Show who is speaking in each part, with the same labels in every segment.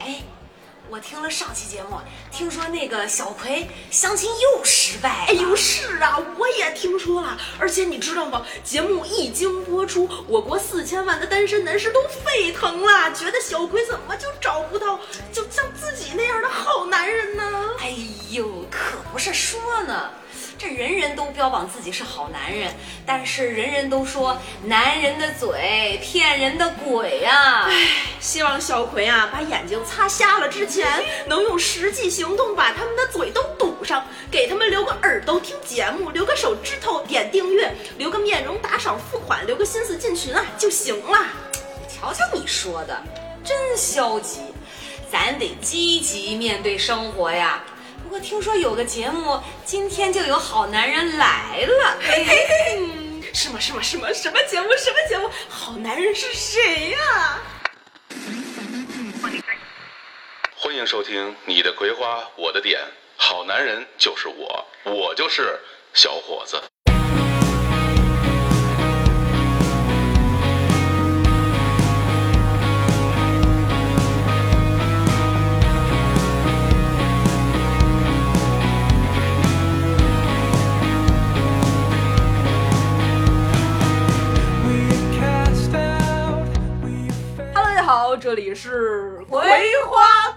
Speaker 1: 哎我听了上期节目，听说那个小葵相亲又失败了。
Speaker 2: 哎呦，是啊，我也听说了。而且你知道吗？节目一经播出，我国四千万的单身男士都沸腾了，觉得小葵怎么就找不到就像自己那样的好男人呢？
Speaker 1: 哎呦，可不是说呢，这人人都标榜自己是好男人，但是人人都说男人的嘴骗人的鬼呀、
Speaker 2: 唉，希望小葵啊，把眼睛擦瞎了之前，能用实际行动把他们的嘴都堵上，给他们留个耳朵听节目，留个手指头点订阅，留个面容打赏付款，留个心思进群啊就行了。
Speaker 1: 瞧瞧你说的，真消极。咱得积极面对生活呀。不过听说有个节目，今天就有好男人来了。哎
Speaker 2: 嗯，是吗？是吗？是吗？ 什么节目？什么节目？好男人是谁呀、
Speaker 3: 欢迎收听《你的葵花我的点》，好男人就是我，我就是小伙子。
Speaker 2: ？Hello，大家好，这里是
Speaker 4: 花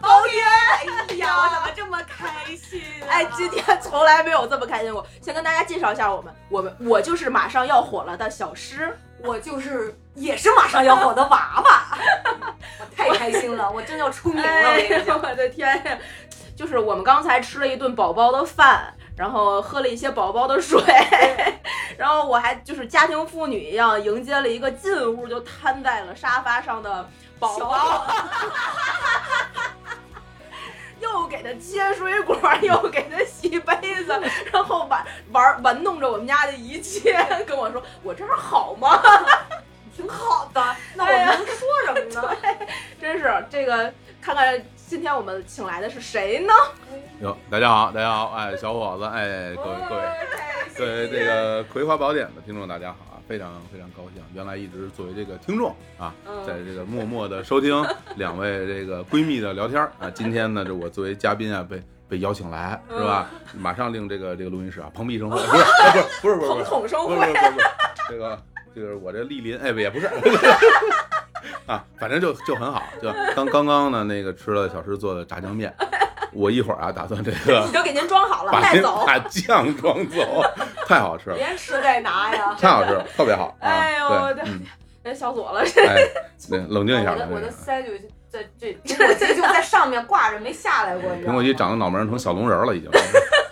Speaker 4: 宝典。
Speaker 2: 哎呀，我怎么这么
Speaker 4: 开心、
Speaker 2: 哎，今天从来没有这么开心过。先跟大家介绍一下我们，我们我就是马上要火了的小诗。
Speaker 1: 我就是也是马上要火的娃娃， 我太开心了，我真要出名了！我
Speaker 2: 哎
Speaker 1: 跟
Speaker 2: 呀
Speaker 1: 你讲，
Speaker 2: 我的天呀！就是我们刚才吃了一顿宝宝的饭，然后喝了一些宝宝的水， 然后我还就是家庭妇女一样迎接了一个进屋就瘫在了沙发上的宝宝。 又给他切水果，又给他洗杯子，然后玩玩玩弄着我们家的一切，跟我说：“我这样好吗？”
Speaker 1: 挺好的。那
Speaker 2: 哎
Speaker 1: 我
Speaker 2: 呀
Speaker 1: 能说什么 呢？
Speaker 2: 真是这个，看看今天我们请来的是谁呢？
Speaker 5: 哟，大家好，大家好，哎，小伙子，哎，各位各位各位这个《葵花宝典》的听众，大家好啊，非常非常高兴，原来一直作为这个听众啊，
Speaker 2: 嗯
Speaker 5: 在这个默默的收听两位这个闺蜜的聊天儿啊，今天呢，这我作为嘉宾啊，被被邀请来是吧？马上令这个这个录音室啊蓬荜生辉，不是哎不是不是不
Speaker 2: 瞳
Speaker 5: 是
Speaker 2: 孔收
Speaker 5: 不是不是
Speaker 2: 回
Speaker 5: 不。是不是不是，这个就是我这莅临，哎，不也不是。啊，反正就就很好，就刚刚刚呢，那个吃了小师做的炸酱面，我一会儿啊打算这个
Speaker 2: 你就给您装好了，
Speaker 5: 把
Speaker 2: 带
Speaker 5: 那
Speaker 2: 走。
Speaker 5: 把酱装走， 太好吃了，
Speaker 1: 连吃带拿呀！
Speaker 5: 太好吃了，特别好啊！
Speaker 2: 哎呦我的
Speaker 5: 对，嗯，
Speaker 2: 哎，小左了，
Speaker 5: 哎，对，冷静一下，
Speaker 4: 我的
Speaker 5: 冷
Speaker 4: 我
Speaker 5: 静
Speaker 4: 的
Speaker 5: 一下。
Speaker 4: 腮就在这，苹果肌就在上面挂着，没下来过。你知
Speaker 5: 苹
Speaker 4: 道吗
Speaker 5: 果肌长到脑门上成小龙人了，已经。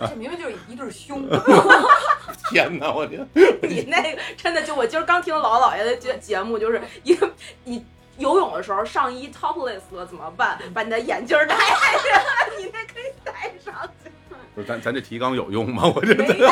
Speaker 4: 这明明就是一对胸。
Speaker 5: 天哪，我天！
Speaker 2: 你那个真的就我今儿刚听老老爷的节节目，就是一个你游泳的时候上衣 topless 了怎么办？把你的眼镜儿戴上， 你那可以戴上。
Speaker 5: 不是咱咱这提纲有用吗？我这
Speaker 2: 没有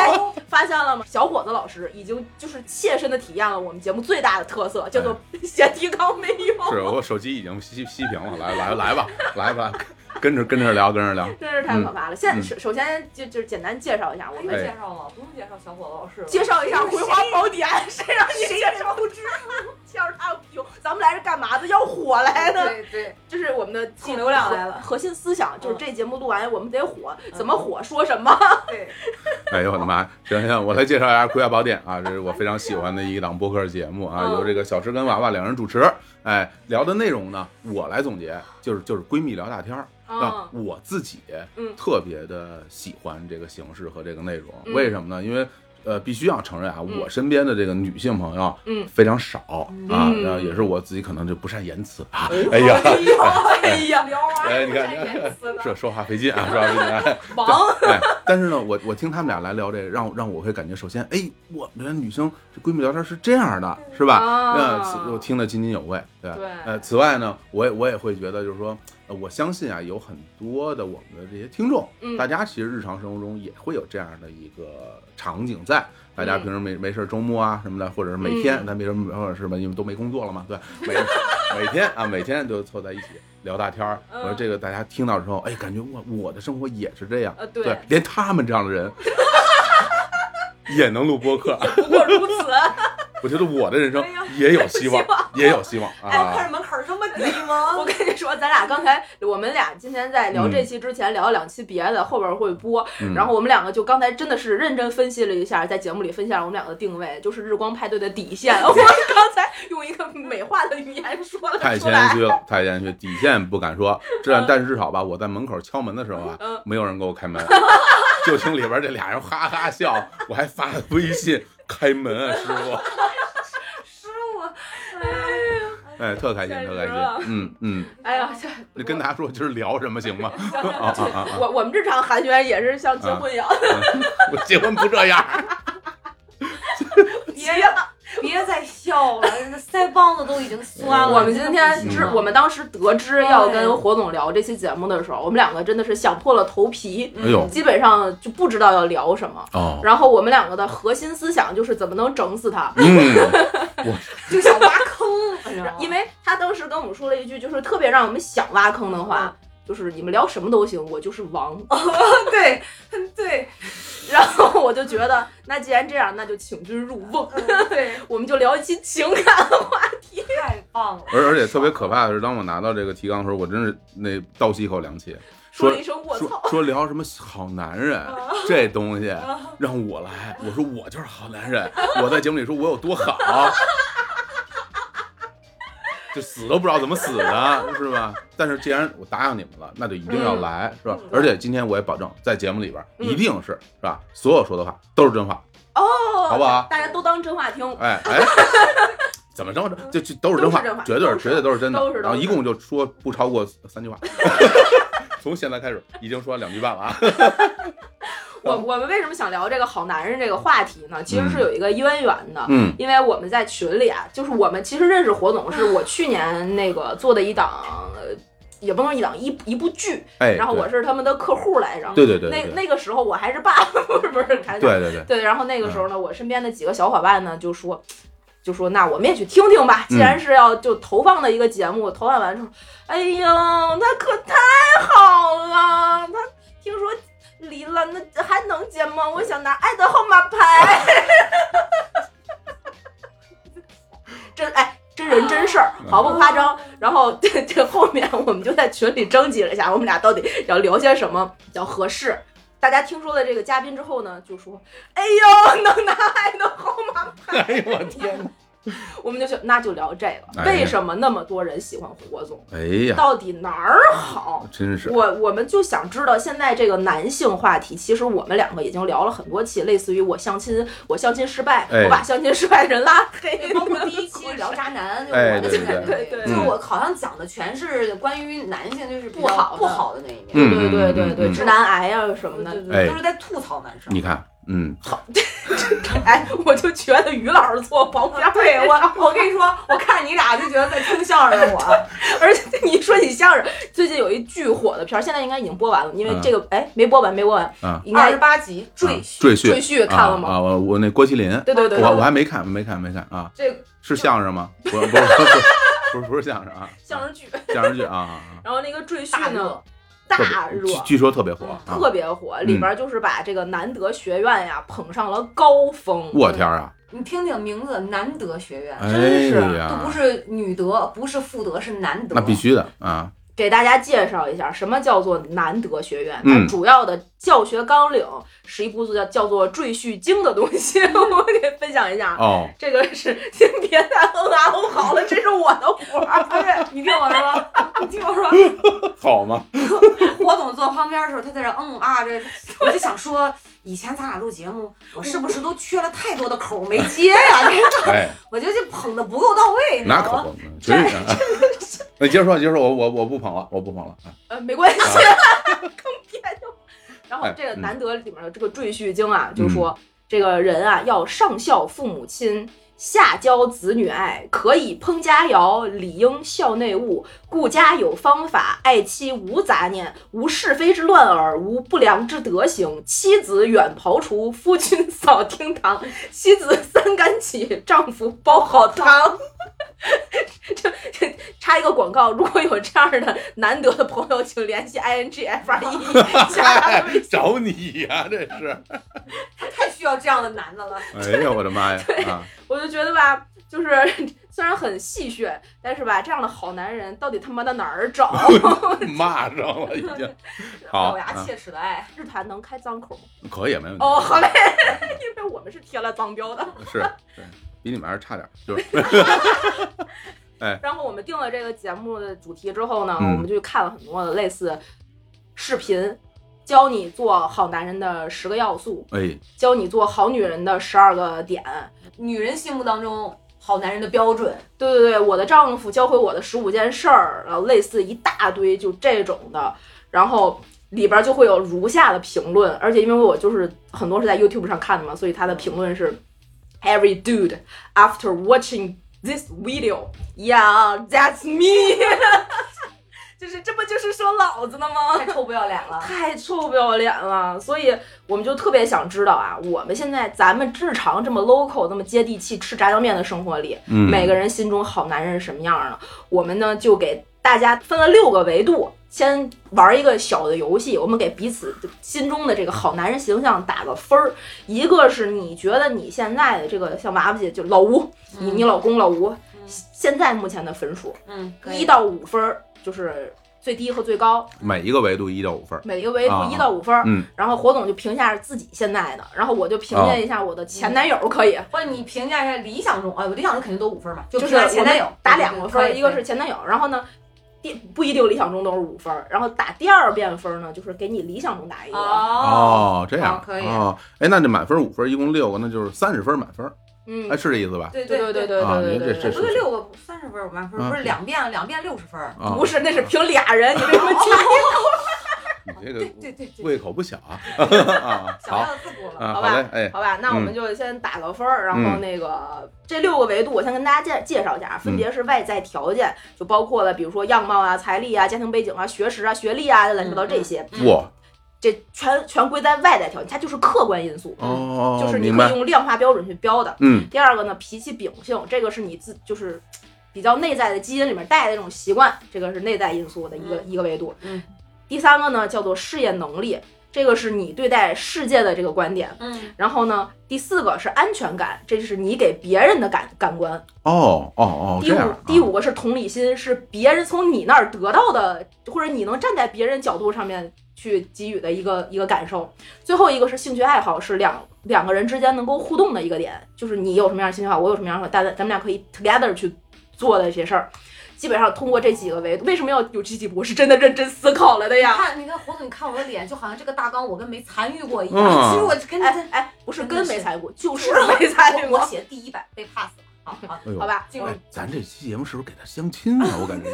Speaker 2: 发现了吗？小伙子老师已经就是切身的体验了我们节目最大的特色，叫做写提纲没用。
Speaker 5: 哎是我手机已经熄熄屏了，来来来吧，来吧，跟着跟着聊，跟着聊。
Speaker 2: 真是太可怕了！现
Speaker 5: 嗯
Speaker 2: 首首先就就是简单介绍一下我
Speaker 4: 不用
Speaker 2: 们，
Speaker 5: 哎
Speaker 4: 介绍吗？不用介绍小伙子老师了。
Speaker 2: 介绍一下《葵花宝典》，谁让你
Speaker 4: 谁
Speaker 2: 介绍不知道？ 介绍他个屁用！咱们来是干嘛的？要火
Speaker 1: 哎
Speaker 2: 来的，
Speaker 4: 对对，
Speaker 2: 这是我们的
Speaker 4: 蹭流量来了
Speaker 2: 核心思想就是这节目录完我们得火，怎么火说什么？
Speaker 4: 对，
Speaker 5: 哎呦我的妈！行行，我来介绍一下《葵花宝典》啊，这是我非常喜欢的一档播客节目啊，
Speaker 2: 嗯
Speaker 5: 由这个小石跟娃娃两人主持。哎，聊的内容呢，我来总结，就是就是闺蜜聊大天儿。啊，我自己
Speaker 2: 嗯
Speaker 5: 特别的喜欢这个形式和这个内容，
Speaker 2: 嗯
Speaker 5: 为什么呢？因为呃，必须要承认啊，
Speaker 2: 嗯
Speaker 5: 我身边的这个女性朋友，
Speaker 2: 嗯
Speaker 5: 非常少啊，
Speaker 2: 嗯哦
Speaker 5: 然后也是我自己可能就不善言辞啊，哎呀，
Speaker 2: 哎呀，
Speaker 4: 聊完
Speaker 5: 哎，你看，你看，说说话费劲啊，说话费劲、啊。
Speaker 2: 王
Speaker 5: 哎，但是呢，我我听他们俩来聊这个，让让我会感觉，首先，哎，我们的女生这闺蜜聊天是这样的，是吧？那此我听得津津有味，对吧
Speaker 2: 嗯啊对
Speaker 5: 呃，此外呢，我也我也会觉得，就是说，呃我相信啊，有很多的我们的这些听众，
Speaker 2: 嗯
Speaker 5: 大家其实日常生活中也会有这样的一个场景在。大家
Speaker 2: 嗯
Speaker 5: 平时没没事儿周末啊什么的，或者是每天，咱、没什么，或者是吧，因为都没工作了嘛，对，
Speaker 2: 嗯
Speaker 5: 每每天啊，每天就凑在一起聊大天儿。
Speaker 2: 嗯
Speaker 5: 我说这个大家听到之后，哎，感觉我我的生活也是这样，
Speaker 2: 呃对
Speaker 5: 连他们这样 的人也能录播客，
Speaker 2: 不过如此。
Speaker 5: 啊我觉得我的人生
Speaker 2: 哎呀
Speaker 5: 也有希
Speaker 2: 有
Speaker 5: 望
Speaker 2: 希望，
Speaker 5: 也有希望
Speaker 4: 哎，我看
Speaker 5: 啊！
Speaker 4: 着门口儿这么
Speaker 2: 我跟你说，咱俩刚才我们俩今天在聊这期之前聊了两期别的，后边会播。
Speaker 5: 嗯
Speaker 2: 然后我们两个就刚才真的是认真分析了一下，在节目里分析了我们两个定位，就是日光派对的底线。 我刚才用一个美化的语言说了
Speaker 5: 太
Speaker 2: 出
Speaker 5: 谦
Speaker 2: 来。
Speaker 5: 虚了，太谦虚，底线不敢说，这样但是至少吧，我在门口敲门的时候啊
Speaker 2: 嗯，
Speaker 5: 没有人给我开门，就听里边这俩人哈哈笑，我还发微信开门啊，师 傅，
Speaker 1: 师傅，
Speaker 5: 哎，特开心，特开心
Speaker 2: 简直了，
Speaker 5: 嗯 嗯，
Speaker 2: 哎呀，这
Speaker 5: 你跟大家说今儿聊什么行 吗？啊啊啊！啊
Speaker 2: 我我们日常寒暄也是像结婚一样，
Speaker 5: 我结婚不这样，
Speaker 1: 别别再笑了，那腮帮子都已经酸
Speaker 5: 啊
Speaker 1: 了。
Speaker 2: 我们今天知，
Speaker 5: 嗯
Speaker 2: 我们当时得知要跟火总聊这期节目的时候，我们两个真的是想破了头皮，
Speaker 5: 哎呦
Speaker 2: 基本上就不知道要聊什么。
Speaker 5: 哦，
Speaker 2: 然后我们两个的核心思想就是怎么能整死他，
Speaker 5: 嗯，
Speaker 1: 就想挖 坑，
Speaker 2: 哎
Speaker 1: 你知
Speaker 5: 啊
Speaker 1: 道吗
Speaker 2: 因为他当时跟我们说了一句，就是特别让我们想挖坑的话，
Speaker 5: 嗯
Speaker 2: 就是你们聊什么都行，我就是王。
Speaker 1: 对对
Speaker 2: 然后我就觉得，那既然这样，那就请君入瓮，
Speaker 5: 嗯
Speaker 1: 对，
Speaker 2: 我们就聊一期情感的话题。
Speaker 1: 太棒了。
Speaker 5: 而而且特别可怕的是，当我拿到这个提纲的时候，我真是那倒吸一口凉气，
Speaker 2: 说
Speaker 5: 说
Speaker 2: 了一声我
Speaker 5: 说
Speaker 2: 操，嗯
Speaker 5: 说聊什么好男人这东西，让我来，我说我就是好男人，我在节目里说我有多好，就死都不知道怎么死的，是吧？但是既然我答应你们了，那就一定
Speaker 2: 嗯
Speaker 5: 要来，是吧？而且今天我也保证，在节目里边一定是是吧？所有说的话都是真话，
Speaker 2: 哦，
Speaker 5: 好不好
Speaker 2: 大家都当真话听。
Speaker 5: 哎 哎。怎么着？就就都是真话，
Speaker 2: 都是真话
Speaker 5: 绝对是绝对都是真的。
Speaker 2: 都是都是
Speaker 5: 然后一共就说不超过三 句话，从现在开始已经说了两句半了啊。嗯
Speaker 2: 我我们为什么想聊这个好男人这个话题呢？其实是有一个渊源的。
Speaker 5: 嗯
Speaker 2: 因为我们在群里啊，就是我们其实认识火总，是我去年那个做的一档，呃也不能一档一一部剧，
Speaker 5: 哎，
Speaker 2: 然后我是他们的客户来着。
Speaker 5: 对对对对对
Speaker 2: 那那个时候我还是爸， 不是不是开玩笑
Speaker 5: 对嗯对对，
Speaker 2: 对，然后那个时候呢，我身边的几个小伙伴呢就说，就说那我们也去听听吧，既然是要就投放的一个节目，投放完之后，哎呦，那可太好了，他听说。离了，那还能接吗？我想拿爱的号码牌。真哎，真人真事儿，毫不夸张。然后 这这后面我们就在群里征集了一下，我们俩到底要聊些什么比较合适。大家听说了这个嘉宾之后呢，就说：“哎呦，能拿爱的号码牌。
Speaker 5: 哎呦我天哪！”
Speaker 2: 我们就想，那就聊这个。
Speaker 5: 哎
Speaker 2: 为什么那么多人喜欢火总？
Speaker 5: 哎呀，
Speaker 2: 到底哪儿好？
Speaker 5: 真是
Speaker 2: 我我们就想知道，现在这个男性话题，其实我们两个已经聊了很多期，类似于我相亲，我相亲失败，
Speaker 5: 哎
Speaker 2: 我把相亲失败的人拉黑，
Speaker 1: 包括第一期聊渣男，就
Speaker 5: 哎
Speaker 1: 我的
Speaker 5: 对嗯
Speaker 1: 情感
Speaker 5: 对
Speaker 2: 对
Speaker 1: 就
Speaker 2: 对
Speaker 1: 是我好像讲的全是关于男性就是比
Speaker 2: 不好
Speaker 1: 较
Speaker 2: 的
Speaker 1: 不好的那一面，
Speaker 5: 嗯
Speaker 2: 对对对对，
Speaker 5: 嗯
Speaker 2: 直男癌啊什么
Speaker 1: 对
Speaker 2: 的
Speaker 1: 对。
Speaker 5: 哎
Speaker 1: 对，都是在吐槽男生。
Speaker 5: 你看，嗯，
Speaker 2: 哎，我就觉得于老师做保姆，
Speaker 1: 啊呃对 我，我跟你说，我看你俩就觉得在听相声，我
Speaker 2: 而且你说你相声，最近有一巨火的片儿，现在应该已经播完了，
Speaker 5: 嗯
Speaker 2: 因为这个哎没播完，没播完
Speaker 5: 啊，
Speaker 2: 应
Speaker 1: 二
Speaker 2: 该
Speaker 1: 十八集赘
Speaker 5: 啊
Speaker 1: 婿，
Speaker 5: 赘婿
Speaker 2: 赘婿看了
Speaker 5: 啊
Speaker 2: 吗？
Speaker 5: 啊，我我那郭麒麟，
Speaker 2: 对对对，
Speaker 5: 我我还没看，没看，没看啊。
Speaker 2: 这个
Speaker 5: 是相声吗？ 不是不是不是不是不是相声啊，
Speaker 2: 相声剧，
Speaker 5: 相声剧啊啊，
Speaker 2: 然后那个赘
Speaker 1: 大
Speaker 2: 婿呢
Speaker 1: 热，
Speaker 5: 啊
Speaker 2: 大
Speaker 5: 特
Speaker 2: 热嗯
Speaker 5: 别。据据说特别火啊！
Speaker 2: 特别火，里边就是把这个南德学院呀捧上了高峰。
Speaker 5: 我天儿啊，
Speaker 1: 你听听名字，南德学院，
Speaker 5: 哎
Speaker 1: 真是
Speaker 5: 呀
Speaker 1: 都不是女德，不是妇德，是男德。
Speaker 5: 那必须的啊！
Speaker 2: 给大家介绍一下，什么叫做南德学院？它
Speaker 5: 嗯
Speaker 2: 主要的教学纲领是一部叫叫做《赘婿经》的东西， 我给分享一下。啊。
Speaker 5: 哦，
Speaker 2: 这个是先别再哼啊哼好了，这是我的活儿。
Speaker 1: 啊对，你听我说，你听我说，
Speaker 5: 好吗？
Speaker 1: 火总坐旁边的时候，他在这嗯啊这，我就想说，以前咱俩录节目，我是不是都缺了太多的口没接呀、
Speaker 5: 哎，
Speaker 1: 我觉得这捧的不够到位，你知
Speaker 5: 那
Speaker 1: 道
Speaker 5: 可
Speaker 1: 吗？
Speaker 5: 不，真是。啊那接着说，接着说，我我我不捧了，我不捧了。啊
Speaker 2: 呃，没关系，
Speaker 5: 啊
Speaker 2: 别就。然后
Speaker 5: 哎
Speaker 2: 这个
Speaker 5: 嗯
Speaker 2: 难得里面的这个《赘婿经》啊，就说这个人啊要上孝父母亲，下交子女爱，可以烹佳肴，理应孝内务，顾家有方法，爱妻无杂念，无是非之乱耳，无不良之德行，妻子远庖厨，夫君扫厅堂，妻子三竿起，丈夫煲好汤。 这 这插一个广告，如果有这样的难得的朋友，请联系 i n g f r e 加他的微信。
Speaker 5: 哎找你呀，这是。
Speaker 1: 太需要这样的男的了。
Speaker 5: 哎呀，我的妈呀！啊，
Speaker 2: 我就觉得吧，就是 虽然很戏谑，但是吧，这样的好男人到底他妈的哪儿找？
Speaker 5: 骂上了已经。好
Speaker 4: 咬牙
Speaker 5: 啊
Speaker 4: 切齿的爱。
Speaker 2: 日坛能开脏口吗？
Speaker 5: 可以，没问题。
Speaker 2: 哦，好嘞，因为我们是贴了脏标的。
Speaker 5: 是，对，比你们还是差点儿，就是
Speaker 2: 然后我们定了这个节目的主题之后呢，
Speaker 5: 嗯
Speaker 2: 我们就看了很多的类似视频，教你做好男人的十个要素，
Speaker 5: 哎，
Speaker 2: 教你做好女人的十二个点。
Speaker 4: 女人心目当中好男人的标准，
Speaker 2: 对对对，我的丈夫教会我的十五件事儿，然后类似一大堆就这种的，然后里边就会有如下的评论，而且因为我就是很多是在 YouTube 上看的嘛，所以他的评论是 Every dude after watching this video, yeah, that's me，就是这不就是说老子呢吗？
Speaker 4: 太臭不要脸了。
Speaker 2: 太臭不要脸了，所以我们就特别想知道啊，我们现在咱们日常这么 local、这么接地气吃炸酱面的生活里，
Speaker 5: 嗯
Speaker 2: 每个人心中好男人是什么样的？我们呢就给大家分了六个维度，先玩一个小的游戏，我们给彼此心中的这个好男人形象打个分儿。一个是你觉得你现在的这个像娃娃姐就老吴，你
Speaker 1: 嗯
Speaker 2: 你老公老吴，现在目前的分数
Speaker 4: 嗯，
Speaker 2: 一到五分儿就是最低和最高，
Speaker 5: 每一个维度一到五分儿。
Speaker 2: 每个维度
Speaker 5: 啊
Speaker 2: 一到五分儿。
Speaker 5: 嗯，啊
Speaker 2: 然后火总就评价是自己现在的，然后我就评价一下我的前男友，可以，
Speaker 4: 或者你评价一下理想中，哎，我理想中肯定都五分嘛，就
Speaker 2: 就
Speaker 4: 评
Speaker 2: 是
Speaker 4: 价前男
Speaker 2: 我
Speaker 4: 友
Speaker 2: 们打两个分儿，
Speaker 4: 对对对
Speaker 2: 一个是前男友，然后呢，第不一定理想中都是五分儿，然后打第二遍分儿呢，就是给你理想中打一个，
Speaker 4: 哦，
Speaker 5: 哦，这样
Speaker 4: 好可以
Speaker 5: 哦，哎，那这满分五分，一共六个，那就是三十分满分，
Speaker 2: 嗯
Speaker 5: 哎，，是这意思吧？
Speaker 4: 对
Speaker 2: 对
Speaker 4: 对
Speaker 2: 对对
Speaker 4: 对，
Speaker 5: 啊
Speaker 2: 对
Speaker 5: 您这
Speaker 2: 对对
Speaker 5: 这
Speaker 4: 不
Speaker 2: 对，
Speaker 4: 对六个三十分儿满分
Speaker 5: 嗯
Speaker 4: 儿，不是两遍两遍六十分儿。
Speaker 5: 啊，
Speaker 2: 不是，那是评俩人，你为什么记？
Speaker 5: 哦
Speaker 4: 哦
Speaker 5: 你这
Speaker 4: 对对
Speaker 5: 个
Speaker 4: 对对，
Speaker 5: 胃口不小 啊！啊，
Speaker 4: 想
Speaker 5: 好
Speaker 4: 到自古了。
Speaker 5: 啊，
Speaker 2: 好吧
Speaker 5: 嘞，哎，
Speaker 2: 好吧，那我们就先打个分儿，然
Speaker 5: 嗯
Speaker 2: 后那个这六个维度，我先跟大家介介绍一下，啊分别是外在条件，就包括了比如说样貌啊、财力啊、家庭背景啊、学识啊、学历啊，乱七八糟
Speaker 4: 嗯
Speaker 2: 这些，
Speaker 5: 哇，
Speaker 2: 这全全归在外在条件，它就是客观因素，
Speaker 5: 哦，
Speaker 2: 嗯就是你
Speaker 5: 明
Speaker 2: 可以
Speaker 5: 白，
Speaker 2: 用量化标准去标的。
Speaker 5: 嗯
Speaker 2: 第二个呢，脾气秉性，这个是你自就是比较内在的基因里面带的这种习惯，这个是内在因素的一个、一个维度。
Speaker 4: 嗯，
Speaker 2: 第三个呢叫做事业能力，这个是你对待世界的这个观点。
Speaker 4: 嗯，
Speaker 2: 然后呢，第四个是安全感，这是你给别人的感感官。
Speaker 5: 哦哦哦，
Speaker 2: 第
Speaker 5: 这
Speaker 2: 五
Speaker 5: 样啊，
Speaker 2: 第五个是同理心，是别人从你那儿得到的，或者你能站在别人角度上面去给予的一个一个感受。最后一个是兴趣爱好，是两两个人之间能够互动的一个点，就是你有什么样的兴趣爱好，我有什么样的，大家咱们俩可以 together 去做的一些事儿。基本上通过这几个维度，为什么要有这几步？我是真的认真思考了的
Speaker 4: 你
Speaker 2: 呀。
Speaker 4: 看，你看胡总，你看我的脸，就好像这个大纲我跟没参与过一
Speaker 5: 嗯
Speaker 4: 样。其实我跟
Speaker 2: 哎
Speaker 4: 跟
Speaker 2: 哎，不是跟没参与过，就是
Speaker 4: 我
Speaker 2: 没参与
Speaker 4: 我
Speaker 2: 过
Speaker 4: 哎我，写第一版被 pass 了。好 好，
Speaker 5: 哎呦，
Speaker 2: 好吧？
Speaker 4: 进入
Speaker 5: 哎，咱这期节目是不是给他相亲啊？我 感觉，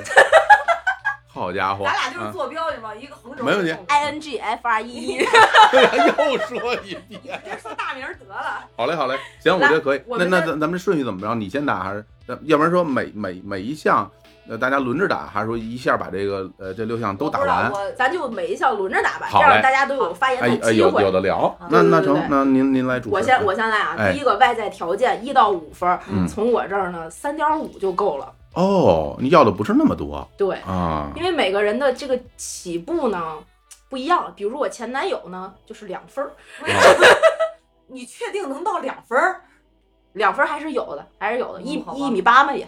Speaker 5: 好家伙，
Speaker 4: 咱俩就是
Speaker 5: 啊
Speaker 4: 坐标是吗？一个横轴，
Speaker 5: 没问题
Speaker 4: 一个纵轴
Speaker 2: I N G F R E E。
Speaker 5: 又说一遍。
Speaker 4: 你直接说大名儿得了。
Speaker 5: 好嘞，好嘞，行，我觉得可以。
Speaker 2: 我
Speaker 5: 那
Speaker 2: 们
Speaker 5: 那
Speaker 2: 这
Speaker 5: 咱咱们顺序怎么着？你先打还是？呃要不然说每每每一项，呃，大家轮着打，还是说一下把这个呃这六项都打完嗯
Speaker 4: 我？不知道
Speaker 2: 咱就每一项轮着打吧，这
Speaker 5: 好嘞
Speaker 2: 样大家都有发言
Speaker 5: 哎
Speaker 2: 的
Speaker 5: 哎，
Speaker 2: 机
Speaker 5: 有
Speaker 2: 会。
Speaker 5: 有的聊
Speaker 4: 啊。
Speaker 5: 那
Speaker 2: 对
Speaker 5: 那
Speaker 2: 对对
Speaker 5: 成，那您您来主持。
Speaker 2: 我先我先来啊，
Speaker 5: 哎
Speaker 2: 第一个外在条件一到五分儿，
Speaker 5: 嗯
Speaker 2: 从我这儿呢三点五就够了。
Speaker 5: 哦，你要的不是那么多
Speaker 2: 对，
Speaker 5: 啊
Speaker 2: 因为每个人的这个起步呢不一样，比如我前男友呢就是两分儿，
Speaker 4: 我你确定能到两分儿？
Speaker 2: 两分儿还是有的，还是有的，一
Speaker 4: 嗯好吧
Speaker 2: 一米八嘛也，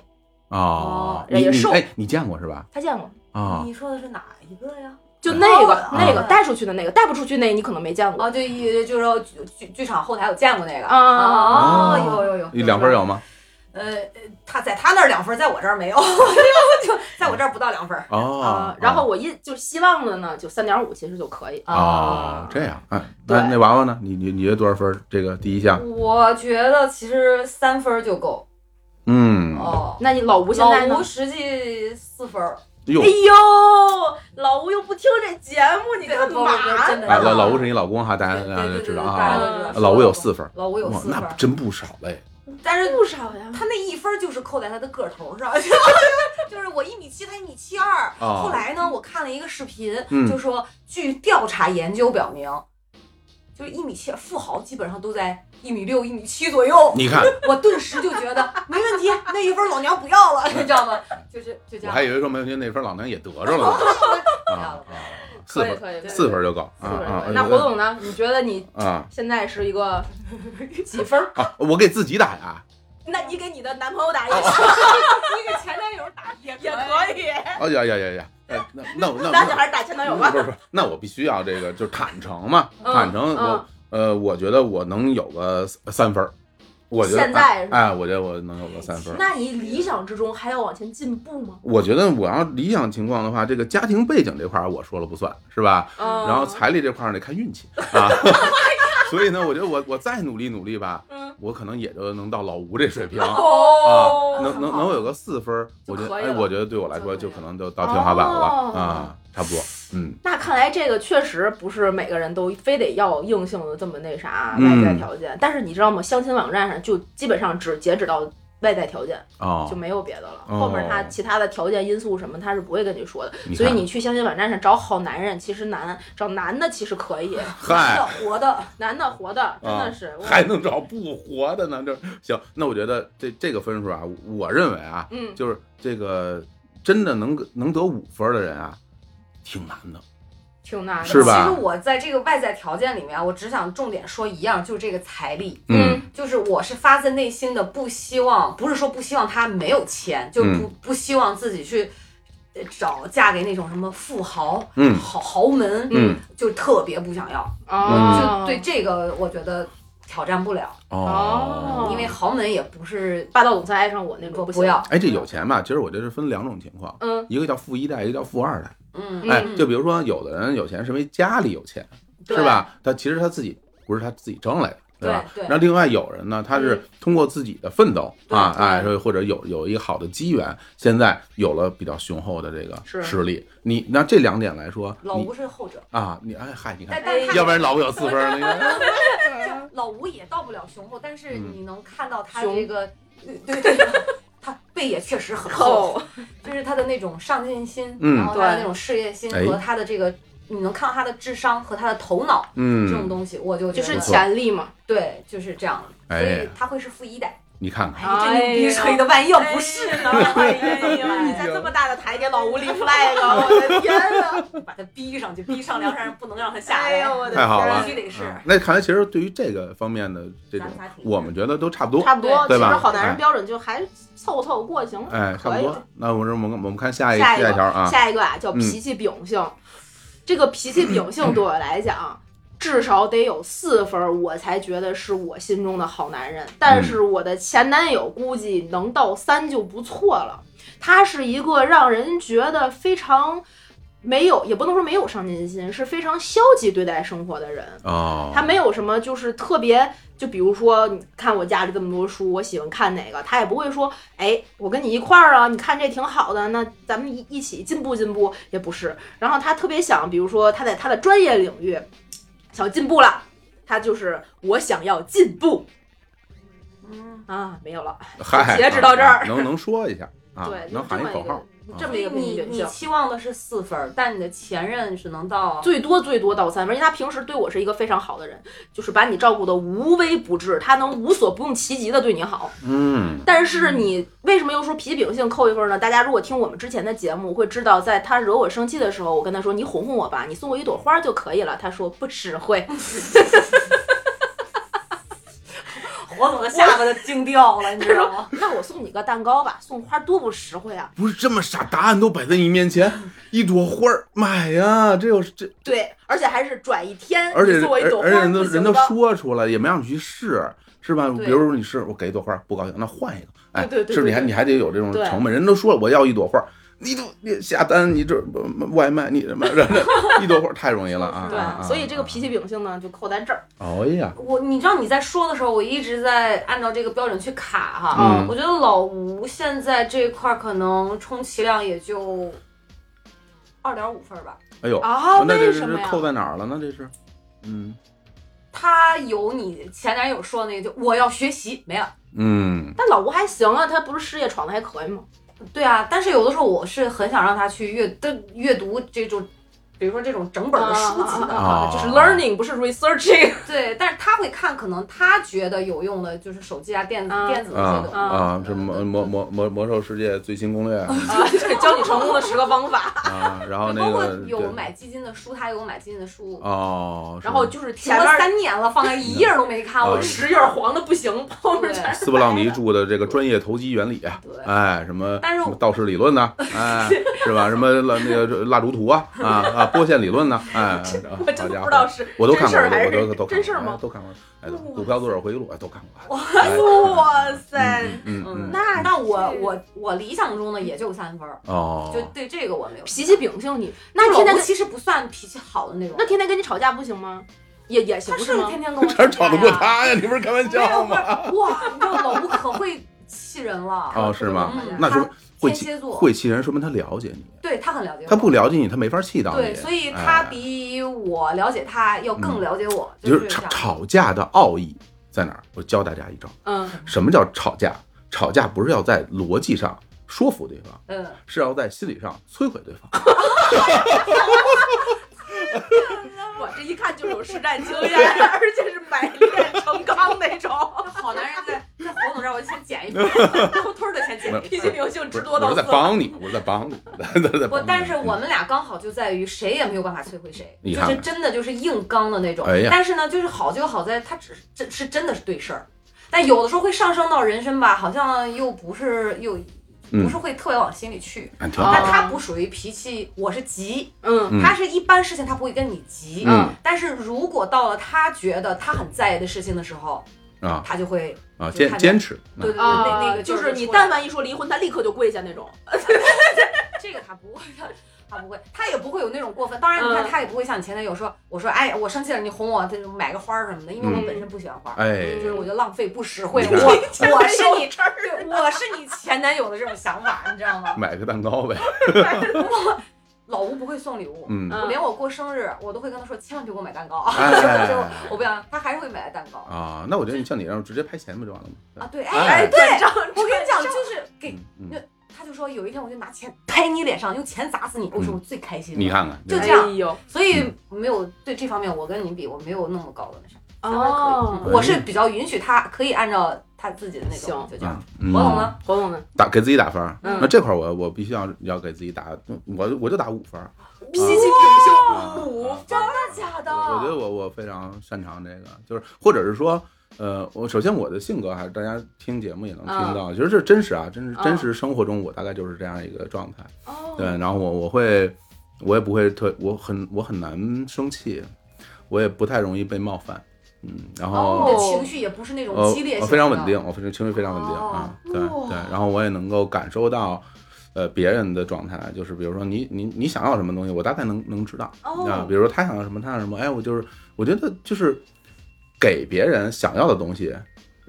Speaker 5: 哦
Speaker 2: 哦，
Speaker 5: 你
Speaker 2: 也
Speaker 5: 你
Speaker 2: 瘦
Speaker 5: 哎，你见过是吧？
Speaker 2: 他见过，
Speaker 5: 啊，
Speaker 4: 你说的是哪一个呀？
Speaker 2: 就那个
Speaker 4: 哦
Speaker 2: 那个
Speaker 4: 啊
Speaker 2: 带出去的那个，带不出去那个你可能没见过。
Speaker 4: 哦，就一就是说剧剧剧场后台有见过那个
Speaker 2: 啊啊
Speaker 5: 啊
Speaker 4: 哦，
Speaker 5: 啊
Speaker 4: 有有有，
Speaker 5: 你两分有吗？嗯
Speaker 4: 呃，呃他在他那儿两分，在我这儿没有， 就就在我这儿不到两分。
Speaker 5: 哦
Speaker 2: 啊，，然后我一就希望的呢，就三点五其实就可以。
Speaker 5: 哦，这样，哎，那
Speaker 2: 对
Speaker 5: 那娃娃呢？你你你觉得多少分？这个第一项，
Speaker 4: 我觉得其实三分就够
Speaker 5: 嗯，
Speaker 4: 哦。
Speaker 2: 那你老吴现
Speaker 4: 老
Speaker 2: 在呢
Speaker 4: 吴？实际四分，
Speaker 5: 哟
Speaker 2: 哎，呦，老吴又不听这节目，你干嘛呢？
Speaker 4: 真的
Speaker 5: 哎，老老吴是你老公哈，大家大家
Speaker 4: 对对对
Speaker 5: 知
Speaker 4: 对
Speaker 5: 道
Speaker 4: 大
Speaker 5: 啊
Speaker 4: 家。都知道
Speaker 5: 老吴有四分，
Speaker 4: 老吴有
Speaker 5: 哇，
Speaker 4: 四
Speaker 5: 那
Speaker 4: 分，
Speaker 5: 真不少嘞。
Speaker 4: 但是
Speaker 2: 不少呀。
Speaker 4: 他那一分就是扣在他的个 头上，就是我一米七，他一米七二。
Speaker 5: 哦
Speaker 4: 后来呢，我看了一个视频，
Speaker 5: 嗯
Speaker 4: 就说据调查研究表明，就是一米七富豪基本上都在一米六、一米七左右。
Speaker 5: 你看，
Speaker 4: 我顿时就觉得没问题，那一分老娘不要了，你知道吗？就是就
Speaker 5: 我
Speaker 4: 这样
Speaker 5: 还。以为说没问题，那分老娘也得着了呢。啊啊，四
Speaker 2: 可以
Speaker 5: 分，
Speaker 2: 可以，可以
Speaker 5: 四分就够
Speaker 2: 四
Speaker 5: 啊
Speaker 2: 分儿
Speaker 5: 啊。
Speaker 2: 那胡总呢？你觉得你
Speaker 5: 啊
Speaker 2: 现在是一个几分儿？
Speaker 5: 啊，我给自己打呀。
Speaker 2: 那你给你的男朋友打一
Speaker 5: 啊
Speaker 2: 个，
Speaker 1: 你给前男友打也
Speaker 2: 也可以。
Speaker 5: 哎呀呀呀呀！哎，那那我那
Speaker 2: 那就还是打前男友
Speaker 5: 嗯不是
Speaker 2: 吧
Speaker 5: 不。是不是，那我必须要这个，就是坦诚嘛，
Speaker 2: 嗯
Speaker 5: 坦诚。
Speaker 2: 嗯
Speaker 5: 我呃，我觉得我能有个三三分儿，我觉得
Speaker 2: 现在是吧
Speaker 5: 哎，哎我觉得我能有个三分儿。
Speaker 2: 那你理想之中还要往前进步吗？
Speaker 5: 我觉得我要理想情况的话，这个家庭背景这块儿我说了不算，是吧？
Speaker 2: 嗯
Speaker 5: 然后财力这块儿得看运 气啊。所以呢，我觉得我我再努力努力吧，
Speaker 2: 嗯
Speaker 5: 我可能也就能到老吴这水平。
Speaker 2: 哦
Speaker 5: 啊，能能能有个四分儿，我觉
Speaker 2: 就
Speaker 5: 得
Speaker 2: 可以
Speaker 5: 哎，
Speaker 2: 了
Speaker 5: 我觉得对我来说就可能就到天花板了
Speaker 2: 哦
Speaker 5: 啊，差不多，嗯，
Speaker 2: 那看来这个确实不是每个人都非得要硬性的这么那啥
Speaker 5: 嗯
Speaker 2: 外在条件，但是你知道吗？相亲网站上就基本上只截止到外在条件，
Speaker 5: 哦
Speaker 2: 就，没有别的了。
Speaker 5: 哦
Speaker 2: 后面他其他的条件因素什么，他是不会跟你说的。
Speaker 5: 你
Speaker 2: 所以
Speaker 5: 看
Speaker 2: 你去相亲网站上找好男人其实难，找男的其实可以，
Speaker 5: 嗨，
Speaker 2: 活的男的活的真的是
Speaker 5: 啊、
Speaker 2: 我
Speaker 5: 还能找不活的呢？这行，那我觉得这这个分数啊，我认为啊，
Speaker 2: 嗯
Speaker 5: 就是这个真的能能得五分的人啊，挺难的。
Speaker 2: 挺难的，
Speaker 5: 是嗯吧
Speaker 4: 其实我在这个外在条件里面啊，我只想重点说一样，就是这个财力。
Speaker 2: 嗯
Speaker 4: 就是我是发自内心的不希望，不是说不希望他没有钱，就不、
Speaker 5: 嗯
Speaker 4: 不希望自己去呃找嫁给那种什么富豪、
Speaker 5: 嗯
Speaker 4: 豪豪门，
Speaker 5: 嗯，
Speaker 4: 就特别不想要。
Speaker 2: 哦
Speaker 4: 就对这个，我觉得挑战不了，
Speaker 2: 哦
Speaker 4: 因为豪门也不是
Speaker 2: 霸道总裁爱上我那种不
Speaker 4: 不不
Speaker 2: 行
Speaker 4: 要，，
Speaker 5: 哎，这有钱吧？其实我这是分两种情况，
Speaker 2: 嗯，
Speaker 5: 一个叫富一代，一个叫富二代。
Speaker 4: 嗯
Speaker 2: 嗯
Speaker 5: 哎，就比如说有的人有钱是因为家里有钱，
Speaker 2: 对
Speaker 5: 是吧？他其实他自己不是他自己挣来的。对吧？
Speaker 4: 对对
Speaker 5: 然后另外有人呢，他
Speaker 2: 嗯
Speaker 5: 是通过自己的奋斗、
Speaker 4: 对
Speaker 5: 啊，
Speaker 4: 对
Speaker 5: 哎，或者有有一个好的机缘，现在有了比较雄厚的这
Speaker 2: 是
Speaker 5: 个实力。你那这两点来说，
Speaker 4: 老
Speaker 5: 你
Speaker 4: 吴是后者，
Speaker 5: 啊，你哎嗨，你
Speaker 4: 但
Speaker 5: 看，
Speaker 4: 但他
Speaker 5: 要不然老吴有四分儿，你看，
Speaker 4: 就老吴也到不了雄厚，但是
Speaker 5: 嗯
Speaker 4: 你能看到他
Speaker 2: 雄
Speaker 4: 这个，呃对对 对，他背也确实很厚，
Speaker 2: 扣
Speaker 4: 就是他的那种上进心，
Speaker 5: 嗯
Speaker 4: 然后他的
Speaker 2: 对
Speaker 4: 那种事业心
Speaker 5: 哎
Speaker 4: 和他的这个，你能看到他的智商和他的头脑这种
Speaker 5: 嗯，
Speaker 4: 东西，我就觉
Speaker 2: 就是
Speaker 4: 得
Speaker 2: 潜力嘛，
Speaker 4: 对，就是这样的，所
Speaker 5: 哎
Speaker 4: 以，他会是富一代。
Speaker 5: 你看看，
Speaker 4: 这牛逼吹的，万一要不是呢？
Speaker 2: 哎
Speaker 5: 呀
Speaker 2: 呀，
Speaker 5: 你
Speaker 2: 你
Speaker 5: 在
Speaker 2: 在
Speaker 5: 这
Speaker 2: 这
Speaker 5: 么
Speaker 2: 么大的台给老吴立 flag，我的天呐！
Speaker 4: 把他逼上去，逼上梁山，不能让他下
Speaker 2: 哎
Speaker 4: 来。
Speaker 2: 呦，我的
Speaker 5: 太好了
Speaker 4: 必须得是
Speaker 5: 嗯那看来其实对于这个方面的这种
Speaker 4: 咱仨，挺
Speaker 5: 我们觉得都差不多，
Speaker 2: 差不多，其
Speaker 5: 对
Speaker 2: 实
Speaker 5: 吧
Speaker 2: 好男人
Speaker 5: 哎
Speaker 2: 标准就还凑凑过行了。
Speaker 5: 哎，差不
Speaker 2: 可以
Speaker 5: 多。那我们我们我们看下一
Speaker 2: 下一个
Speaker 5: 一条啊，
Speaker 2: 下一个啊，叫
Speaker 5: 嗯
Speaker 2: 脾气秉性。这个脾气秉性对我来讲，
Speaker 5: 嗯
Speaker 2: 至少得有四分儿，我才觉得是我心中的好男人。但是我的前男友估计能到三就不错了。他是一个让人觉得非常没有，也不能说没有上进心，是非常消极对待生活的人。
Speaker 5: 哦，
Speaker 2: 他没有什么就是特别，就比如说，你看我家里这么多书，我喜欢看哪个，他也不会说，哎，我跟你一块儿啊，你看这挺好的，那咱们一一起进步进步，也不是。然后他特别想，比如说他在他的专业领域想进步了，他就是我想要进步
Speaker 4: 嗯，
Speaker 2: 啊，没有了，
Speaker 5: 嗨，
Speaker 2: 截止到这儿
Speaker 5: 啊能能说一下啊
Speaker 2: 对，，就
Speaker 5: 能
Speaker 2: 这
Speaker 5: 喊
Speaker 2: 么
Speaker 5: 一
Speaker 2: 一
Speaker 5: 口
Speaker 2: 个
Speaker 5: 号，啊
Speaker 2: 这么
Speaker 4: 所
Speaker 2: 一
Speaker 4: 以
Speaker 2: 个
Speaker 4: 你
Speaker 2: 秉
Speaker 4: 你
Speaker 2: 性。
Speaker 4: 期望的是四分儿，但你的前任只能到
Speaker 2: 最多最多到三分，因为他平时对我是一个非常好的人，就是把你照顾的无微不至，他能无所不用其极的对你好。
Speaker 5: 嗯，
Speaker 2: 但是你为什么又说脾气秉性扣一分呢？大家如果听我们之前的节目，会知道，在他惹我生气的时候，我跟他说：“你哄哄我吧，你送我一朵花就可以了。”他说：“不实惠。
Speaker 4: 火总的下巴都惊掉了，你知道吗”
Speaker 2: 那我送你个蛋糕吧，送花多不实惠啊！
Speaker 5: 不是这么傻，答案都摆在你 面前，一朵花儿，买呀，这有这，
Speaker 2: 对，而且还是转一天，
Speaker 5: 而且
Speaker 2: 哎你送我一朵
Speaker 5: 而
Speaker 2: 花
Speaker 5: 而且人都
Speaker 2: 不行
Speaker 5: 人都
Speaker 2: 吗
Speaker 5: 说出来，也没让你去试，是吧？
Speaker 2: 对
Speaker 5: 比如说你试，我给一朵花儿不高兴，那换一个，哎，
Speaker 2: 对对对
Speaker 5: 是不是你
Speaker 2: 对
Speaker 5: 还
Speaker 2: 对
Speaker 5: 你还得有这种
Speaker 2: 对
Speaker 5: 成本，人都说了我要一朵花儿。你都你下单，你这呃外卖，你什么一朵花儿太容易了啊！
Speaker 2: 对，
Speaker 5: 啊
Speaker 2: 所以这个脾气，秉性呢，就扣在这儿。
Speaker 5: 啊啊哎呀，
Speaker 4: 我你知道你在说的时候，我一直在按照这个标准去卡哈。
Speaker 5: 嗯
Speaker 4: 我觉得老吴现在这块儿可能充其量也就二点五分儿吧。
Speaker 5: 哎呦，
Speaker 2: 啊
Speaker 5: 那这
Speaker 2: 为
Speaker 5: 是
Speaker 2: 什么呀
Speaker 5: 扣在哪儿了呢？这是，嗯
Speaker 4: 他有你前男友说那个，就我要学习没了。
Speaker 5: 嗯，
Speaker 2: 但老吴还行啊，他不是事业闯的还可以吗？
Speaker 4: 对啊，但是有的时候我是很想让他去阅，但阅读这种比如说这种整本的书籍的话，
Speaker 5: 啊
Speaker 4: 就是 learning 不是 researching，
Speaker 1: 对，
Speaker 4: 但是他会看可能他觉得有用的，就是手机啊、电子
Speaker 1: 啊
Speaker 4: 电子的
Speaker 5: 啊
Speaker 4: 这种。
Speaker 5: 啊，这魔魔魔魔魔兽世界最新 攻略
Speaker 2: 对教你成功的十个方法，
Speaker 5: 啊，然后那
Speaker 4: 包括
Speaker 5: 个对
Speaker 4: 有买基金的书，他有买基金的书，
Speaker 5: 哦，是
Speaker 4: 然后
Speaker 5: 吗
Speaker 4: 就是停
Speaker 2: 前
Speaker 4: 了
Speaker 2: 面
Speaker 4: 三年 了，放在一页都没看，
Speaker 5: 啊
Speaker 4: 我是
Speaker 2: 十页儿黄的不行，后面全
Speaker 5: 斯布朗尼著的这个专业投机原理，
Speaker 4: 对
Speaker 5: 哎，什么
Speaker 4: 但是
Speaker 5: 什么道氏理论呢？哎，是吧？什么蜡那个蜡烛图啊啊啊波线理论呢？哎，
Speaker 2: 我
Speaker 5: 好
Speaker 2: 真的
Speaker 5: 家
Speaker 2: 不
Speaker 5: 伙
Speaker 2: 知道是
Speaker 5: 我都看
Speaker 2: 真事
Speaker 5: 过，
Speaker 2: 儿还是
Speaker 5: 我都我都都看过
Speaker 2: 真事儿
Speaker 5: 哎
Speaker 2: 吗？
Speaker 5: 都看过，哎，股票作手回忆录哎都看过。
Speaker 2: 嗯
Speaker 5: 哎
Speaker 2: 哇塞，
Speaker 5: 嗯嗯嗯，
Speaker 2: 那
Speaker 4: 那我我我理想中的也就三分儿，就
Speaker 5: 哦，
Speaker 4: 对这个我没有
Speaker 2: 脾气秉性你，
Speaker 4: 就
Speaker 2: 那
Speaker 4: 老
Speaker 2: 天天
Speaker 4: 吴
Speaker 2: 跟
Speaker 4: 其实不算脾气好的那种，
Speaker 2: 那天天跟你吵架不行吗？也也行
Speaker 4: 他
Speaker 2: 是
Speaker 4: 是
Speaker 2: 吗？
Speaker 4: 天天跟我
Speaker 5: 哪儿吵得过
Speaker 4: 架呀？
Speaker 5: 他呀？你不是开玩
Speaker 4: 没有
Speaker 5: 笑
Speaker 4: 不
Speaker 5: 吗？
Speaker 4: 是哇，你知道老吴可会气 人了。
Speaker 5: 哦，是吗
Speaker 4: 嗯？
Speaker 5: 那说会
Speaker 4: 天
Speaker 5: 气
Speaker 4: 蝎座
Speaker 5: 会气人，说明他了解你，
Speaker 4: 对他很了解我，
Speaker 5: 他不了解你，他没法气到你。
Speaker 4: 对，所以他
Speaker 5: 哎嗯
Speaker 4: 比我了解他要更了解我，
Speaker 5: 就是是
Speaker 4: 这
Speaker 5: 吵
Speaker 4: 样。
Speaker 5: 吵架的奥义在哪儿？我教大家一招。
Speaker 2: 嗯，
Speaker 5: 什么叫吵架？吵架不是要在逻辑上说服对方，
Speaker 4: 嗯，
Speaker 5: 是要在心理上摧毁对方。
Speaker 4: 啊
Speaker 2: 我这一看就有实战经验， 而且是百炼成钢那种，
Speaker 4: 哦好男人在在活动这儿，我先 减一分，偷偷的先减一
Speaker 2: 脾气。
Speaker 4: 分
Speaker 2: 秉性直
Speaker 5: 不是，
Speaker 2: 多
Speaker 5: 我
Speaker 2: 到
Speaker 5: 是在
Speaker 2: 色。
Speaker 5: 帮你，我是在帮你， 我在
Speaker 4: 不
Speaker 5: 帮，你。嗯
Speaker 4: 但是我们俩刚好就在于谁也没有办法摧毁谁，
Speaker 5: 你
Speaker 4: 就
Speaker 5: 看
Speaker 4: 是
Speaker 5: 看
Speaker 4: 真的就是硬刚的那种。
Speaker 5: 哎呀
Speaker 4: 但是呢，就是好就好在他只是真是真的是对事儿，但有的时候会上升到人身吧，好像又不是又
Speaker 5: 嗯
Speaker 4: 不是会特别往心里去。
Speaker 5: 嗯挺
Speaker 4: 但
Speaker 5: 好。
Speaker 4: 他不属于脾气，我是急，
Speaker 2: 嗯
Speaker 5: 嗯
Speaker 4: 他是一般事情他不会跟你急，
Speaker 5: 嗯
Speaker 4: 但是如果到了他觉得他很在意的事情的时候，
Speaker 5: 啊
Speaker 4: 他就会
Speaker 5: 啊，
Speaker 4: 就是
Speaker 5: 坚
Speaker 4: 看
Speaker 5: 坚持。
Speaker 4: 对对对，
Speaker 2: 啊，
Speaker 4: 那那个
Speaker 2: 就是你
Speaker 4: 出来
Speaker 2: 但凡一说离婚，他立刻就跪下那种。
Speaker 4: 这个他不会， 他他不会，他也不会有那种过分。当然，你看
Speaker 2: 嗯
Speaker 4: 他也不会像你前男友说，我说哎，我生气了，你哄我，这种买个花儿什么的，因为
Speaker 2: 嗯
Speaker 4: 我本身不喜欢花儿，
Speaker 5: 哎，
Speaker 4: 就是我觉得浪费不实惠。
Speaker 5: 你看
Speaker 4: 我我是你，
Speaker 2: 这儿
Speaker 4: 对我是你前男友的这种想法，你知道吗？
Speaker 5: 买个蛋糕呗。
Speaker 4: 老吴不会送礼物，
Speaker 5: 嗯，
Speaker 4: 我连我过生日我都会跟他说，千万别给我买蛋糕啊，
Speaker 5: 哎
Speaker 4: 就 我不想，他还是会买蛋糕
Speaker 5: 啊，那我觉得你像你这样直接拍钱不就完了吗？
Speaker 4: 啊。对，
Speaker 5: 哎
Speaker 4: 哎对，我
Speaker 2: 我
Speaker 4: 跟你讲，就是给
Speaker 5: 嗯，嗯
Speaker 4: 就他就说有一天我就拿钱拍你脸上，用钱砸死你，我说我最开心了。
Speaker 5: 嗯你看看，对
Speaker 4: 就
Speaker 5: 吧
Speaker 4: 这样
Speaker 2: 哎呦，
Speaker 4: 所以
Speaker 5: 嗯
Speaker 4: 没有对这方面，我跟你比，我没有那么高的那啥，相当
Speaker 2: 哦
Speaker 4: 可以。嗯我
Speaker 5: 哎
Speaker 4: 是比较允许他可以按照他自己的那种，
Speaker 2: 行
Speaker 4: 就这样。
Speaker 5: 嗯
Speaker 4: 我懂了，
Speaker 2: 活动呢？
Speaker 5: 打给自己打分儿。
Speaker 2: 嗯
Speaker 5: 那这块儿我我必须要要给自己打，嗯我我就打五分儿。
Speaker 2: 脾气秉性五分。
Speaker 4: 真的假的？
Speaker 5: 我觉得我我非常擅长这个，就是或者是说，呃，我首先我的性格还是大家听节目也能听到，其实这真实啊，真实真实生活中我大概就是这样一个状态。
Speaker 2: 哦
Speaker 5: 对，然后我我会，我也不会特，我很我很难生气，我也不太容易被冒犯，嗯，然
Speaker 4: 你
Speaker 5: 后。
Speaker 4: 的情绪也不是那种
Speaker 5: 呃
Speaker 4: 激烈，
Speaker 5: 我
Speaker 4: 型，
Speaker 5: 非常稳定，。我非常情绪非常稳定、啊，
Speaker 2: 哦
Speaker 5: 对对，然后我也能够感受到，呃，别人的状态，就是比如说你你你想要什么东西，我大概能能知道
Speaker 2: 哦
Speaker 5: 啊，比如说他想要什么，他想要什么，哎，我就是我觉得就是给别人想要的东西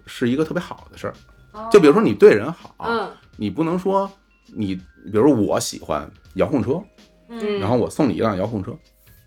Speaker 5: 是一个特别好的事儿，
Speaker 4: 嗯
Speaker 5: 就比如说你对人好，
Speaker 2: 哦嗯
Speaker 5: 你不能说你，比如说我喜欢遥控车，
Speaker 2: 嗯，
Speaker 5: 然后我送你一辆遥控车，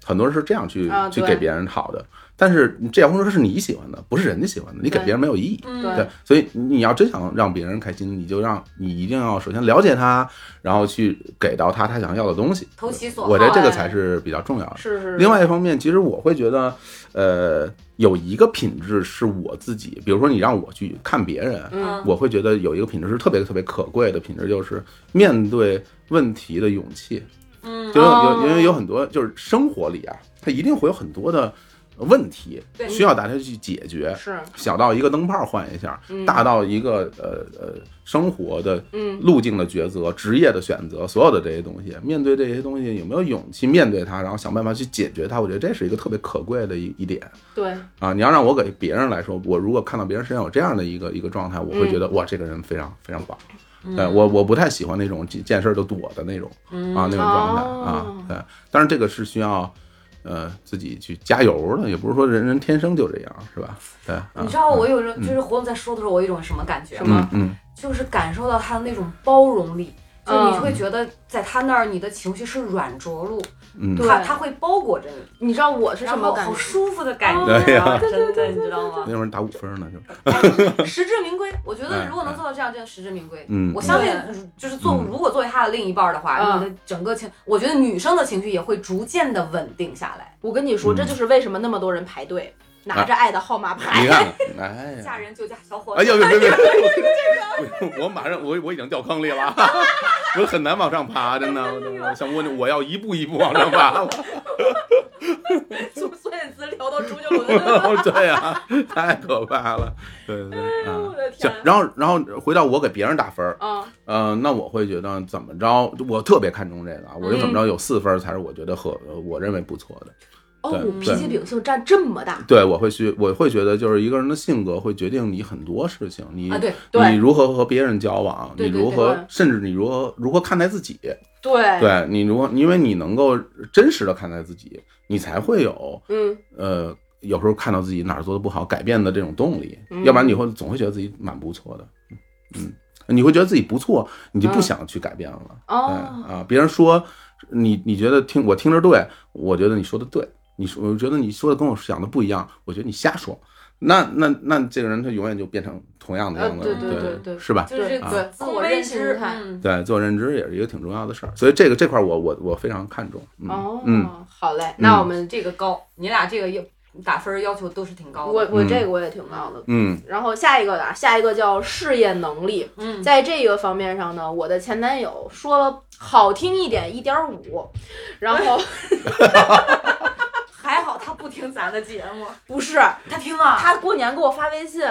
Speaker 5: 很多人是这样去、
Speaker 2: 啊
Speaker 5: 去
Speaker 2: 对
Speaker 5: 给别人好的，但是你这遥控车是你喜欢的，不是人家喜欢的，你给
Speaker 2: 对
Speaker 5: 别人没有意义。
Speaker 4: 嗯，
Speaker 2: 对
Speaker 5: 对，所以你要真想让别人开心，你就让你一定要首先了解他，然后去给到他他想要的东西。
Speaker 4: 投其所好。
Speaker 5: 我觉得这个
Speaker 2: 哎
Speaker 5: 才是比较重要的。
Speaker 2: 是是。
Speaker 5: 另外一方面，其实我会觉得，呃，有一个品质是我自己，比如说你让我去看别人，
Speaker 2: 嗯，
Speaker 5: 我会觉得有一个品质是特别特别可贵的品质，就是面对问题的勇气。
Speaker 4: 嗯
Speaker 5: 就有
Speaker 2: 哦
Speaker 5: 有因为有很多就是生活里啊，它一定会有很多的问题
Speaker 4: 对
Speaker 5: 需要大家去解决。
Speaker 2: 是
Speaker 5: 小到一个灯泡换一下，
Speaker 2: 嗯
Speaker 5: 大到一个呃呃生活的
Speaker 2: 嗯
Speaker 5: 路径的抉择、职业的选择，所有的这些东西，面对这些东西有没有勇气面对它，然后想办法去解决它，我觉得这是一个特别可贵的一一点
Speaker 2: 对，
Speaker 5: 啊！你要让我给别人来说，我如果看到别人身上有这样的一个一个状态，我会
Speaker 2: 嗯
Speaker 5: 觉得、哇，这个人非常非常棒。对我我不太喜欢那种见见事儿就躲的那种
Speaker 4: 嗯
Speaker 5: 啊那种状态
Speaker 2: 哦
Speaker 5: 啊，对，当然这个是需要呃自己去加油的，也不是说人人天生就这样，是吧？对，啊
Speaker 4: 你知道我有时候就是活动在说的时候，我有一种什么感觉
Speaker 2: 什
Speaker 4: 吗？
Speaker 5: 嗯嗯
Speaker 4: 就是感受到他的那种包容力。就你会觉得在他那儿你的情绪是软着陆，
Speaker 5: 嗯，
Speaker 2: 对
Speaker 4: 他他会包裹着你，
Speaker 2: 你知道我是什
Speaker 4: 然
Speaker 2: 么
Speaker 4: 后
Speaker 2: 感
Speaker 4: 好
Speaker 2: 觉？
Speaker 4: 舒服的感觉
Speaker 5: 对
Speaker 4: 啊，
Speaker 5: 呀
Speaker 4: 真的，你知道 吗？
Speaker 5: 那会儿打五分呢，就是
Speaker 4: 实至名归。我觉得如果能
Speaker 5: 哎
Speaker 4: 做到这样，真的实至名归。
Speaker 5: 嗯
Speaker 4: 我相信
Speaker 2: 嗯
Speaker 4: 如，就是做
Speaker 5: 嗯
Speaker 4: 如果作为他的另一半的话，
Speaker 2: 嗯
Speaker 4: 你的整个情，我觉得女生的情绪也会逐渐的稳定下来。
Speaker 2: 我跟你说，
Speaker 5: 嗯啊
Speaker 2: 这就是为什么那么多人排队拿着爱的号码牌。
Speaker 5: 你看看，哎呀，
Speaker 4: 嫁人就嫁小伙
Speaker 5: 哎
Speaker 4: 子，
Speaker 5: 呀，别别别！ 我我马上我我已经掉坑里了， 我很难往上爬，真的。我想我我要一步一步往上爬。
Speaker 6: 从孙燕姿聊到周杰伦，
Speaker 5: 对呀、太可怕了。对对 对，啊
Speaker 2: 我的，天
Speaker 5: 行。然后然后回到我给别人打分儿，
Speaker 2: 嗯，
Speaker 5: 呃，那我会觉得怎么着，我特别看重这个啊，我就怎么着
Speaker 4: 嗯
Speaker 5: 有四分儿才是我觉得合，我认为不错的。
Speaker 2: 哦，
Speaker 5: 对
Speaker 2: 我
Speaker 5: 对
Speaker 2: 脾气秉性占这么大，
Speaker 5: 对，我会去，我会觉得就是一个人的性格会决定你很多事情，你、
Speaker 4: 啊，对，
Speaker 2: 对
Speaker 5: 你如何和别人交往，
Speaker 4: 对
Speaker 5: 你
Speaker 4: 对
Speaker 5: 如
Speaker 4: 对
Speaker 5: 何
Speaker 2: 对
Speaker 5: 甚至你如何如何看待自己，
Speaker 2: 对，
Speaker 5: 对你如果因为你能够真实的看待自己，你才会有
Speaker 2: 嗯，
Speaker 5: 呃有时候看到自己哪儿做的不好改变的这种动力，
Speaker 2: 嗯
Speaker 5: 要不然你会总会觉得自己蛮不错的，嗯，你会觉得自己不错，你就不
Speaker 2: 嗯
Speaker 5: 想去改变了，
Speaker 2: 哦，
Speaker 5: 对啊，别人说你你觉得听我听着对，我觉得你说的对，你说我觉得你说的跟我想的不一样，我觉得你瞎说。那那那这个人他永远就变成同样的
Speaker 2: 呃
Speaker 5: 样子
Speaker 2: 对
Speaker 5: 了，
Speaker 2: 对对对
Speaker 5: 是吧？
Speaker 4: 就是这
Speaker 5: 对
Speaker 4: 个自
Speaker 2: 自
Speaker 4: 我
Speaker 2: 我
Speaker 4: 认
Speaker 2: 认
Speaker 4: 知
Speaker 2: 知，
Speaker 4: 嗯，
Speaker 5: 对，自我认知也是一个挺重要的事儿，所以这个这块儿我我我非常看重。嗯、
Speaker 2: 哦，
Speaker 5: 嗯，
Speaker 2: 好嘞，那我们
Speaker 4: 这个高，你俩这个要打分要求都是挺高的。
Speaker 2: 我我
Speaker 5: 嗯
Speaker 2: 这个我也挺高的。
Speaker 5: 嗯
Speaker 2: 然后下一个啊，下一个叫事业能力，
Speaker 4: 嗯，
Speaker 2: 在这个方面上呢，我的前男友说好听一点一点五，然 后
Speaker 4: 还好他不听咱的节目，
Speaker 2: 不是
Speaker 4: 他听了，
Speaker 2: 他过年给我发微信，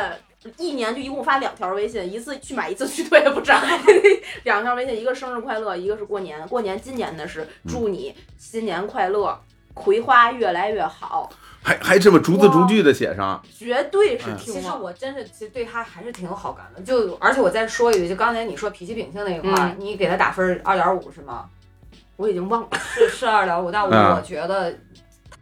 Speaker 2: 一年就一共发两条微信，一次去买，一次去退，不是 两条微信，一个生日快乐，一个是过年。过年今年的是祝你新年快乐，葵花越来越好，
Speaker 5: 还还这么逐字逐句的写上，
Speaker 2: 绝对
Speaker 5: 嗯
Speaker 2: 是
Speaker 4: 其
Speaker 2: 听
Speaker 4: 实
Speaker 2: 了。
Speaker 4: 我真是其实对他还是挺有好感的。就而且我再说一句，就刚才你说脾气秉性那一块儿，
Speaker 2: 嗯
Speaker 4: 你给他打分二点五是吗？
Speaker 2: 我已经忘了，
Speaker 4: 是是二点五，但
Speaker 5: 啊
Speaker 4: 我觉得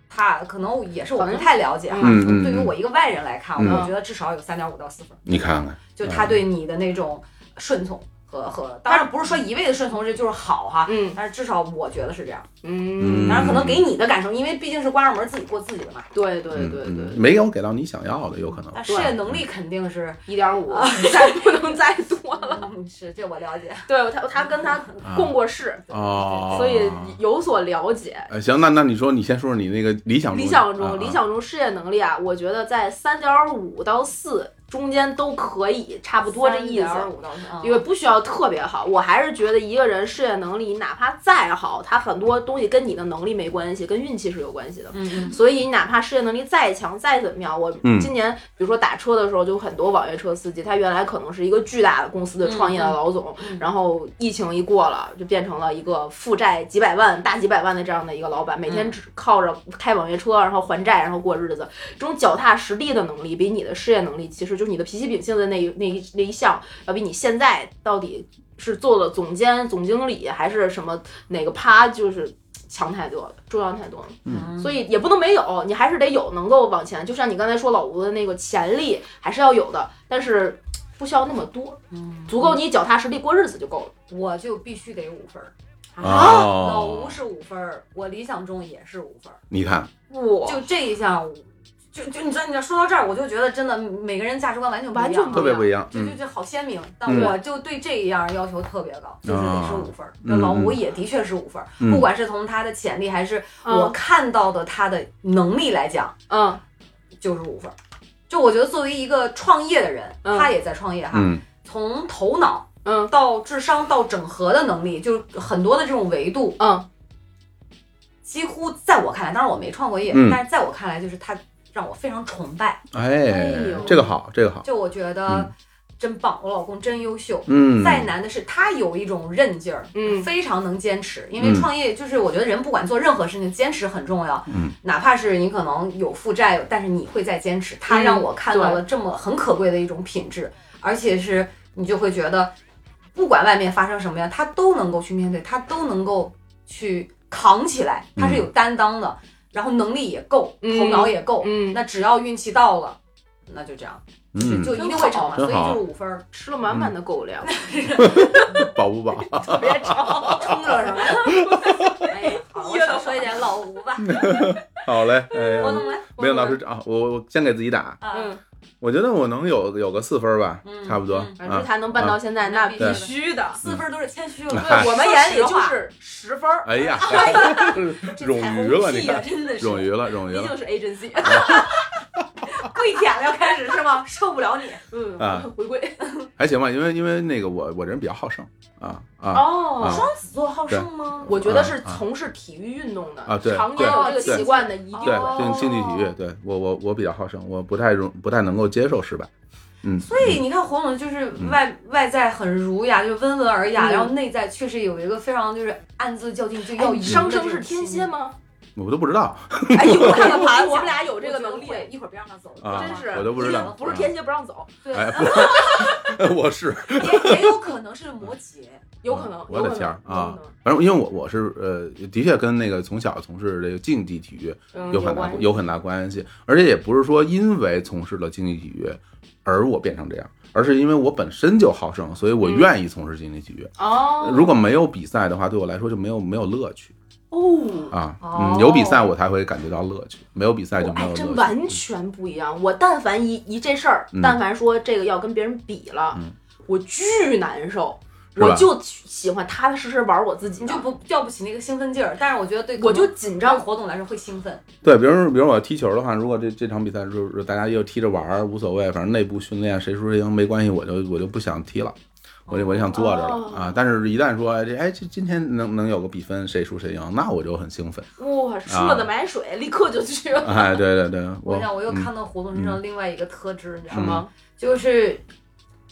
Speaker 4: 他可能也是我
Speaker 2: 反
Speaker 4: 不
Speaker 2: 正
Speaker 4: 太了解哈。
Speaker 5: 嗯
Speaker 4: 就
Speaker 5: 嗯
Speaker 4: 对于
Speaker 5: 嗯
Speaker 4: 我一个外人来看，
Speaker 5: 嗯
Speaker 4: 我觉得至少有三点五到四分，
Speaker 5: 你看看，
Speaker 4: 就他对你的那种顺从和和，当然不是说一味的顺从，这就是好哈。
Speaker 2: 嗯
Speaker 4: 但是至少我觉得是这样，
Speaker 2: 嗯，
Speaker 4: 当然可能给你的感受，因为毕竟是关上门自己过自己的嘛。
Speaker 2: 对对对对
Speaker 5: 嗯嗯，
Speaker 2: 对，
Speaker 5: 没有给到你想要的，有可能。
Speaker 4: 但事业能力肯定是，
Speaker 2: 一点五，啊 再不能再多了。
Speaker 4: 嗯是这我了解。
Speaker 2: 对他，他跟他共过事，
Speaker 5: 啊哦，
Speaker 2: 所以有所了解。
Speaker 5: 呃行，那那你说，你先说说你那个理想中
Speaker 2: 理想
Speaker 5: 啊啊
Speaker 2: 中，理想中事业能力啊，我觉得在三点五到四中间都可以，差不多这意思。
Speaker 4: 五到四，嗯
Speaker 2: 因为不需要特别好，我还是觉得一个人事业能力，哪怕再好，他很多东西跟你的能力没关系，跟运气是有关系的。
Speaker 4: 嗯
Speaker 2: 所以你哪怕事业能力再强，再怎么样，我
Speaker 5: 嗯
Speaker 2: 今年比如说打车的时候，就很多网约车司机，他原来可能是一个巨大的公司的创业的老总，
Speaker 4: 嗯嗯
Speaker 2: 然后疫情一过了，就变成了一个负债几百万、大几百万的这样的一个老板，每天只靠着开网约车，然后还债，然后过日子。这种脚踏实地的能力，比你的事业能力，其实就是你的脾气秉性的那一那一那一项，要比你现在到底是做了总监、总经理还是什么哪个趴，就是强太多了，重要太多了。
Speaker 4: 嗯
Speaker 2: 所以也不能没有，你还是得有能够往前。就像你刚才说老吴的那个潜力还是要有的，但是不需要那么多，
Speaker 4: 嗯
Speaker 2: 足够你脚踏实地过日子就够了。
Speaker 4: 我就必须得五分儿。啊老吴
Speaker 5: 啊哦，
Speaker 4: 是五分儿，我理想中也是五分儿，
Speaker 5: 你看，
Speaker 2: 哇
Speaker 4: 就这一项，就就你知道，你知道说到这儿，我就觉得真的每个人价值观完全不一样
Speaker 2: 完全不
Speaker 5: 特别不一样，
Speaker 4: 就就
Speaker 5: 嗯，
Speaker 4: 就好鲜明，但
Speaker 5: 嗯啊
Speaker 4: 我就对这一样要求特别高，就是得是五分儿。
Speaker 5: 嗯
Speaker 4: 那老吴也的确是五分儿，
Speaker 5: 嗯
Speaker 4: 不管是从他的潜力还是
Speaker 2: 嗯
Speaker 4: 我看到的他的能力来讲，
Speaker 2: 嗯
Speaker 4: 就是五分儿。就我觉得作为一个创业的人，
Speaker 2: 嗯
Speaker 4: 他也在创业哈，
Speaker 5: 嗯
Speaker 4: 从头脑
Speaker 2: 嗯
Speaker 4: 到智商到整合的能力，就是很多的这种维度，
Speaker 2: 嗯，
Speaker 4: 几乎在我看来，当然我没创过业，
Speaker 5: 嗯
Speaker 4: 但是在我看来，就是他让我非常崇拜。
Speaker 5: 哎
Speaker 2: 哎呦，
Speaker 5: 这个好，这个好，
Speaker 4: 就我觉得
Speaker 5: 嗯
Speaker 4: 真棒，我老公真优秀。
Speaker 5: 嗯，
Speaker 4: 再难的是他有一种韧劲儿，
Speaker 2: 嗯
Speaker 4: 非常能坚持。因为
Speaker 5: 嗯
Speaker 4: 创业就是我觉得人不管做任何事情，坚持很重要。
Speaker 5: 嗯，
Speaker 4: 哪怕是你可能有负债，但是你会再坚持。他让我看到了这么很可贵的一种品质，而且是你就会觉得，不管外面发生什么样，他都能够去面对，他都能够去扛起来，他是有担当的，
Speaker 5: 嗯
Speaker 4: 然后能力也够，
Speaker 2: 嗯
Speaker 4: 头脑也够。
Speaker 2: 嗯，
Speaker 4: 那只要运气到了，那就这样。
Speaker 5: 嗯，
Speaker 4: 就一定会吵嘛，
Speaker 5: 真
Speaker 4: 所
Speaker 5: 好
Speaker 4: 以就是五分儿，
Speaker 2: 吃了满满的狗粮，
Speaker 5: 饱不饱？
Speaker 2: 别吵，
Speaker 4: 撑着是吧？哎呀，好，我少说一点老吴吧，
Speaker 5: 好嘞，哎呀
Speaker 4: 我弄来，
Speaker 5: 没有老师啊，我我先给自己打，
Speaker 4: 嗯，
Speaker 5: 我觉得我能有有个四分吧，
Speaker 4: 嗯
Speaker 5: 差不多
Speaker 4: 嗯
Speaker 2: 反正
Speaker 5: 啊。
Speaker 2: 他能办到现在，那必
Speaker 5: 对
Speaker 2: 须的。
Speaker 4: 四分都是谦虚了，
Speaker 5: 嗨
Speaker 2: 我们眼里就是十分儿，
Speaker 5: 哎 呀，冗余了，你看，
Speaker 2: 真的是
Speaker 5: 冗余了，冗余
Speaker 2: 毕
Speaker 5: 了
Speaker 2: 竟是 agency，
Speaker 4: 跪舔了要开始是吗？ 受不了你，
Speaker 2: 嗯，
Speaker 5: 啊，
Speaker 2: 回归
Speaker 5: 还行吧，因为因为那个我我人比较好胜啊啊
Speaker 2: 哦
Speaker 5: 啊
Speaker 4: 双子座好胜吗？
Speaker 2: 我觉得是从事体育运动的
Speaker 5: 啊对
Speaker 2: 常年有这个
Speaker 5: 对
Speaker 2: 习惯的，一定
Speaker 5: 对，
Speaker 2: 要
Speaker 5: 竞竞技体育，对我我我比较好胜，我不太容不太能够接受失败，嗯，
Speaker 4: 所以你看，火总就是外、外在很儒雅，就是温文尔雅，
Speaker 2: 嗯
Speaker 4: 然后内在确实有一个非常就是暗自较劲，就要
Speaker 2: 要
Speaker 4: 赢的
Speaker 2: 上
Speaker 4: 这
Speaker 2: 升
Speaker 4: 种
Speaker 2: 是天
Speaker 4: 心
Speaker 2: 蝎吗？
Speaker 5: 嗯我都不知道
Speaker 2: 哎呦，我看看
Speaker 4: 我
Speaker 2: 盘，
Speaker 4: 我
Speaker 2: 我们俩有这个能力
Speaker 4: 我觉，得会一会儿别让他走，
Speaker 5: 啊
Speaker 2: 真是
Speaker 5: 我都不知道，啊
Speaker 2: 不是天蝎不让走，
Speaker 4: 对，
Speaker 5: 哎，不，我 是，
Speaker 4: 也也有可能是 摩羯，
Speaker 2: 有可能，
Speaker 5: 我的天儿啊
Speaker 2: 有可能！
Speaker 5: 反正因为我我是呃，的确跟那个从小从事这个竞技体育
Speaker 2: 嗯，
Speaker 5: 有
Speaker 2: 有
Speaker 5: 很大
Speaker 2: 关系
Speaker 5: 有很大关系，而且也不是说因为从事了竞技体育而我变成这样，而是因为我本身就好胜，所以我愿意从事竞技体育。
Speaker 2: 嗯哦，
Speaker 5: 如果没有比赛的话，对我来说就没有没有乐趣
Speaker 2: 哦。
Speaker 5: 啊。
Speaker 4: 哦
Speaker 5: 嗯，有比赛我才会感觉到乐趣，没有比赛就没
Speaker 2: 哎
Speaker 5: 有，
Speaker 2: 这
Speaker 5: 乐
Speaker 2: 完
Speaker 5: 趣。
Speaker 2: 全不一样。我但凡一一这事儿
Speaker 5: 嗯，
Speaker 2: 但凡说这个要跟别人比了
Speaker 5: 嗯，
Speaker 2: 我巨难受。
Speaker 5: 是吧
Speaker 2: 我就喜欢踏踏实实玩我自己
Speaker 4: 你
Speaker 2: 的，
Speaker 4: 就不吊不起那个兴奋劲儿。但是我觉得对，
Speaker 2: 我就紧
Speaker 4: 让
Speaker 2: 张。
Speaker 4: 火总来说会兴奋，
Speaker 5: 对，比如说比如我踢球的话，如果这这场比赛就是大家又踢着玩儿无所谓，反正内部训练谁输谁赢没关系，我就我就不想踢了。我就我就想坐着了、
Speaker 2: 哦
Speaker 5: 啊！但是，一旦说哎这哎这今天能能有个比分，谁输谁赢，那我就很兴奋。
Speaker 2: 哇，说的买水，立刻就去了。
Speaker 5: 哎，对对对，
Speaker 4: 我
Speaker 5: 我
Speaker 4: 想我又
Speaker 5: 嗯
Speaker 4: 看到火总身上另外一个特质，你知道
Speaker 2: 什
Speaker 4: 吗？
Speaker 2: 么？
Speaker 4: 就是，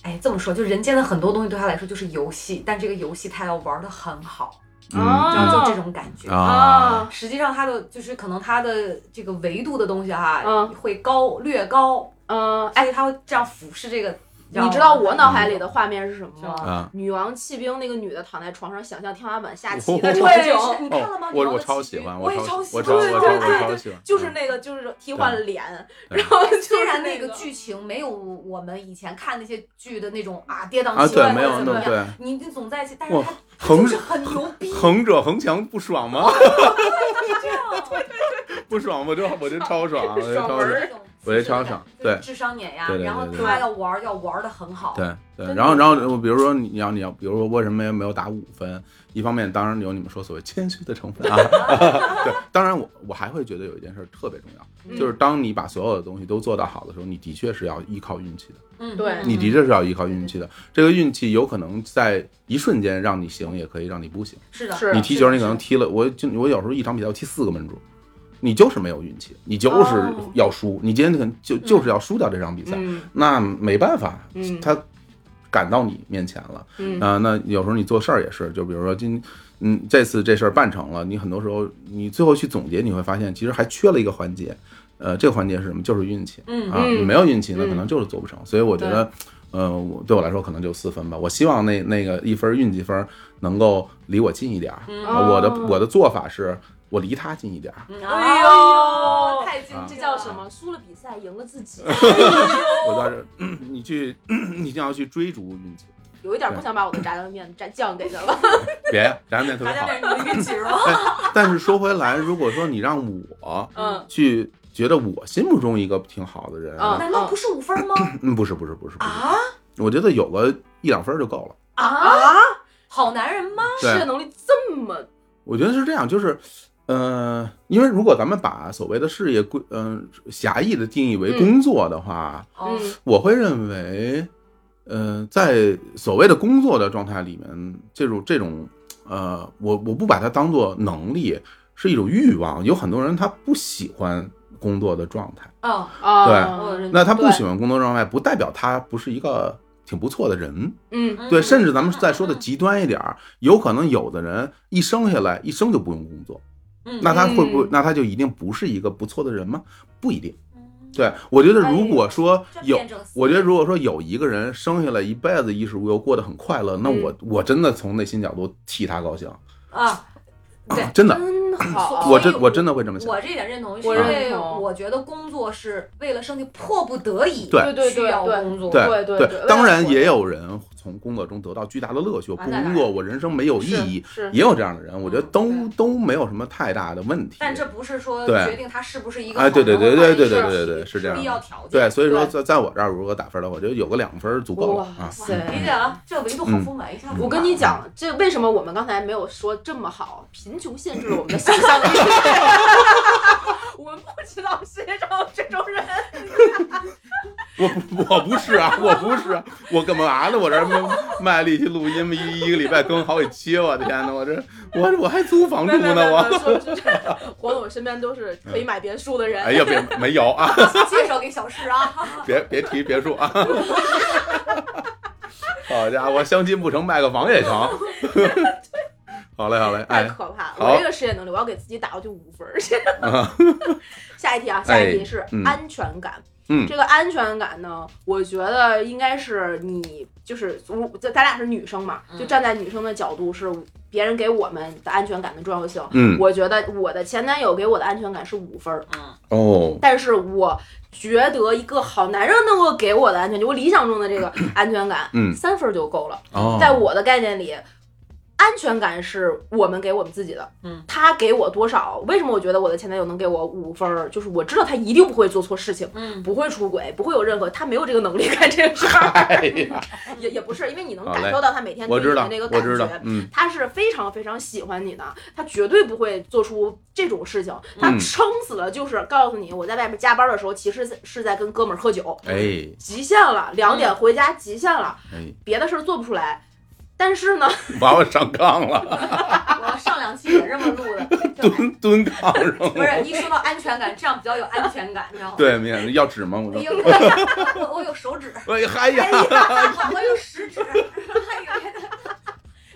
Speaker 4: 哎，这么说，就人间的很多东西对他来说就是游戏，但这个游戏他要玩的很好，
Speaker 5: 嗯
Speaker 2: 啊
Speaker 4: 然后就这种感觉。
Speaker 5: 啊，
Speaker 4: 实际上，他的就是可能他的这个维度的东西哈，
Speaker 2: 嗯
Speaker 4: 会高略高，
Speaker 2: 嗯，哎，
Speaker 4: 哎，他会这样俯视这个。
Speaker 2: 你知道我
Speaker 4: 呢？
Speaker 2: 脑海里的画面是什么
Speaker 4: 是
Speaker 2: 吗？
Speaker 5: 啊
Speaker 2: 女王弃兵那个女的躺在床上，想象天花板下棋
Speaker 5: 哦
Speaker 2: 的场景。
Speaker 4: 对，你看了吗
Speaker 5: 哦，？我
Speaker 4: 女王
Speaker 5: 我
Speaker 4: 的
Speaker 5: 超
Speaker 4: 棋
Speaker 5: 喜欢，
Speaker 4: 我也
Speaker 5: 超
Speaker 4: 超
Speaker 5: 我
Speaker 4: 喜
Speaker 5: 超
Speaker 4: 欢
Speaker 5: 我超我超喜欢，
Speaker 2: 就是
Speaker 5: 嗯
Speaker 2: 那个，就是替换了脸，
Speaker 5: 对
Speaker 2: 然后就
Speaker 4: 虽
Speaker 2: 是
Speaker 4: 然那
Speaker 2: 那
Speaker 4: 个剧情没有我们以前看那些剧的那种啊跌宕
Speaker 5: 啊，
Speaker 4: 起伏
Speaker 5: 对，
Speaker 4: 或
Speaker 5: 没有
Speaker 4: 者怎
Speaker 5: 那
Speaker 4: 么
Speaker 5: 么
Speaker 4: 样，
Speaker 5: 对，
Speaker 4: 你你总在一起，但是
Speaker 5: 哇
Speaker 4: 他他
Speaker 5: 横
Speaker 4: 就是很牛逼，
Speaker 5: 横者恒强不爽吗？
Speaker 4: 这样。
Speaker 5: 不爽，我就我就超爽，我就超
Speaker 2: 爽文
Speaker 5: 爽
Speaker 2: 儿，
Speaker 5: 我觉得超爽对
Speaker 4: 智商碾压
Speaker 5: 对，对
Speaker 4: 然后
Speaker 5: 对对
Speaker 4: 他要玩儿要玩的很好，
Speaker 5: 对对。
Speaker 4: 真
Speaker 5: 然后
Speaker 4: 的
Speaker 5: 然后我比如说你要你要，比如说为什么没有打五分？一方面当然有你们说所谓谦虚的成分 啊，对，当然我我还会觉得有一件事儿特别重要。
Speaker 2: 嗯
Speaker 5: 就是当你把所有的东西都做到好的时候，你的确是要依靠运气的，
Speaker 4: 嗯，
Speaker 2: 对
Speaker 4: 嗯
Speaker 5: 你的确是要依靠运气的。这个运气有可能在一瞬间让你行，也可以让你不行。
Speaker 4: 是的，
Speaker 2: 是
Speaker 5: 你踢球，你可能踢了，我就我有时候一场比赛我踢四个门柱，你就是没有运气，你就是
Speaker 2: 哦
Speaker 5: 要输，你今天可能就就是要输掉这场比赛，
Speaker 2: 嗯
Speaker 5: 那没办法，
Speaker 2: 嗯
Speaker 5: 他赶到你面前了。
Speaker 2: 嗯
Speaker 5: 啊、那有时候你做事儿也是，就比如说今，嗯，这次这事儿办成了，你很多时候你最后去总结，你会发现其实还缺了一个环节，呃，这个环节是什么？就是运气
Speaker 4: 嗯
Speaker 5: 啊，
Speaker 2: 嗯
Speaker 5: 你没有运气，那
Speaker 2: 嗯
Speaker 5: 可能就是做不成。所以我觉得，呃，我对我来说可能就四分吧。我希望那那个一分运气分能够离我近一点儿、
Speaker 4: 嗯
Speaker 5: 啊我的
Speaker 2: 哦
Speaker 5: 我的做法是我离他近一点儿。
Speaker 4: 嗯
Speaker 2: 哎
Speaker 4: 啊
Speaker 2: 呦，
Speaker 4: 太精致，
Speaker 2: 这叫什？么？输了比赛，赢了自己，
Speaker 5: 我倒是，嗯你去， 你一定要去追逐运气。
Speaker 2: 有一点不想把我的炸酱面蘸酱给他了。
Speaker 5: 别呀，炸酱面特别
Speaker 4: 大家
Speaker 5: 好。
Speaker 2: 哎
Speaker 4: 变成一个几十万，
Speaker 5: 但是说回来，如果说你让我
Speaker 2: 嗯
Speaker 5: 去觉得我心目中一个挺好的人，
Speaker 2: 嗯
Speaker 1: 哦
Speaker 4: 难道不是五分吗？
Speaker 5: 嗯，不是不是不是不
Speaker 4: 啊
Speaker 5: 是，我觉得有个一两分儿就够了。
Speaker 4: 啊，好男人吗？
Speaker 2: 适应
Speaker 5: 对，
Speaker 2: 能力这么
Speaker 5: 我觉得是这样，就是。呃，因为如果咱们把所谓的事业归，嗯、狭义的定义为
Speaker 2: 嗯
Speaker 5: 工作的话，
Speaker 4: 哦，
Speaker 2: 嗯
Speaker 5: 我会认为，呃，在所谓的工作的状态里面，这种这种，呃，我我不把它当做能力，是一种欲望。有很多人他不喜欢工作的状态，
Speaker 4: 嗯，
Speaker 2: 啊，
Speaker 4: 对
Speaker 5: 那他不
Speaker 2: 对
Speaker 5: 喜欢工作状态，不代表他不是一个挺不错的人。
Speaker 2: 嗯
Speaker 4: 嗯
Speaker 5: 对，甚至咱们再说的极端一点儿，有可能有的人一生下来一生就不用工作，
Speaker 4: 嗯
Speaker 5: 那他会不会
Speaker 2: 嗯？
Speaker 5: 那他就一定不是一个不错的人吗？不一定。对，我觉得如果说
Speaker 4: 这
Speaker 5: 有
Speaker 4: 辩证思
Speaker 5: 我觉得，如果说有一个人生下来一辈子衣食无忧，过得很快乐，那我我真的从内心角度替他高兴，
Speaker 4: 啊，对
Speaker 5: 真的，
Speaker 2: 真真好。
Speaker 5: 我真我真的会这么想
Speaker 4: 我。这一点认同，
Speaker 2: 嗯
Speaker 4: 是
Speaker 2: 我
Speaker 4: 因为
Speaker 2: 认同
Speaker 4: 我觉得工作是为了生计，迫不得已
Speaker 5: 对
Speaker 2: 对对
Speaker 4: 需要
Speaker 2: 对
Speaker 4: 工作。
Speaker 2: 对对
Speaker 5: 对
Speaker 2: 对
Speaker 5: 当然也有人从工作中得到巨大的乐趣，我不
Speaker 4: 那当
Speaker 5: 工
Speaker 4: 然
Speaker 5: 作我人生没有意义，
Speaker 2: 是
Speaker 5: 也有这样的人，我觉得都
Speaker 4: 嗯
Speaker 5: 都没有什么太大的问题。
Speaker 4: 但这不是说
Speaker 5: 对
Speaker 4: 决定他是不是一个
Speaker 5: 哎对对对对对对
Speaker 4: 好
Speaker 5: 对对
Speaker 4: 的老板
Speaker 5: 对是这样的
Speaker 4: 必要条件。
Speaker 5: 对，所以说
Speaker 2: 对
Speaker 5: 在在我这儿如果打分的话，我觉得有个两分儿足够了
Speaker 2: 哇
Speaker 5: 啊。
Speaker 2: 塞！
Speaker 4: 理解了，这维度好
Speaker 5: 嗯
Speaker 4: 丰满，一下子
Speaker 2: 我跟你讲，这为什么我们刚才没有说这么好？贫穷限制了我们的想象力，我们不知道世界上有这种人。
Speaker 5: 我不我不是啊，我不是、啊，我干嘛呢？我这儿卖卖力气录音，一一个礼拜更好几期，我天哪！我这我我还租房住
Speaker 2: 没有没
Speaker 5: 呢，
Speaker 2: 有没有
Speaker 5: 我。
Speaker 2: 说是黄总身边都是可以买别墅的人。
Speaker 5: 哎呀，别没有啊，
Speaker 4: 介绍给小 诗啊，
Speaker 5: 别别提别墅啊！ 好家伙，相亲不成卖个房也成。好嘞，好嘞，
Speaker 2: 太
Speaker 5: 哎，
Speaker 2: 可怕了！
Speaker 5: 好
Speaker 2: 我这个实验能力，我要给自己打过去五分儿。
Speaker 5: 嗯
Speaker 2: 下一题啊，下
Speaker 5: 哎
Speaker 2: 一题是
Speaker 5: 嗯
Speaker 2: 安全感。
Speaker 5: 嗯
Speaker 2: 这个安全感呢，我觉得应该是你就是我，咱俩是女生嘛，
Speaker 4: 嗯
Speaker 2: 就站在女生的角度，是别人给我们的安全感的重要性。
Speaker 5: 嗯，
Speaker 2: 我觉得我的前男友给我的安全感是五分儿，
Speaker 4: 嗯，
Speaker 5: 哦，
Speaker 2: 但是我觉得一个好男人能够给我的安全，就我理想中的 这个安全感，
Speaker 5: 嗯
Speaker 2: 三分儿就够了。
Speaker 5: 哦，
Speaker 2: 在我的概念里，安全感是我们给我们自己的。
Speaker 4: 嗯，
Speaker 2: 他给我多少？为什么我觉得我的前男友能给我五分儿？就是我知道他一定不会做错事情，
Speaker 4: 嗯
Speaker 2: 不会出轨，不会有任何，他没有这个能力干这个事儿。
Speaker 5: 哎呀，
Speaker 2: 也也不是，因为你能
Speaker 5: 好嘞
Speaker 2: 感受到他每天
Speaker 5: 我
Speaker 2: 对
Speaker 5: 知
Speaker 2: 你
Speaker 5: 道
Speaker 2: 的那个，
Speaker 5: 我
Speaker 2: 感
Speaker 5: 知道
Speaker 2: 觉，。
Speaker 5: 嗯，
Speaker 2: 他是非常非常喜欢你的，他绝对不会做出这种事情。他
Speaker 5: 嗯
Speaker 2: 撑死了就是告诉你，我在外面加班的时候，其实是是在跟哥们儿喝酒，
Speaker 5: 哎
Speaker 2: 极限了，两
Speaker 5: 嗯
Speaker 2: 点回家极限了，
Speaker 5: 哎，
Speaker 2: 别的事儿做不出来。但是呢，
Speaker 5: 把我上杠了，
Speaker 4: 我上两期也这么录的，就
Speaker 5: 蹲蹲杠上了。
Speaker 4: 不是一说到安全感，这样比较有安全感，你知道吗？
Speaker 5: 对，免要纸吗？我
Speaker 4: 哎
Speaker 5: 说，
Speaker 4: 呦，我我有手指，
Speaker 5: 哎嗨呀，
Speaker 4: 我有食指，哎呦，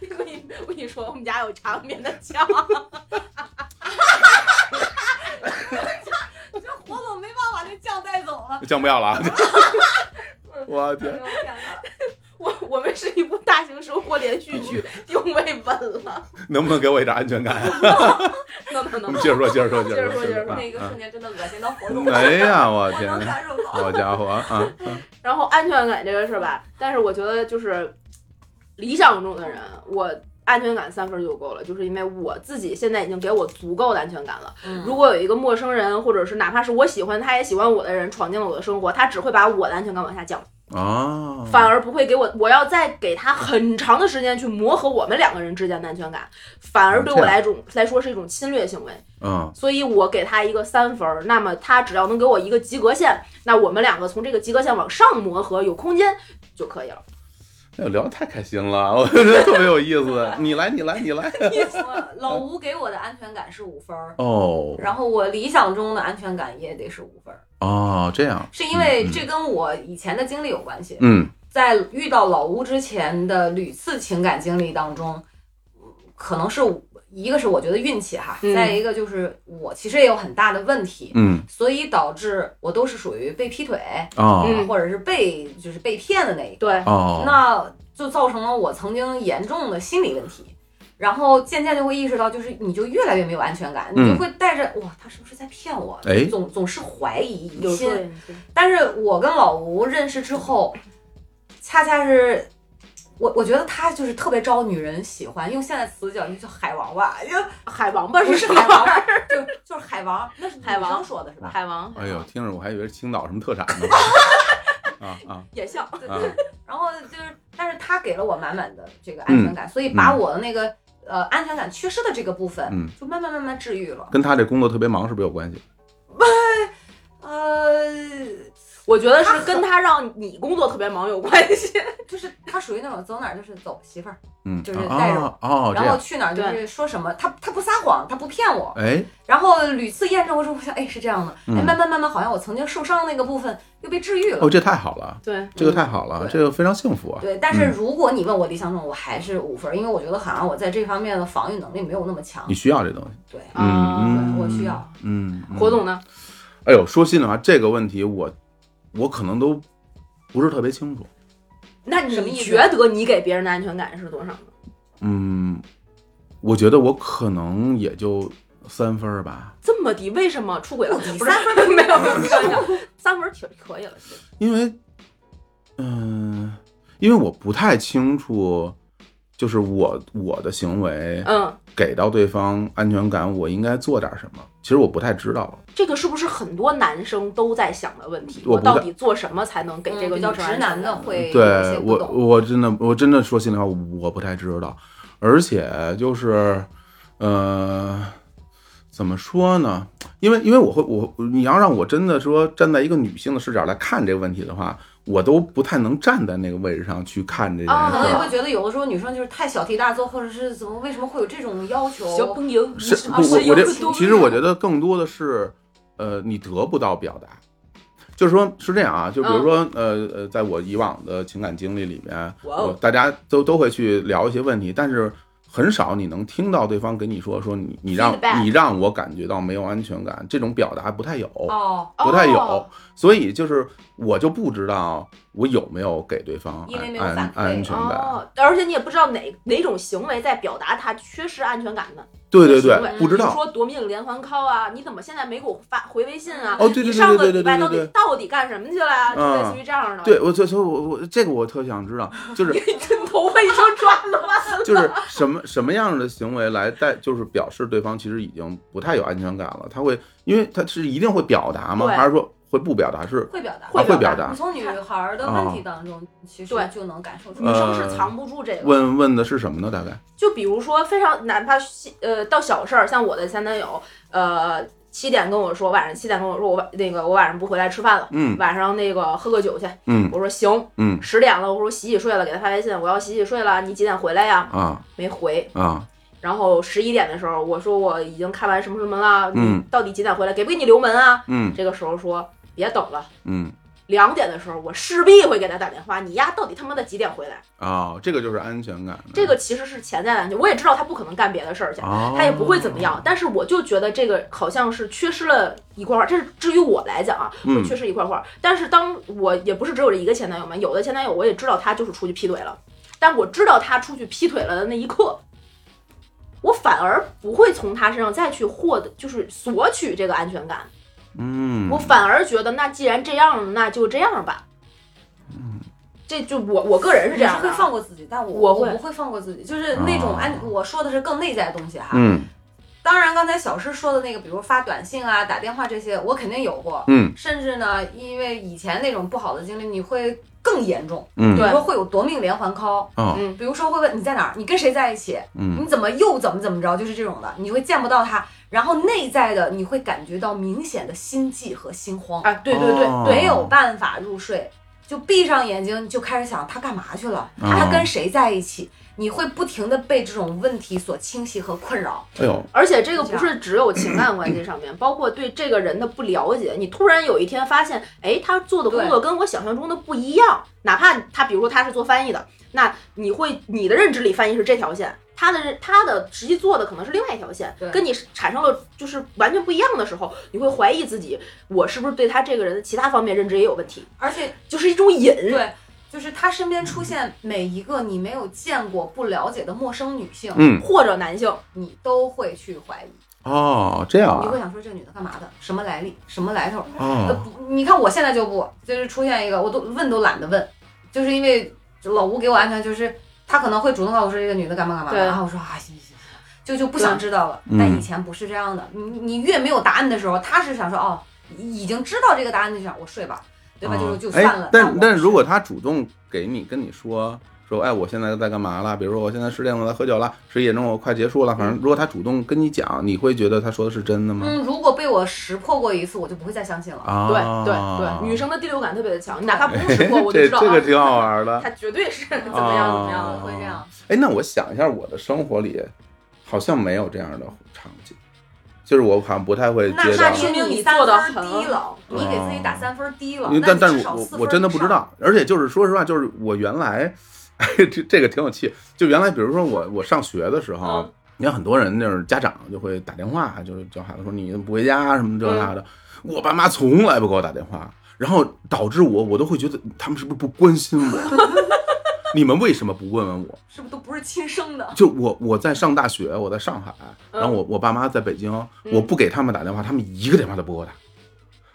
Speaker 2: 我跟你我跟你说，我们家有长眠的觉。
Speaker 4: 这火总没办法把这酱带走 了。
Speaker 5: 酱不要 了啊！我
Speaker 4: 哎
Speaker 5: 天，
Speaker 4: 呦天哪！
Speaker 2: 我我们是一部大型生活连续剧，定位稳了。
Speaker 5: 能不能给我一点安全感？
Speaker 2: 能能
Speaker 5: 我
Speaker 2: 能
Speaker 5: 们，接着说，接着说，接
Speaker 2: 着说
Speaker 5: 接
Speaker 2: 接
Speaker 5: 着
Speaker 2: 着说
Speaker 5: 啊
Speaker 4: 那个瞬间真的恶心到火总
Speaker 5: 啊，哎呀，我
Speaker 4: 我能
Speaker 5: 天，
Speaker 4: 感受到。
Speaker 5: 好家伙 啊！
Speaker 2: 然后安全感这个是吧？但是我觉得就是理想中的人，我安全感三分就够了，就是因为我自己现在已经给我足够的安全感了。如果有一个陌生人，或者是哪怕是我喜欢他也喜欢我的人闯进了我的生活，他只会把我的安全感往下降，
Speaker 5: 哦，
Speaker 2: 反而不会给我，我要再给他很长的时间去磨合我们两个人之间的安全感，反而对我来种来说是一种侵略行为。
Speaker 5: 嗯，
Speaker 2: 所以我给他一个三分儿，那么他只要能给我一个及格线，那我们两个从这个及格线往上磨合，有空间就可以了。
Speaker 5: 哎呦，聊得太开心了， 我觉得特别有意思。你来，你来，你 来。
Speaker 4: 我老吴给我的安全感是五分儿，
Speaker 5: 哦
Speaker 4: 然后我理想中的安全感也得是五分儿，
Speaker 5: 哦，这样，
Speaker 4: 是因为这跟我以前的经历有关系。
Speaker 5: 嗯
Speaker 4: 在遇到老吴之前的屡次情感经历当中，可能是我一个是我觉得运气哈，
Speaker 2: 嗯
Speaker 4: 再一个就是我其实也有很大的问题，
Speaker 5: 嗯
Speaker 4: 所以导致我都是属于被劈腿，
Speaker 5: 哦
Speaker 4: 或者是被就是被骗的那一个。
Speaker 2: 对，
Speaker 5: 哦，
Speaker 4: 嗯那就造成了我曾经严重的心理问题。然后渐渐就会意识到，就是你就越来越没有安全感，
Speaker 5: 嗯
Speaker 4: 你就会带着哇，他是不是在骗我？
Speaker 5: 哎
Speaker 4: 总总是怀疑疑
Speaker 2: 有时候
Speaker 4: 心。但是我跟老吴认识之后，恰恰是我我觉得他就是特别招女人喜欢，用现在词讲就叫海王吧，因为
Speaker 2: 海王吧
Speaker 4: 不
Speaker 2: 是
Speaker 4: 是 海王，就就是海王， 那是
Speaker 2: 海王
Speaker 4: 女生说的是吧？
Speaker 2: 海 王
Speaker 5: 哎呦，听着我还以为是青岛什么特产 呢。啊啊
Speaker 2: 也像
Speaker 4: 对
Speaker 5: 啊！
Speaker 4: 然后就是，但是他给了我满满的这个
Speaker 5: 嗯
Speaker 4: 安全感，所以把我的那个呃安全感缺失的这个部分，
Speaker 5: 嗯
Speaker 4: 就慢慢慢慢治愈了。
Speaker 5: 跟他这工作特别忙是不是有关系？
Speaker 4: 呃，
Speaker 2: 我觉得是跟他让你工作特别忙有关系。
Speaker 4: 就是他属于那种走哪儿就是走媳妇儿，
Speaker 5: 嗯，
Speaker 4: 就是带着
Speaker 5: 啊哦，这
Speaker 4: 然后
Speaker 5: 样，
Speaker 4: 去哪儿就是说什么，他他不撒谎，他不骗我。
Speaker 5: 哎，
Speaker 4: 然后屡次验证过之后，我想，哎，是这样的，哎，
Speaker 5: 嗯
Speaker 4: 慢慢慢慢，好像我曾经受伤的那个部分又被治愈了。
Speaker 5: 哦，这太好了，
Speaker 2: 对，
Speaker 5: 这个太好了，
Speaker 4: 嗯对
Speaker 5: 这个非常幸福啊。
Speaker 4: 对，但是
Speaker 5: 嗯
Speaker 4: 如果你问我理想中，我还是五分儿，因为我觉得好像我在这方面的防御能力没有那么强
Speaker 5: 你。需要这东西。
Speaker 4: 对，
Speaker 2: 啊
Speaker 5: 嗯，
Speaker 4: 对我需要。
Speaker 5: 嗯，嗯
Speaker 2: 火。总呢？
Speaker 5: 哎呦，说心里话，这个问题我我可能都不是特别清楚。
Speaker 2: 那
Speaker 4: 什么
Speaker 2: 你
Speaker 4: 意思
Speaker 2: 觉得你给别人的安全感是多少呢？
Speaker 5: 嗯，我觉得我可能也就三分儿吧，
Speaker 2: 这么低，为什么出轨了？
Speaker 4: 你
Speaker 2: 不是
Speaker 4: 三分
Speaker 2: 没有 没有开玩笑，三分儿挺可以了。其实
Speaker 5: 因为，嗯、因为我不太清楚，就是我我的行为
Speaker 2: 嗯，
Speaker 5: 给到对方安全感，我应该做点什么。其实我不太知道，
Speaker 2: 这个是不是很多男生都在想的问题？
Speaker 5: 我
Speaker 2: 我
Speaker 5: 不太
Speaker 2: 到底做什么才能给这个
Speaker 4: 嗯比
Speaker 2: 女
Speaker 4: 较
Speaker 2: 生
Speaker 4: 直
Speaker 2: 安全
Speaker 4: 男的
Speaker 2: 感？
Speaker 4: 会有一
Speaker 5: 对
Speaker 4: 些不
Speaker 5: 我
Speaker 4: 懂。
Speaker 5: 我真的我真的说心里话，我不太知道。而且就是，呃，怎么说呢？因为因为我会我你要让我真的说站在一个女性的视角来看这个问题的话，我都不太能站在那个位置上去看这件事
Speaker 4: 啊，可能也
Speaker 5: 儿。
Speaker 2: 嗯
Speaker 4: 会觉得有的时候女生就是太小题大做，或者是怎么为什么会有这种要求？
Speaker 2: 小朋友，你
Speaker 5: 是
Speaker 2: 是
Speaker 5: 不我
Speaker 2: 是
Speaker 5: 我这
Speaker 2: 有多
Speaker 5: 其实我觉得更多的是，呃，你得不到表达，就是说是这样啊，就比如说、呃呃，在我以往的情感经历里面，
Speaker 2: 哇哦
Speaker 5: 我大家都都会去聊一些问题，但是很少你能听到对方给你说说你你让
Speaker 2: Feedback
Speaker 5: 你让我感觉到没有安全感，这种表达不太有。
Speaker 4: 哦，
Speaker 5: 不太有，
Speaker 2: 哦
Speaker 5: 所以就是我就不知道我有没有给对方
Speaker 4: 因为没有
Speaker 5: 安安
Speaker 4: 反馈
Speaker 5: 安全感。
Speaker 2: 哦，而且你也不知道哪哪种行为在表达他缺失安全感呢？
Speaker 5: 对对
Speaker 2: 行
Speaker 5: 对
Speaker 2: 为，
Speaker 5: 不知
Speaker 2: 比如
Speaker 5: 道。
Speaker 2: 说夺命连环 call 啊，你怎么现在没给我发回微信啊？
Speaker 5: 哦对对对
Speaker 2: 你上个
Speaker 5: 对对对
Speaker 2: 礼拜到
Speaker 5: 对
Speaker 2: 底
Speaker 5: 对
Speaker 2: 到底干什么去了呀？就类似于这样的。
Speaker 5: 对，我所以所以我我这个我特想知道，就是
Speaker 2: 头发一声抓了吗？
Speaker 5: 就是什么什么样的行为来代，就是表示对方其实已经不太有安全感了。他会，因为他是一定会表达吗？
Speaker 2: 对
Speaker 5: 还是说会不表达？是
Speaker 4: 会表达，
Speaker 5: 啊会表
Speaker 4: 你
Speaker 5: 达？
Speaker 4: 从女孩的问题当中，其实
Speaker 2: 对
Speaker 4: 就能感受出
Speaker 2: 女
Speaker 4: 来。
Speaker 2: 生是藏不住这个。
Speaker 5: 问问的是什么呢？大概
Speaker 2: 就比如说，非常哪怕细呃到小事儿，像我的前男友，呃七点跟我说，晚上七点跟我说，我晚那个我晚上不回来吃饭了，
Speaker 5: 嗯
Speaker 2: 晚上那个喝个酒去。
Speaker 5: 嗯
Speaker 2: 我说行，
Speaker 5: 嗯
Speaker 2: 十点了，我说洗洗睡了，给他发微信，我要洗洗睡了，你几点回来呀？
Speaker 5: 啊
Speaker 2: 没回，
Speaker 5: 啊
Speaker 2: 然后十一点的时候，我说我已经看完什么什么了，
Speaker 5: 嗯
Speaker 2: 你到底几点回来？给不给你留门啊？
Speaker 5: 嗯
Speaker 2: 这个时候说别等了，
Speaker 5: 嗯
Speaker 2: 两点的时候我势必会给他打电话，你丫到底他妈的几点回来？
Speaker 5: 哦，这个就是安全感。
Speaker 2: 这个其实是潜在的安全，我也知道他不可能干别的事儿去，
Speaker 5: 哦，
Speaker 2: 他也不会怎么样，但是我就觉得这个好像是缺失了一块块，这是至于我来讲啊，
Speaker 5: 嗯
Speaker 2: 我缺失一块块。但是当我也不是只有这一个前男友嘛，有的前男友我也知道他就是出去劈腿了，但我知道他出去劈腿了的那一刻，我反而不会从他身上再去获得，就是索取这个安全感，
Speaker 5: 嗯，
Speaker 2: 我反而觉得那既然这样，那就这样吧。
Speaker 5: 嗯
Speaker 2: 这就我我个人是这样
Speaker 4: 你
Speaker 2: 的
Speaker 4: 是
Speaker 2: 啊，
Speaker 4: 会放过自己，但我
Speaker 2: 我会啊
Speaker 4: 不会放过自己，就是那种
Speaker 5: 哦
Speaker 4: 安，我说的是更内在的东西哈。
Speaker 5: 嗯
Speaker 4: 当然，刚才小诗说的那个，比如发短信啊、打电话这些，我肯定有过。
Speaker 5: 嗯
Speaker 4: 甚至呢，因为以前那种不好的经历，你会更严重，
Speaker 5: 嗯
Speaker 4: 比
Speaker 2: 对
Speaker 4: 如说会有夺命连环 call，
Speaker 5: 哦
Speaker 2: 嗯
Speaker 4: 比如说会问你在哪儿，你跟谁在一起，你
Speaker 5: 嗯
Speaker 4: 怎么又怎么怎么着，就是这种的，你会见不到他，然后内在的你会感觉到明显的心悸和心慌，
Speaker 2: 啊，对对对
Speaker 5: 哦
Speaker 2: 对
Speaker 4: 没有办法入睡，就闭上眼睛就开始想他干嘛去了，
Speaker 5: 哦
Speaker 4: 他跟谁在一起，你会不停的被这种问题所侵袭和困扰。
Speaker 5: 哎呦
Speaker 2: 而且这个不是只有情感关系上 面，包括对这个人的不了解。你突然有一天发现，哎，他做的工作跟我想象中的不一样。哪怕他，比如说他是做翻译的，那你会你的认知里翻译是这条线，他的认他的实际做的可能是另外一条线
Speaker 4: 对，
Speaker 2: 跟你产生了就是完全不一样的时候，你会怀疑自己，我是不是对他这个人的其他方面认知也有问题，
Speaker 4: 而且
Speaker 2: 就是一种瘾。
Speaker 5: 嗯
Speaker 4: 对，就是他身边出现每一个你没有见过、不了解的陌生女性，
Speaker 5: 嗯
Speaker 2: 或者男性，
Speaker 4: 你都会去怀疑，
Speaker 5: 哦，这样
Speaker 4: 你会
Speaker 5: 啊
Speaker 4: 想说这个女的干嘛的，什么来历，什么来头。呃，
Speaker 5: 哦
Speaker 4: 不你看我现在就不，就是出现一个我都问都懒得问，就是因为老吴给我安全，就是他可能会主动告诉我说这个女的干嘛干嘛，
Speaker 2: 对
Speaker 4: 然后我说啊行行行，就就不想知道了。
Speaker 5: 嗯
Speaker 4: 但以前不是这样的，你你越没有答案的时候，他是想说哦，已经知道这个答案就想我睡吧，对吧？
Speaker 5: 哦
Speaker 4: 就是就
Speaker 5: 哎
Speaker 4: 算了。我
Speaker 5: 但
Speaker 4: 不
Speaker 5: 但
Speaker 4: 是
Speaker 5: 如果他主动给你跟你说说，哎，我现在在干嘛了？比如说我现在十点我在喝酒了，十一点钟我快结束了。反正如果他主动跟你讲，你会觉得他说的是真的吗？
Speaker 4: 嗯，如果被我识破过一次，我就不会再相信了。
Speaker 5: 啊，
Speaker 2: 对对对，女生的第六感特别的强，哪怕不用 识破，我就
Speaker 5: 这
Speaker 2: 知道
Speaker 5: 这个
Speaker 2: 啊，
Speaker 5: 挺好玩的。
Speaker 2: 他绝对是
Speaker 4: 啊
Speaker 2: 怎么样怎么样的。
Speaker 4: 会这样。
Speaker 5: 哎，那我想一下，我的生活里好像没有这样的场景，就是我好像不太会
Speaker 4: 那
Speaker 5: 接到。
Speaker 4: 那
Speaker 5: 嗯
Speaker 4: 说明
Speaker 2: 你
Speaker 4: 你三
Speaker 2: 做得
Speaker 4: 分
Speaker 2: 很
Speaker 4: 低了，你给自己打三分低了
Speaker 5: 因为。
Speaker 4: 那
Speaker 5: 但
Speaker 4: 你
Speaker 5: 但
Speaker 4: 至
Speaker 5: 是
Speaker 4: 少
Speaker 5: 我
Speaker 4: 四分
Speaker 5: 我真的不知道，而且就是说实话，就是我原来，哎，这这个挺有趣。就原来比如说我我上学的时候，
Speaker 2: 嗯
Speaker 5: 你看很多人就是家长就会打电话，就是叫孩子说你怎么不回家啊什么这那的。
Speaker 4: 嗯
Speaker 5: 我爸妈从来不给我打电话，然后导致我我都会觉得他们是不是不关心我。 你们为什么不问问我？
Speaker 4: 是不是都不是亲生的？
Speaker 5: 就我我在上大学，我在上海，
Speaker 4: 嗯
Speaker 5: 然后我我爸妈在北京，我不给他们打电话，他们一个电话都不给我打，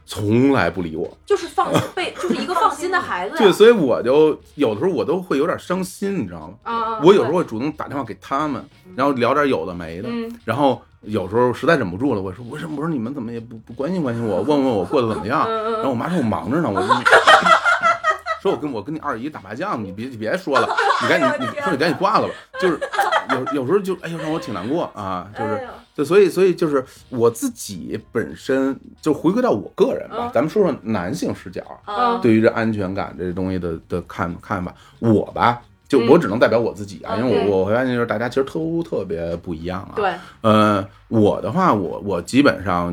Speaker 5: 从来不理我。
Speaker 2: 就是放心 被，就是一个放心的孩子呀。
Speaker 5: 对，所以我就有的时候我都会有点伤心，你知道吗？
Speaker 2: 啊，
Speaker 5: 我有时候会主动打电话给他们，然后聊点有的没的，
Speaker 2: 嗯
Speaker 5: 然后有时候实在忍不住了，我说我说我说你们怎么也不不关心关心我，问问我过得怎么
Speaker 2: 嗯
Speaker 5: 样？然后我妈说我忙着呢，我说你 说我跟我跟你二姨打麻将，你别你别说了，你赶紧你说你赶紧挂了吧，就是有有时候就哎呦让我挺难过啊，就是
Speaker 2: 哎呦
Speaker 5: 对，所以所以就是我自己本身就回归到我个人吧
Speaker 2: 嗯，
Speaker 5: 咱们说说男性视角啊
Speaker 2: 嗯
Speaker 5: 对于这安全感这东西的的看看法，我吧。就我只能代表我自己啊，
Speaker 2: 嗯
Speaker 5: 因为
Speaker 2: 嗯
Speaker 5: 我我会发现就是大家其实都特别不一样啊。
Speaker 2: 对，
Speaker 5: 呃，我的话，我我基本上，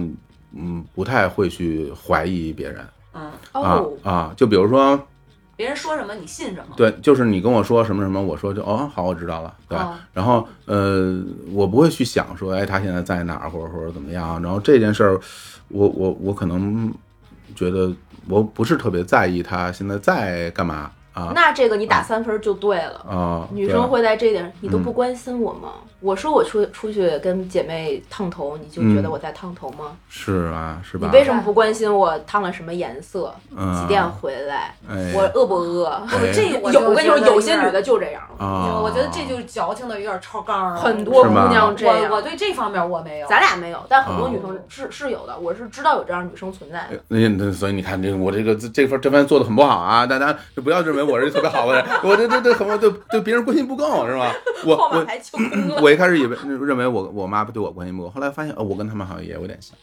Speaker 5: 嗯，不太会去怀疑别人
Speaker 4: 嗯，
Speaker 5: 啊
Speaker 2: 哦，
Speaker 5: 啊，就比如说，
Speaker 4: 别人说什么你信什么。
Speaker 5: 对，就是你跟我说什么什么，我说就哦好，我知道了，对吧。
Speaker 4: 哦
Speaker 5: 然后呃，我不会去想说，哎，他现在在哪儿，或者或者怎么样。然后这件事儿，我我我可能觉得我不是特别在意他现在在干嘛啊
Speaker 2: 那这个你打三分就对了。
Speaker 5: 啊，
Speaker 2: 女
Speaker 5: 对
Speaker 2: 生会在这点，你都
Speaker 5: 嗯
Speaker 2: 不关心我吗？我说我出出去跟姐妹烫头，你就觉得我在烫头吗？
Speaker 5: 是啊，嗯是
Speaker 2: 你
Speaker 5: 吧？
Speaker 2: 为什么不关心我烫了什么颜色？
Speaker 5: 嗯
Speaker 2: 几点回来？
Speaker 5: 哎
Speaker 2: 我饿不饿？
Speaker 5: 哎
Speaker 4: 这 个我
Speaker 2: 有，我跟你
Speaker 4: 就
Speaker 2: 说，
Speaker 4: 觉得
Speaker 2: 有些
Speaker 4: 点
Speaker 2: 女的就这样。
Speaker 5: 啊，
Speaker 4: 我觉得这就是矫情的，有点超纲了。
Speaker 2: 很多
Speaker 5: 是
Speaker 2: 姑
Speaker 5: 吗
Speaker 2: 娘这样
Speaker 4: 我我对这方面我没有。
Speaker 2: 咱俩没有，但很多
Speaker 5: 哦
Speaker 2: 女生是是有的，我是知道有这样女生存在的。
Speaker 5: 哎那那所以你看，这我这个这这份这番做的很不好啊！大家就不要认为我是特别好的人，我这这这很对对别人关心不够是吧？ 我
Speaker 2: 号码
Speaker 5: 我
Speaker 2: 牌 就空了。
Speaker 5: 我一开始以为认为我我妈对我关心不够，后来发现哦，我跟他们好像也有点像。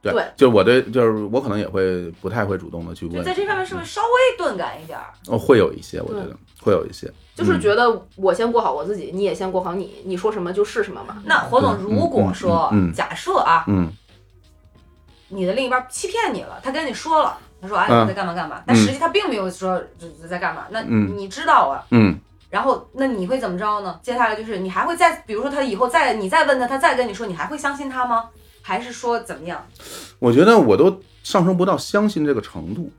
Speaker 5: 对，
Speaker 2: 对
Speaker 5: 就我对就是我可能也会不太会主动的去
Speaker 4: 就
Speaker 5: 问
Speaker 4: 在，这方面
Speaker 5: 嗯
Speaker 4: 是不是稍微钝感一点儿？
Speaker 5: 哦，会有一些，我觉得会有一些，
Speaker 2: 就是
Speaker 5: 嗯
Speaker 2: 觉得我先过好我自己，你也先过好你，你说什么就是什么嘛。
Speaker 4: 那火总，
Speaker 5: 对
Speaker 4: 如果说
Speaker 5: 嗯嗯嗯
Speaker 4: 假设啊，
Speaker 5: 嗯
Speaker 4: 你的另一半欺骗你了，他跟你说了，他说哎
Speaker 5: 嗯
Speaker 4: 我在干嘛干嘛，但实际他并没有说这这在干嘛，那
Speaker 5: 嗯
Speaker 4: 你知道啊。
Speaker 5: 嗯
Speaker 4: 然后，那你会怎么着呢？接下来就是你还会再，比如说他以后再你再问他，他再跟你说，你还会相信他吗？还是说怎么样？
Speaker 5: 我觉得我都上升不到相信这个程度。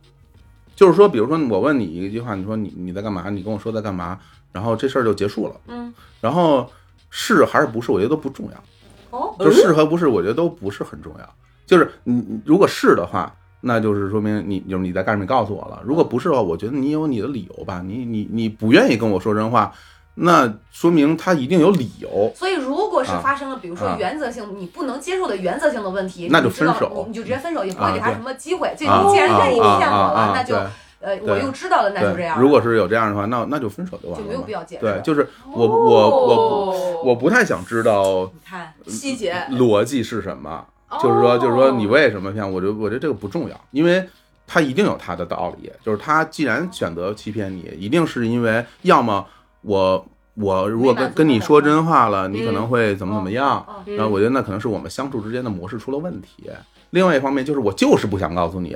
Speaker 5: 就是说，比如说我问你一句话，你说你你在干嘛？你跟我说在干嘛，然后这事儿就结束了。
Speaker 4: 嗯，
Speaker 5: 然后是还是不是，我觉得都不重要，
Speaker 4: 哦，
Speaker 5: 就、是和不是，我觉得都不是很重要。就是你你如果是的话，那就是说明你就是你在干什么，你告诉我了。如果不是的话，我觉得你有你的理由吧，你你你不愿意跟我说真话，那说明他一定有理由。
Speaker 4: 所以如果是
Speaker 5: 啊
Speaker 4: 发生了，比如说
Speaker 5: 啊
Speaker 4: 原则性、你不能接受的原则性的问题，
Speaker 5: 那就
Speaker 4: 你知道
Speaker 5: 分手
Speaker 4: 你你就直接分手，也不会
Speaker 5: 啊
Speaker 4: 给他
Speaker 5: 对
Speaker 4: 什么机会。就
Speaker 5: 啊
Speaker 4: 你既然愿意
Speaker 5: 啊
Speaker 4: 骗我
Speaker 5: 啊啊
Speaker 4: 了，那就
Speaker 5: 对
Speaker 4: 呃我又知道了，那就这样
Speaker 5: 对，
Speaker 4: 了。
Speaker 5: 如果是有这样的话，那那就分手就完了嘛。
Speaker 4: 就没有必要解释。
Speaker 5: 对，就是我我我不
Speaker 2: 哦
Speaker 5: 我不太想知道
Speaker 4: 你看，
Speaker 5: 啊
Speaker 2: 细节，
Speaker 5: 逻辑是什么，就是说就是说
Speaker 2: 哦
Speaker 5: 你为什么骗我？我觉得我觉得这个不重要，因为他一定有他的道理。就是他既然选择欺骗你，一定是因为要么我我如果
Speaker 4: 没满
Speaker 5: 跟
Speaker 4: 足
Speaker 5: 跟你
Speaker 4: 他的
Speaker 5: 说真话了，你可
Speaker 2: 嗯
Speaker 5: 能会怎么怎么样。
Speaker 4: 嗯
Speaker 2: 嗯
Speaker 5: 然后我觉得那可能是我们相处之间的模式出了问题。另外一方面就是我就是不想告诉你，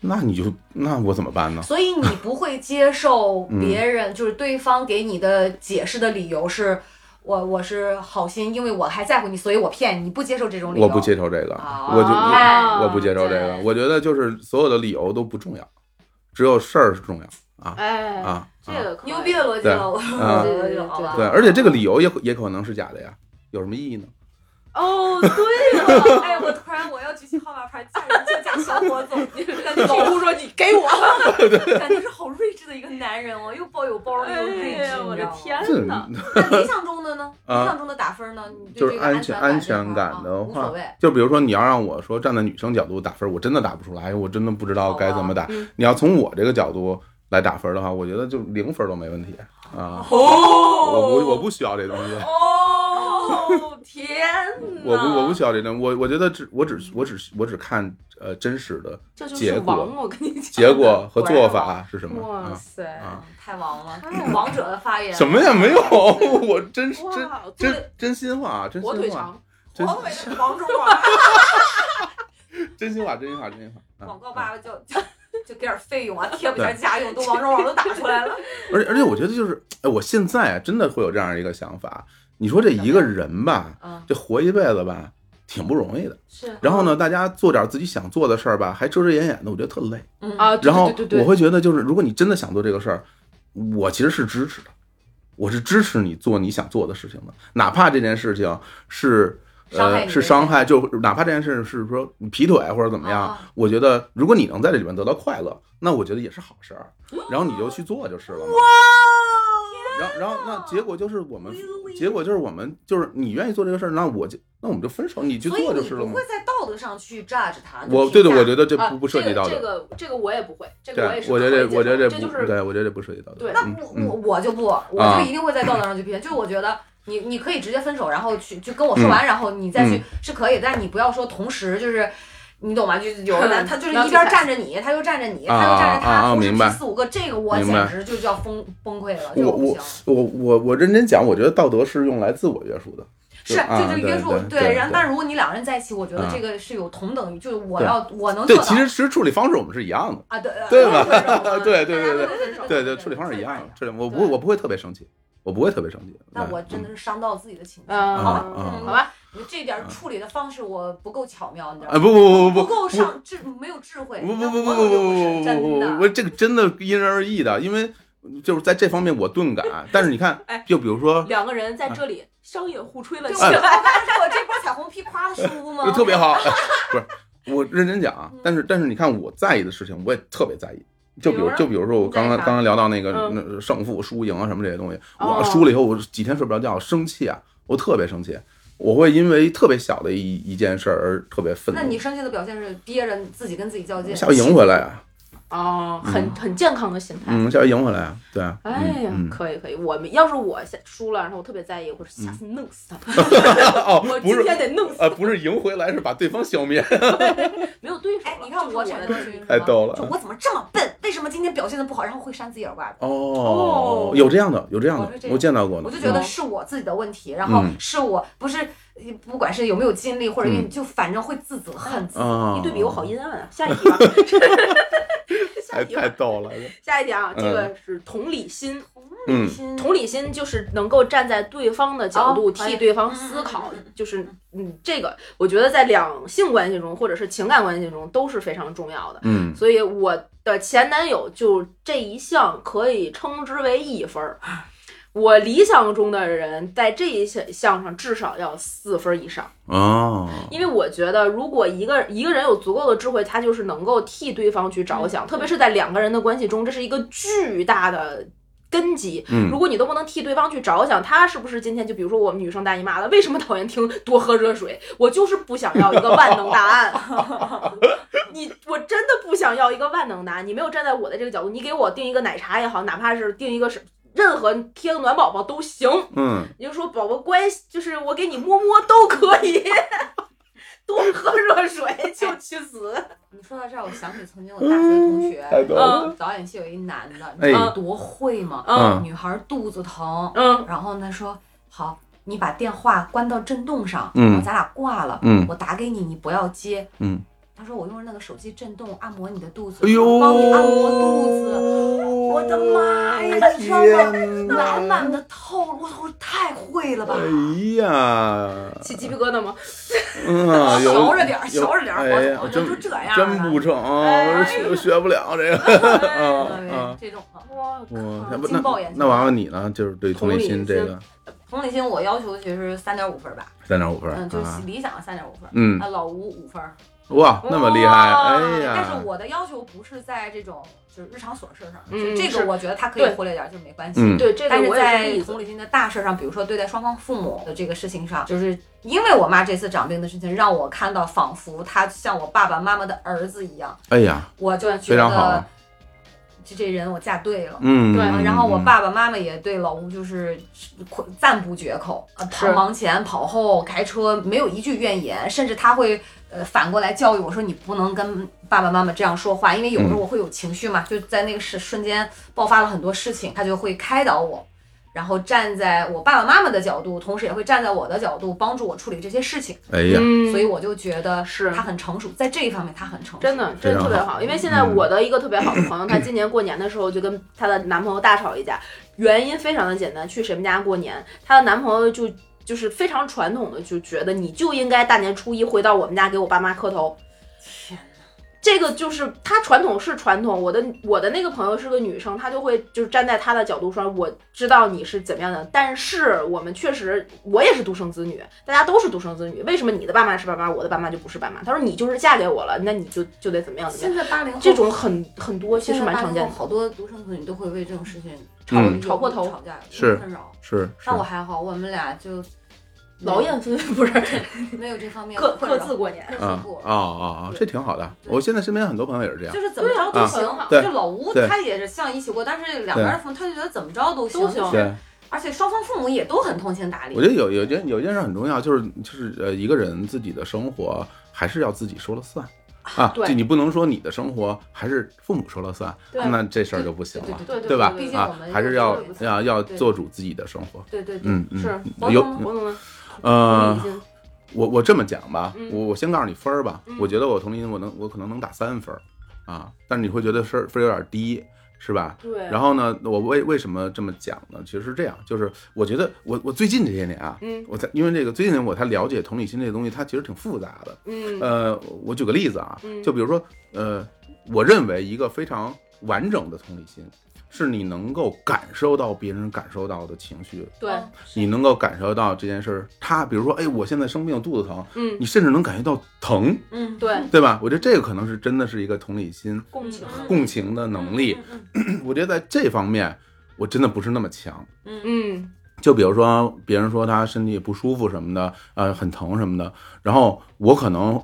Speaker 5: 那你就那我怎么办呢？
Speaker 4: 所以你不会接受别
Speaker 5: 嗯
Speaker 4: 人，就是对方给你的解释的理由是，我我是好心，因为我还在乎你，所以我骗你，你不接受这种理由。
Speaker 5: 我不接受这个，
Speaker 4: 哦
Speaker 5: 我就
Speaker 2: 啊
Speaker 5: 我我不接受这个。
Speaker 4: 对
Speaker 5: 我觉得就是所有的理由都不重要，只有事儿是重要啊
Speaker 2: 哎，
Speaker 5: 啊！
Speaker 2: 这个可以
Speaker 4: 牛逼的逻辑了，我
Speaker 5: 啊
Speaker 4: 我觉得好吧
Speaker 5: 对，而且这个理由也也可能是假的呀，有什么意义呢？
Speaker 2: 哦， 对了，
Speaker 4: 哎，我 突然我要举起号码牌，嫁人就嫁小伙总，感觉
Speaker 2: 老吴说你给 我，
Speaker 4: 感觉是好睿智的一个男人哦，又包有包的又
Speaker 5: 哎
Speaker 4: 睿智，
Speaker 2: 哎呀，我的
Speaker 4: 你知道吗！
Speaker 5: 这
Speaker 2: 天哪！
Speaker 4: 那理想中的呢？
Speaker 5: 啊
Speaker 4: 理想中的打分呢？你
Speaker 5: 就是
Speaker 4: 对这个
Speaker 5: 安
Speaker 4: 全
Speaker 5: 安
Speaker 4: 全
Speaker 5: 全感
Speaker 4: 的
Speaker 5: 的
Speaker 4: 无所
Speaker 5: 话
Speaker 4: 谓。，
Speaker 5: 就比如说你要让我说站在女生角度打分，我真的打不出来，我真的不知道该怎么打。
Speaker 2: 嗯
Speaker 5: 你要从我这个角度来打分的话，我觉得就零分都没问题啊。我不我不需要这东西。
Speaker 2: 哦，天哪！
Speaker 5: 哦我不我不需要这种，我我觉得只我只我只我只看呃真实的
Speaker 2: 这就是
Speaker 5: 结
Speaker 2: 王，
Speaker 5: 果
Speaker 2: 我跟你讲。
Speaker 5: 结果和做
Speaker 4: 果然
Speaker 5: 法是什么
Speaker 2: 哇
Speaker 5: 啊？
Speaker 2: 塞，
Speaker 5: 啊
Speaker 4: 太王了，王者的发言。
Speaker 5: 什么呀？没有，我真
Speaker 2: 哇
Speaker 5: 真
Speaker 2: 这
Speaker 5: 真真心话，啊真
Speaker 2: 火腿
Speaker 5: 心话
Speaker 2: 肠，，
Speaker 5: 真
Speaker 6: 我是王中 王，
Speaker 5: 真心话，真心话，真心话。啊
Speaker 4: 广告爸爸就就就给点费 用啊，贴不下家用，都王中网都打出来了。
Speaker 5: 而且而且我觉得就是，哎，我现在啊真的会有这样一个想法，你说这一个人吧，
Speaker 4: 嗯，
Speaker 5: 这活一辈子吧，挺不容易的。
Speaker 2: 是
Speaker 5: 然后呢，大家做点自己想做
Speaker 4: 嗯
Speaker 5: 的事儿吧，还遮遮掩掩的，我觉得特累。
Speaker 2: 啊，对
Speaker 5: 嗯然后
Speaker 2: 对对对
Speaker 5: 我会觉得，就是如果你真的想做这个事儿，我其实是支持的，我是支持你做你想做的事情的，哪怕这件事情是
Speaker 4: 伤害
Speaker 5: 呃
Speaker 4: 你
Speaker 5: 是
Speaker 4: 的
Speaker 5: 伤害，就哪怕这件事是说你劈腿或者怎么样，
Speaker 4: 啊
Speaker 5: 我觉得如果你能在这里面得到快乐，那我觉得也是好事儿，然后你就去做就是了嘛。然后，然后那结果就是我们，结果就是我们就是你愿意做这个事儿，那我就那我们就分手，你去
Speaker 4: 所以
Speaker 5: 做就
Speaker 4: 你
Speaker 5: 是了
Speaker 4: 不
Speaker 5: 嘛
Speaker 4: 会。在道德上去 judge 他。
Speaker 5: 我
Speaker 4: 去
Speaker 5: 对对，
Speaker 4: 评价
Speaker 5: 我觉得这
Speaker 2: 啊
Speaker 5: 不不涉及到
Speaker 2: 这
Speaker 5: 的，
Speaker 2: 个这个我也不会，这
Speaker 5: 对
Speaker 2: 个也，是
Speaker 5: 我觉得
Speaker 2: 不
Speaker 5: 我觉得
Speaker 2: 这
Speaker 5: 这
Speaker 2: 这就
Speaker 5: 不，
Speaker 2: 是
Speaker 5: 对我觉得这不涉及到的。
Speaker 2: 对
Speaker 4: 那
Speaker 5: 嗯
Speaker 4: 我
Speaker 5: 嗯
Speaker 4: 我我就不，我
Speaker 5: 啊
Speaker 4: 就一定会在道德上去批评，就是我觉得。你你可以直接分手，然后去就跟我说完，然后你再去、
Speaker 5: 嗯
Speaker 4: 是可以，但你不要说同时就是，你懂吗？就有的
Speaker 2: 嗯
Speaker 4: 男他就是
Speaker 2: 了解
Speaker 4: 一边
Speaker 2: 他
Speaker 4: 站着你，他又站着你，
Speaker 5: 啊
Speaker 4: 他又站着
Speaker 5: 啊啊
Speaker 4: 他，同时
Speaker 5: 明白
Speaker 4: 劈四五个，这个我
Speaker 5: 明白
Speaker 4: 简直就叫崩崩溃了，
Speaker 5: 我
Speaker 4: 就不行。
Speaker 5: 我我我认真讲，我觉得道德是用来自我约束的。
Speaker 4: 是，
Speaker 5: 啊
Speaker 4: 就就约束
Speaker 5: 对对
Speaker 4: 然
Speaker 5: 对
Speaker 4: 后但如果你两个人在一起，我觉得
Speaker 5: 啊
Speaker 4: 这个是有同等，就是我
Speaker 5: 对
Speaker 4: 要我能
Speaker 5: 对
Speaker 4: 做，到
Speaker 5: 其实其实处理方式我们是一样的。
Speaker 4: 啊，对
Speaker 5: 对吧
Speaker 4: 我也会这么
Speaker 5: 对对
Speaker 4: 大
Speaker 5: 对
Speaker 4: 家都
Speaker 5: 对
Speaker 4: 会这么
Speaker 5: 对对，处理方式一样的。处理我不
Speaker 4: 对
Speaker 5: 我不会特别生气，我不会特别生气。
Speaker 4: 那
Speaker 5: 对
Speaker 4: 我真的
Speaker 5: 嗯
Speaker 4: 是伤到自己的情绪，
Speaker 2: 嗯
Speaker 4: 好吧，
Speaker 5: 啊
Speaker 4: 嗯
Speaker 2: 好吧，
Speaker 4: 你这点儿处理的方式我不够巧妙，你知道
Speaker 5: 啊
Speaker 4: 吗？
Speaker 5: 不不不
Speaker 4: 不
Speaker 5: 不
Speaker 4: 够
Speaker 5: 不
Speaker 4: 上智，没有智慧。
Speaker 5: 不不
Speaker 4: 那
Speaker 5: 不不不不
Speaker 4: 我可就
Speaker 5: 不
Speaker 4: 是真
Speaker 5: 不
Speaker 4: 的
Speaker 5: 不不，这个真的因人而异的，因为就是在这方面我钝 感。但是你看，
Speaker 4: 哎
Speaker 5: 就比如说
Speaker 2: 两个人在这里商业互吹了
Speaker 4: 就
Speaker 2: 起
Speaker 4: 我
Speaker 2: 来。
Speaker 4: 我刚才我这波彩虹屁夸 的舒服吗？
Speaker 5: 啊特别好， 不是我认真讲啊，
Speaker 2: 嗯
Speaker 5: 但是但是你看我在意的事情，我也特别在意。就比
Speaker 2: 比如
Speaker 5: 如
Speaker 2: 呢
Speaker 5: 就比如说我刚刚
Speaker 2: 你在意啥
Speaker 5: 刚刚聊到那个
Speaker 2: 嗯
Speaker 5: 那胜负输赢啊什么这些东西，
Speaker 2: 哦
Speaker 5: 我输了以后我几天睡不着觉，生气啊，我特别生气，我会因为特别小的一一件事儿而特别愤怒。
Speaker 4: 那你生气的表现是憋着自己跟自己较劲，
Speaker 5: 下回赢回来啊，
Speaker 2: 哦，
Speaker 4: 嗯
Speaker 2: 很很健康的心态。
Speaker 5: 嗯，下回赢回来啊，对啊，
Speaker 2: 哎呀，
Speaker 5: 嗯，
Speaker 2: 可以可以，我们要是我下输了，然后我特别在意，我说下次弄死他，
Speaker 5: 嗯 哦
Speaker 2: 我，
Speaker 5: 不
Speaker 2: 今
Speaker 5: 是，
Speaker 2: 天啊得弄死他。
Speaker 5: 呃，不是赢回来，是把对方消灭，
Speaker 2: 没有对手了。
Speaker 4: 哎，你看
Speaker 2: 就是
Speaker 4: 我
Speaker 2: 我
Speaker 4: 产
Speaker 2: 的
Speaker 4: 生群
Speaker 5: 太逗了
Speaker 4: 就我怎么这么笨？为什么今天表现的不好？然后会扇自己耳刮子。
Speaker 5: 哦，有这样的，有这样
Speaker 4: 我是这
Speaker 5: 的，
Speaker 4: 样
Speaker 5: 我见到过呢，
Speaker 4: 我就觉得
Speaker 5: 嗯
Speaker 4: 是我自己的问题，然后
Speaker 5: 嗯
Speaker 4: 是我不是，不管是有没有尽力或者运，
Speaker 5: 嗯
Speaker 4: 就反正会自责很自责。
Speaker 5: 啊，
Speaker 2: 一对比，我好阴暗啊。下一题吧，
Speaker 4: 嗯
Speaker 2: 下
Speaker 5: 太
Speaker 4: 哎
Speaker 2: 一题吧
Speaker 5: 哎太，逗了，
Speaker 2: 下一题
Speaker 4: 嗯
Speaker 2: 啊，这个是同理心。
Speaker 5: 嗯
Speaker 4: 心
Speaker 2: 同理心就是能够站在对方的角度
Speaker 4: 哦哎
Speaker 2: 替对方思考
Speaker 4: 嗯嗯嗯，
Speaker 2: 就是嗯，这个我觉得在两性关系中或者是情感关系中都是非常重要的。
Speaker 5: 嗯，
Speaker 2: 所以我的前男友就这一项可以称之为一分儿。我理想中的人在这一项项上至少要四分以上，
Speaker 5: 哦，
Speaker 2: 因为我觉得如果一个一个人有足够的智慧，他就是能够替对方去着想，特别是在两个人的关系中，这是一个巨大的根基。
Speaker 5: 嗯
Speaker 2: 如果你都不能替对方去着想，他是不是今天就比如说我们女生大姨妈了， 为什么讨厌听多喝热水？我就是不想要一个万能答案。 你我真的不想要一个万能答案。你没有站在我的这个角度，你给我定一个奶茶也好，哪怕是定一个是任何贴个暖宝宝都行。
Speaker 5: 嗯，
Speaker 2: 你就说宝宝乖，就是我给你摸摸都可以， 多喝热水就去死。
Speaker 4: 你说到这儿，我想起曾经我大学同
Speaker 5: 嗯
Speaker 4: 学，嗯
Speaker 5: 太逗
Speaker 2: 了
Speaker 4: 导演系有一男的，你
Speaker 5: 哎
Speaker 4: 知道多会吗？
Speaker 5: 嗯
Speaker 4: 呃女孩肚子疼，
Speaker 2: 嗯，
Speaker 4: 然后呢说好，你把电话关到震动上，
Speaker 5: 嗯
Speaker 4: 然后咱俩挂了，
Speaker 5: 嗯
Speaker 4: 我打给你，你不要接，
Speaker 5: 嗯，
Speaker 4: 他说我用那个手机震动按摩你的肚子，
Speaker 5: 哎呦，
Speaker 4: 帮你按摩肚子。
Speaker 5: 我
Speaker 4: 的妈呀你知道吗
Speaker 5: 哎天
Speaker 4: 满
Speaker 5: 哪！
Speaker 4: 满的套路，我操，太会了吧！
Speaker 5: 哎呀，
Speaker 2: 起鸡皮疙瘩吗？
Speaker 5: 嗯，有
Speaker 4: 小着点儿，
Speaker 5: 有
Speaker 4: 小着点
Speaker 5: 哎
Speaker 4: 儿，
Speaker 5: 呀
Speaker 4: 我，
Speaker 5: 真
Speaker 4: 就这样啊
Speaker 5: 真不成，我学
Speaker 4: 哎
Speaker 5: 学不了这个。
Speaker 4: 对
Speaker 5: 啊啊！
Speaker 4: 这种啊
Speaker 2: 哇，
Speaker 5: 我那
Speaker 4: 哎劲爆眼
Speaker 5: 那
Speaker 4: 球
Speaker 5: 那娃娃你呢？就是对同理心这个
Speaker 4: 同理心，我要求其实三点五分吧，
Speaker 5: 三点五分
Speaker 4: 嗯，就是
Speaker 5: 啊，
Speaker 4: 理想三点五分。
Speaker 5: 嗯
Speaker 4: 啊，老吴五分儿，
Speaker 5: 哇，那么厉害！哎
Speaker 4: 但是
Speaker 5: 呀，
Speaker 4: 我的要求不是在这种就是日常琐事上，
Speaker 2: 嗯
Speaker 4: 就这
Speaker 2: 是
Speaker 4: 个我觉得他可以
Speaker 2: 对
Speaker 4: 忽略点儿，就没关系。
Speaker 5: 嗯
Speaker 2: 对这
Speaker 4: 但
Speaker 2: 个
Speaker 4: 是
Speaker 2: 我也
Speaker 4: 在
Speaker 2: 是
Speaker 4: 同理心的大事上，比如说对待双方父母的这个事情上，就是因为我妈这次长病的事情，让我看到仿佛她像我爸爸妈妈的儿子一样，
Speaker 5: 哎呀，
Speaker 4: 我就觉
Speaker 5: 非常好
Speaker 4: 得，这这人我嫁对了。
Speaker 5: 嗯。
Speaker 4: 啊
Speaker 5: 嗯
Speaker 4: 然后我爸爸妈妈也对老吴就是呃赞不绝口，啊跑
Speaker 2: 是
Speaker 4: 忙前跑后开车没有一句怨言，甚至他会呃反过来教育我说你不能跟爸爸妈妈这样说话，因为有时候我会有情绪嘛，就在那个时瞬间爆发了很多事情，他就会开导我。然后站在我爸爸妈妈的角度，同时也会站在我的角度帮助我处理这些事情，
Speaker 5: 哎呀，
Speaker 2: 嗯
Speaker 4: 所以我就觉得
Speaker 2: 是
Speaker 4: 他很成熟，在这一方面他很成熟，
Speaker 2: 真的，真的特别好。因为现在我的一个特别好的朋友，她今年过年的时候就跟她的男朋友大吵一架，原因非常的简单，去谁们家过年，她的男朋友就就是非常传统的，就觉得你就应该大年初一回到我们家给我爸妈磕头。天这个就是他传统是传统，我的我的那个朋友是个女生，她就会就是站在她的角度说，我知道你是怎么样的，但是我们确实我也是独生子女，大家都是独生子女，为什么你的爸妈是爸妈，我的爸妈就不是爸妈？她说你就是嫁给我了，那你就就得怎么样怎么样，
Speaker 4: 现在八零后
Speaker 2: 这种很很多，其
Speaker 4: 现
Speaker 2: 实
Speaker 4: 在
Speaker 2: 蛮
Speaker 4: 八
Speaker 2: 常
Speaker 4: 零
Speaker 2: 见
Speaker 4: 后
Speaker 2: 的。
Speaker 4: 好多独生子女都会为这种事情
Speaker 5: 嗯
Speaker 4: 吵
Speaker 2: 吵破头
Speaker 4: 吵架，
Speaker 5: 是
Speaker 4: 困扰。
Speaker 5: 是是
Speaker 4: 那我还好，我们俩就
Speaker 2: 劳燕分不是
Speaker 4: 没有这方
Speaker 2: 嗯
Speaker 4: 面
Speaker 2: 各
Speaker 4: 的困扰
Speaker 2: 各自过年，
Speaker 4: 各自
Speaker 5: 啊
Speaker 4: 过
Speaker 5: 啊，啊啊，这挺好的。我现在身边很多朋友也是这样
Speaker 4: 就，是怎么着
Speaker 5: 对
Speaker 4: 都
Speaker 5: 啊
Speaker 4: 行。
Speaker 5: 对
Speaker 4: 就老吴
Speaker 5: 对
Speaker 4: 他也是像一起过，但是两边的父母他就觉得怎么着都行，
Speaker 2: 都行
Speaker 4: 就是
Speaker 5: 对。
Speaker 4: 而且双方父母也都很通情达理。
Speaker 5: 我觉得有有件有件事很重要，就是就是呃，一个人自己的生活还是要自己说了算啊，
Speaker 2: 对
Speaker 5: 就你不能说你的生活还是父母说了算，
Speaker 2: 对
Speaker 5: 那这事儿就不行
Speaker 4: 对
Speaker 5: 了，
Speaker 4: 对
Speaker 2: 对
Speaker 5: 对吧
Speaker 2: 对
Speaker 4: 毕？竟我
Speaker 5: 啊
Speaker 4: 们，
Speaker 5: 还是要
Speaker 4: 这个不
Speaker 5: 要要
Speaker 4: 对
Speaker 5: 做主自己的生活。
Speaker 4: 对对对，
Speaker 5: 嗯嗯，
Speaker 2: 是
Speaker 5: 嗯
Speaker 2: 有
Speaker 5: 有
Speaker 2: 我懂了，
Speaker 5: 呃，
Speaker 2: 嗯
Speaker 5: 我我这么讲吧，
Speaker 2: 嗯
Speaker 5: 我我先告诉你分儿吧，
Speaker 2: 嗯
Speaker 5: 我觉得我同龄我能我可能能打三分儿啊，但是你会觉得分儿分儿有点低，是吧？
Speaker 2: 对，
Speaker 5: 然后呢，我为为什么这么讲呢？其实是这样，就是我觉得我我最近这些年啊，
Speaker 2: 嗯
Speaker 5: 我才因为这个最近我才了解同理心这个东西，它其实挺复杂的。
Speaker 2: 嗯
Speaker 5: 呃，我举个例子啊
Speaker 2: 嗯，
Speaker 5: 就比如说，呃，我认为一个非常完整的同理心，是你能够感受到别人感受到的情绪，
Speaker 2: 对，
Speaker 5: 你能够感受到这件事儿。他比如说，哎，我现在生病，肚子疼，
Speaker 2: 嗯
Speaker 5: 你甚至能感觉到疼，
Speaker 4: 嗯，
Speaker 2: 对，
Speaker 5: 对吧？我觉得这个可能是真的是一个同理心
Speaker 2: 共情，
Speaker 5: 共情的能力。
Speaker 4: 嗯，
Speaker 5: 我觉得在这方面我真的不是那么强。
Speaker 2: 嗯
Speaker 5: 就比如说别人说他身体不舒服什么的，呃，很疼什么的，然后我可能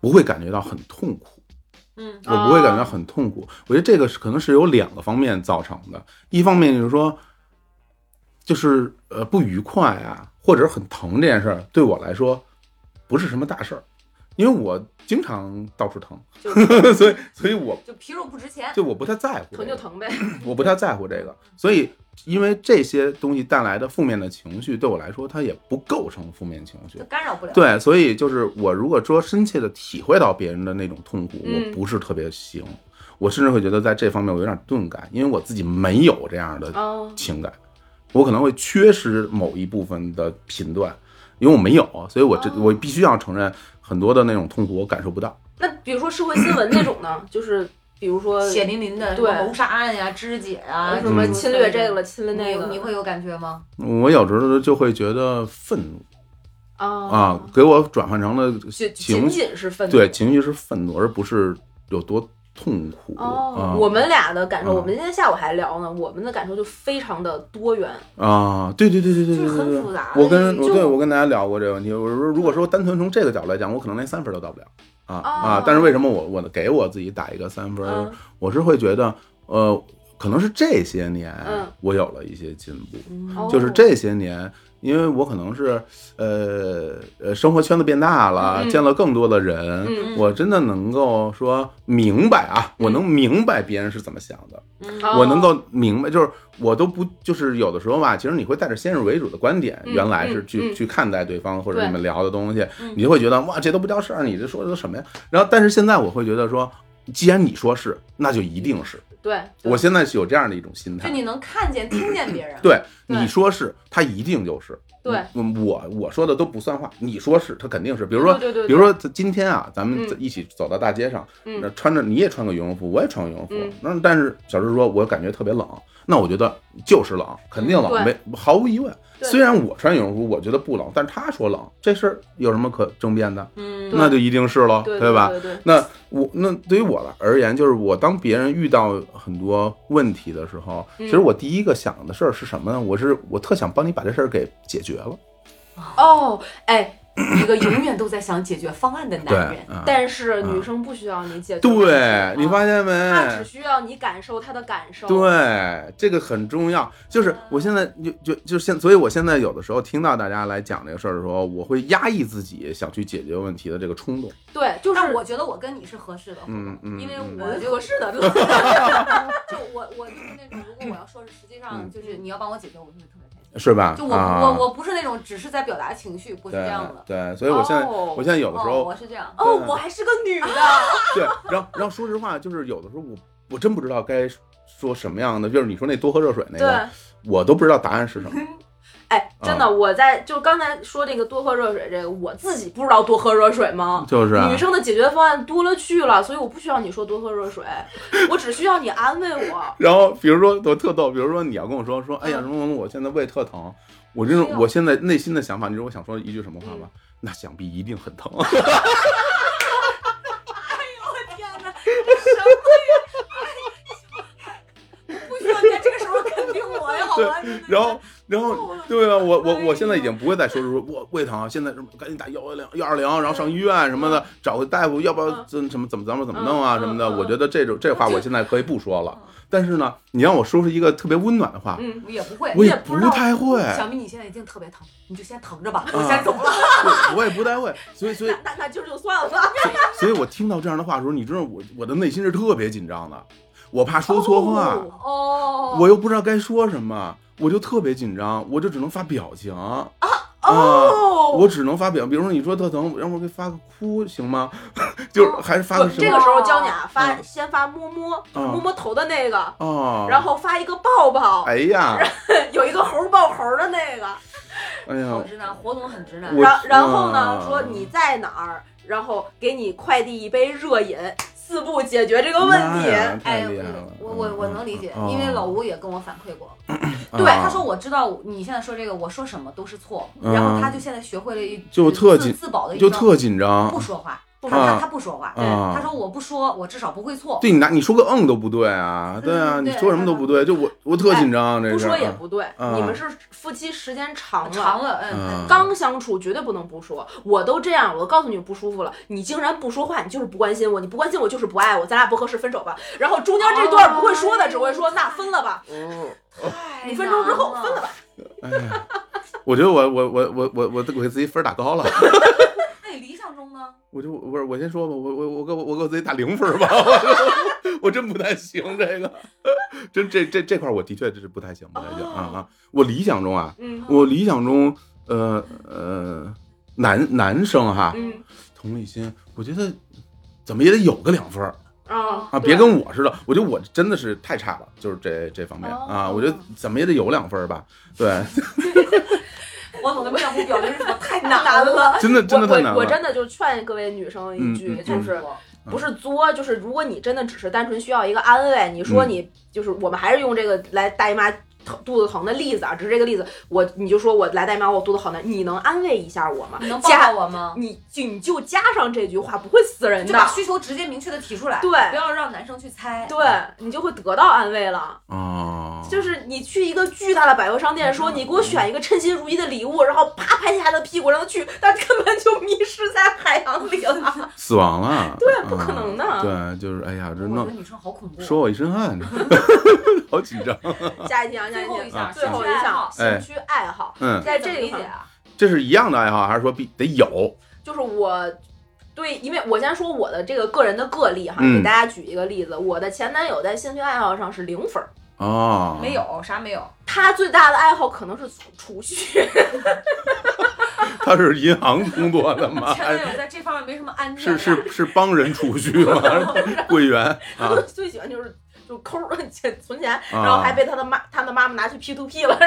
Speaker 5: 不会感觉到很痛苦，
Speaker 4: 嗯，
Speaker 5: 我不会
Speaker 2: 哦啊
Speaker 5: 感觉到很痛苦。我觉得这个是可能是有两个方面造成的，一方面就是说，就是呃不愉快啊，或者很疼这件事儿对我来说不是什么大事儿，因为我经常到处疼， 所以所以我
Speaker 4: 就皮肉不值钱。
Speaker 5: 就我不太在乎这个、
Speaker 2: 疼就疼呗，
Speaker 5: 我不太在乎这个，
Speaker 2: 嗯
Speaker 5: 所以因为这些东西带来的负面的情绪，对我来说，它也不构成负面情绪
Speaker 4: 就。干扰不了。
Speaker 5: 对，所以就是我如果说深切的体会到别人的那种痛苦，
Speaker 2: 嗯
Speaker 5: 我不是特别行，我甚至会觉得在这方面我有点钝感，因为我自己没有这样的
Speaker 2: 哦，
Speaker 5: 情感，我可能会缺失某一部分的频段，因为我没有，所以我这
Speaker 2: 哦
Speaker 5: 我必须要承认，很多的那种痛苦我感受不到。
Speaker 2: 那比如说社会新闻那种 呢，就是比如说
Speaker 4: 血淋淋的什么
Speaker 2: 对
Speaker 4: 谋杀案呀、肢解啊，
Speaker 2: 什么
Speaker 5: 嗯
Speaker 2: 侵略这个了，侵略
Speaker 4: 你
Speaker 2: 那个了，
Speaker 4: 你会有感觉吗？
Speaker 5: 我有时候就会觉得愤怒
Speaker 2: 啊
Speaker 5: 啊，，给我转换成了
Speaker 2: 就仅
Speaker 5: 情
Speaker 2: 仅是愤怒，
Speaker 5: 对，情绪是愤怒，而不是有多痛苦。
Speaker 2: 哦
Speaker 5: 啊，
Speaker 2: 我们俩的感受，
Speaker 5: 嗯
Speaker 2: 我们今天下午还聊呢，我们的感受就非常的多元，
Speaker 5: 啊，对对对对对
Speaker 4: 就
Speaker 5: 对
Speaker 4: 是
Speaker 5: 对
Speaker 4: 很
Speaker 5: 对
Speaker 4: 复杂的
Speaker 5: 我跟
Speaker 4: 就
Speaker 5: 我对我跟大家聊过这个问题，我说如果说单纯从这个角度来讲，我可能连三分都到不了啊
Speaker 2: 哦
Speaker 5: 啊！但是为什么我我给我自己打一个三分
Speaker 2: 嗯？
Speaker 5: 我是会觉得呃，可能是这些年
Speaker 2: 嗯
Speaker 5: 我有了一些进步，
Speaker 4: 嗯
Speaker 2: 哦
Speaker 5: 嗯就是这些年，因为我可能是呃呃生活圈子变大了，
Speaker 2: 嗯嗯
Speaker 5: 见了更多的人，
Speaker 2: 嗯
Speaker 5: 我真的能够说明白啊，我能明白别人是怎么想的，
Speaker 2: 哦
Speaker 5: 我能够明白，就是我都不就是有的时候吧，其实你会带着先入为主的观点，
Speaker 2: 嗯
Speaker 5: 原来是
Speaker 2: 嗯
Speaker 5: 去、
Speaker 2: 嗯
Speaker 5: 去看待对方或者
Speaker 2: 对
Speaker 5: 你们聊的东西，
Speaker 4: 嗯
Speaker 5: 你就会觉得哇，这都不叫事儿，你这说的都什么呀？然后，但是现在我会觉得说，既然你说是，那就一定是。
Speaker 2: 对，对
Speaker 5: 我现在是有这样的一种心态，
Speaker 4: 就你能看见、听见别人。
Speaker 5: 对，
Speaker 2: 对
Speaker 5: 你说是，他一定就是。
Speaker 2: 对
Speaker 5: 嗯，我我说的都不算话，你说是，他肯定是。比如说，
Speaker 2: 对对对对
Speaker 5: 比如说今天啊，咱们
Speaker 2: 嗯
Speaker 5: 一起走到大街上，
Speaker 2: 嗯
Speaker 5: 那穿着你也穿个羽绒服，我也穿个羽绒服
Speaker 2: 嗯，
Speaker 5: 那、但是小石说，我感觉特别冷，那我觉得就是冷，肯定冷，没毫无疑问。
Speaker 2: 对
Speaker 5: 虽然我穿羽绒服，我觉得不冷，但是他说冷，这事儿有什么可争辩的？
Speaker 4: 嗯，
Speaker 5: 那就一定是喽，
Speaker 2: 对
Speaker 5: 吧？
Speaker 2: 对对，
Speaker 5: 那我那对于我而言，就是我当别人遇到很多问题的时候，
Speaker 2: 嗯
Speaker 5: 其实我第一个想的事儿是什么呢？我是我特想帮你把这事儿给解决了。
Speaker 2: 哦，哎，
Speaker 4: 一个永远都在想解决方案的男人。
Speaker 5: 啊
Speaker 2: 但是女生不需要你解决问题，啊
Speaker 5: 对，你发现
Speaker 2: 她只
Speaker 5: 没？
Speaker 2: 需要你感受她的感受，
Speaker 5: 对，这个很重要。就是我现在就就就现，所以我现在有的时候听到大家来讲这个事儿的时候，我会压抑自己想去解决问题的这个冲动。
Speaker 2: 对，就是
Speaker 4: 但我觉得我跟你是合适的，
Speaker 5: 嗯嗯
Speaker 4: 因为
Speaker 5: 嗯
Speaker 4: 我就
Speaker 2: 合适的，
Speaker 4: 就我我就是那种，如果我要说是，实际
Speaker 5: 嗯
Speaker 4: 上就是
Speaker 2: 嗯
Speaker 4: 你要帮我解决，我就会特别开心。
Speaker 5: 是吧？
Speaker 4: 就我
Speaker 5: 啊、
Speaker 4: 我我不是那种只是在表达情绪，不是这样的。
Speaker 5: 对对，所以我现在、
Speaker 2: 哦
Speaker 5: 我现在有的时
Speaker 4: 哦，
Speaker 5: 候
Speaker 4: 我是这样。
Speaker 2: 哦，我还是个女的，
Speaker 5: 对，然后然后说实话，就是有的时候我我真不知道该说什么样的，就是你说那多喝热水那
Speaker 2: 对，
Speaker 5: 啊个，我都不知道答案是什么。
Speaker 2: 哎，真的，我在就刚才说这个多喝热水，这个我自己不知道多喝热水吗？
Speaker 5: 就是啊
Speaker 2: 女生的解决方案多了去了，所以我不需要你说多喝热水，我只需要你安慰我。
Speaker 5: 然后比如说我特逗，比如说你要跟我说说，哎呀
Speaker 2: 嗯
Speaker 5: 什么什么，我现在胃特疼，我这种
Speaker 2: 是啊
Speaker 5: 我现在内心的想法，你知道我想说一句什么话吗？
Speaker 2: 嗯
Speaker 5: 那想必一定很疼。
Speaker 1: 我 天哪，什么呀？ 不需要你在这个时候肯定我呀，好
Speaker 5: 对
Speaker 1: 吧？真的
Speaker 5: 然后，然
Speaker 2: 哦
Speaker 5: 后，对了，我我
Speaker 1: 哎
Speaker 5: 我现在已
Speaker 1: 呦
Speaker 5: 经不会再说是说我胃疼，现在什么赶紧打幺幺零幺二零，然后上医院什么的，找个大夫，要不要
Speaker 2: 嗯
Speaker 5: 怎什么怎么怎么怎么
Speaker 2: 嗯
Speaker 5: 弄啊
Speaker 2: 嗯
Speaker 5: 什么的。
Speaker 2: 嗯
Speaker 5: 我觉得这种这话我现在可以不说了，但是呢，你让我说出一个特别温暖的话，
Speaker 2: 嗯，
Speaker 4: 也不会，
Speaker 5: 我也
Speaker 4: 也
Speaker 5: 不
Speaker 4: 知道
Speaker 5: 太会，嗯
Speaker 4: 小明，你现在已经特别疼，你就先疼着吧，我先走了。
Speaker 5: 我我也不太会，所 以所以
Speaker 2: 那那那今儿就算了。
Speaker 5: 所以我听到这样的话的时候，你知道我我的内心是特别紧张的，我怕说错话，
Speaker 1: 哦，
Speaker 5: 我又不知道该说什么，我就特别紧张，我就只能发表情啊啊我只能发表，比如说你说特疼，让我给发个哭行吗？就是还是发
Speaker 2: 不
Speaker 5: 个，什
Speaker 2: 这
Speaker 5: 么
Speaker 2: 个时候教你啊，发
Speaker 5: 嗯
Speaker 2: 先发摸摸，
Speaker 5: 嗯
Speaker 2: 摸摸头的那个，
Speaker 5: 哦，
Speaker 2: 然后发一个抱抱，
Speaker 5: 哎呀，
Speaker 2: 有一个猴抱猴的那个，
Speaker 5: 哎
Speaker 1: 好
Speaker 5: 呀，
Speaker 1: 直男，活动很直男。
Speaker 5: 我
Speaker 2: 然然后呢
Speaker 5: 啊
Speaker 2: 说你在哪儿，然后给你快递一杯热饮，四步解决这个问
Speaker 5: 妈
Speaker 2: 题。
Speaker 5: 呀太
Speaker 4: 哎
Speaker 5: 厉害了，，
Speaker 4: 我我我能理解
Speaker 5: 嗯，
Speaker 4: 因为老，吴也跟我反馈过，
Speaker 5: 嗯
Speaker 4: 对，
Speaker 5: 啊嗯
Speaker 4: 他说我知道你现在说这个，我说什么都是错，然后他就现在学会了一
Speaker 5: 就特
Speaker 4: 自
Speaker 5: 紧
Speaker 4: 自保的一
Speaker 5: 就
Speaker 4: 招
Speaker 5: 特紧张
Speaker 4: 不，说话，他
Speaker 5: 啊
Speaker 4: 他他不说话，
Speaker 5: 啊
Speaker 4: 他说我不说，我至少不会错。
Speaker 5: 对你拿你说个嗯都不对啊，对啊，
Speaker 4: 嗯
Speaker 5: 你
Speaker 4: 对
Speaker 5: 说什么都不对，就我我特紧张，这
Speaker 2: 不
Speaker 5: 事
Speaker 2: 说
Speaker 5: 儿
Speaker 2: 也不对，
Speaker 5: 嗯
Speaker 2: 你们是夫妻时间长了，
Speaker 4: 长了，嗯，
Speaker 5: 嗯
Speaker 2: 刚相处绝对不能不说。我都这样，我告诉你不舒服了，你竟然不说话，你就是不关心我，你不关心我就是不爱我，咱俩不合适，分手吧。然后中间这段不会说的，只会说那分了吧，
Speaker 4: 太
Speaker 2: 五分钟之后
Speaker 4: 难
Speaker 2: 分了吧。
Speaker 5: 哎呀， 我觉得我我我我我我我给自己分儿打高了。
Speaker 4: 那你理想中呢？
Speaker 5: 我就不是我先说吧，我我我给我我给我自己打零分儿吧， 我就我真不太行这个，真这这这块儿我的确这是不太行，不太行啊啊！我理想中啊，
Speaker 2: 哦嗯
Speaker 5: 我理想中呃呃男男生哈，
Speaker 2: 嗯
Speaker 5: 同理心，我觉得怎么也得有个两分儿
Speaker 2: 啊
Speaker 5: 啊，别跟我似的，我觉得我真的是太差了，就是这这方面
Speaker 2: 哦
Speaker 5: 啊，我觉得怎么也得有两分儿吧，
Speaker 2: 啊
Speaker 5: 对，
Speaker 4: 我总的面部表情是什么？太难
Speaker 2: 难了。
Speaker 5: 真的真的
Speaker 2: 我
Speaker 5: 太难
Speaker 2: 我我
Speaker 5: 了，
Speaker 2: 真的就劝各位女生一句，
Speaker 5: 嗯嗯
Speaker 2: 就是。
Speaker 4: 嗯
Speaker 5: 嗯
Speaker 2: 不是作，就是如果你真的只是单纯需要一个安慰，你
Speaker 5: 嗯
Speaker 2: 说你、就是我们还是用这个来大姨妈疼肚子疼的例子啊，只是这个例子，我你就说我来大姨妈我肚子好难，你能安慰一下我吗？
Speaker 4: 你能抱
Speaker 2: 加
Speaker 4: 抱我吗？
Speaker 2: 你就你就加上这句话，不会死人
Speaker 4: 就
Speaker 2: 的
Speaker 4: 把。需求直接明确的提出来，
Speaker 2: 对
Speaker 4: 不要让男生去猜。
Speaker 2: 对你就会得到安慰了，
Speaker 5: 哦，嗯
Speaker 2: 就是你去一个巨大的百货商店，说你给我选一个称心如意的礼物，然后啪拍下他的屁股让他去，他根本就迷失在海洋里 了。
Speaker 5: 死亡了，
Speaker 2: 对不可能的
Speaker 5: 嗯对，就是哎呀，这
Speaker 4: 我
Speaker 5: 弄
Speaker 4: 觉得。女生好恐怖。
Speaker 5: 说我一身汗， 好紧张。
Speaker 2: 下一题啊，下
Speaker 4: 最
Speaker 2: 一
Speaker 4: 后一
Speaker 2: 题，
Speaker 4: 项，
Speaker 2: 最后一
Speaker 4: 兴趣爱
Speaker 2: 项
Speaker 4: 好
Speaker 5: 哎
Speaker 2: 兴趣爱好，
Speaker 5: 嗯，
Speaker 2: 在这个
Speaker 4: 理
Speaker 2: 上
Speaker 4: 解啊，
Speaker 5: 这是一样的爱好，还是说必得有？
Speaker 2: 就是我对，因为我先说我的这个个人的个例哈，
Speaker 5: 嗯
Speaker 2: 给大家举一个例子，我的前男友在兴趣爱好上是零分儿，
Speaker 5: 哦，
Speaker 4: 没。有啥没有，
Speaker 2: 他最大的爱好可能是储储蓄，
Speaker 5: 啊他是银行工作 的吗？
Speaker 4: 前男友在这方面没什么安全
Speaker 5: 是
Speaker 4: 感。
Speaker 5: 是是帮人储蓄吗？柜员啊
Speaker 2: 最喜欢就是。就抠儿存钱，
Speaker 5: 啊
Speaker 2: 然后还被他的妈、他的妈妈拿去 P to P 了，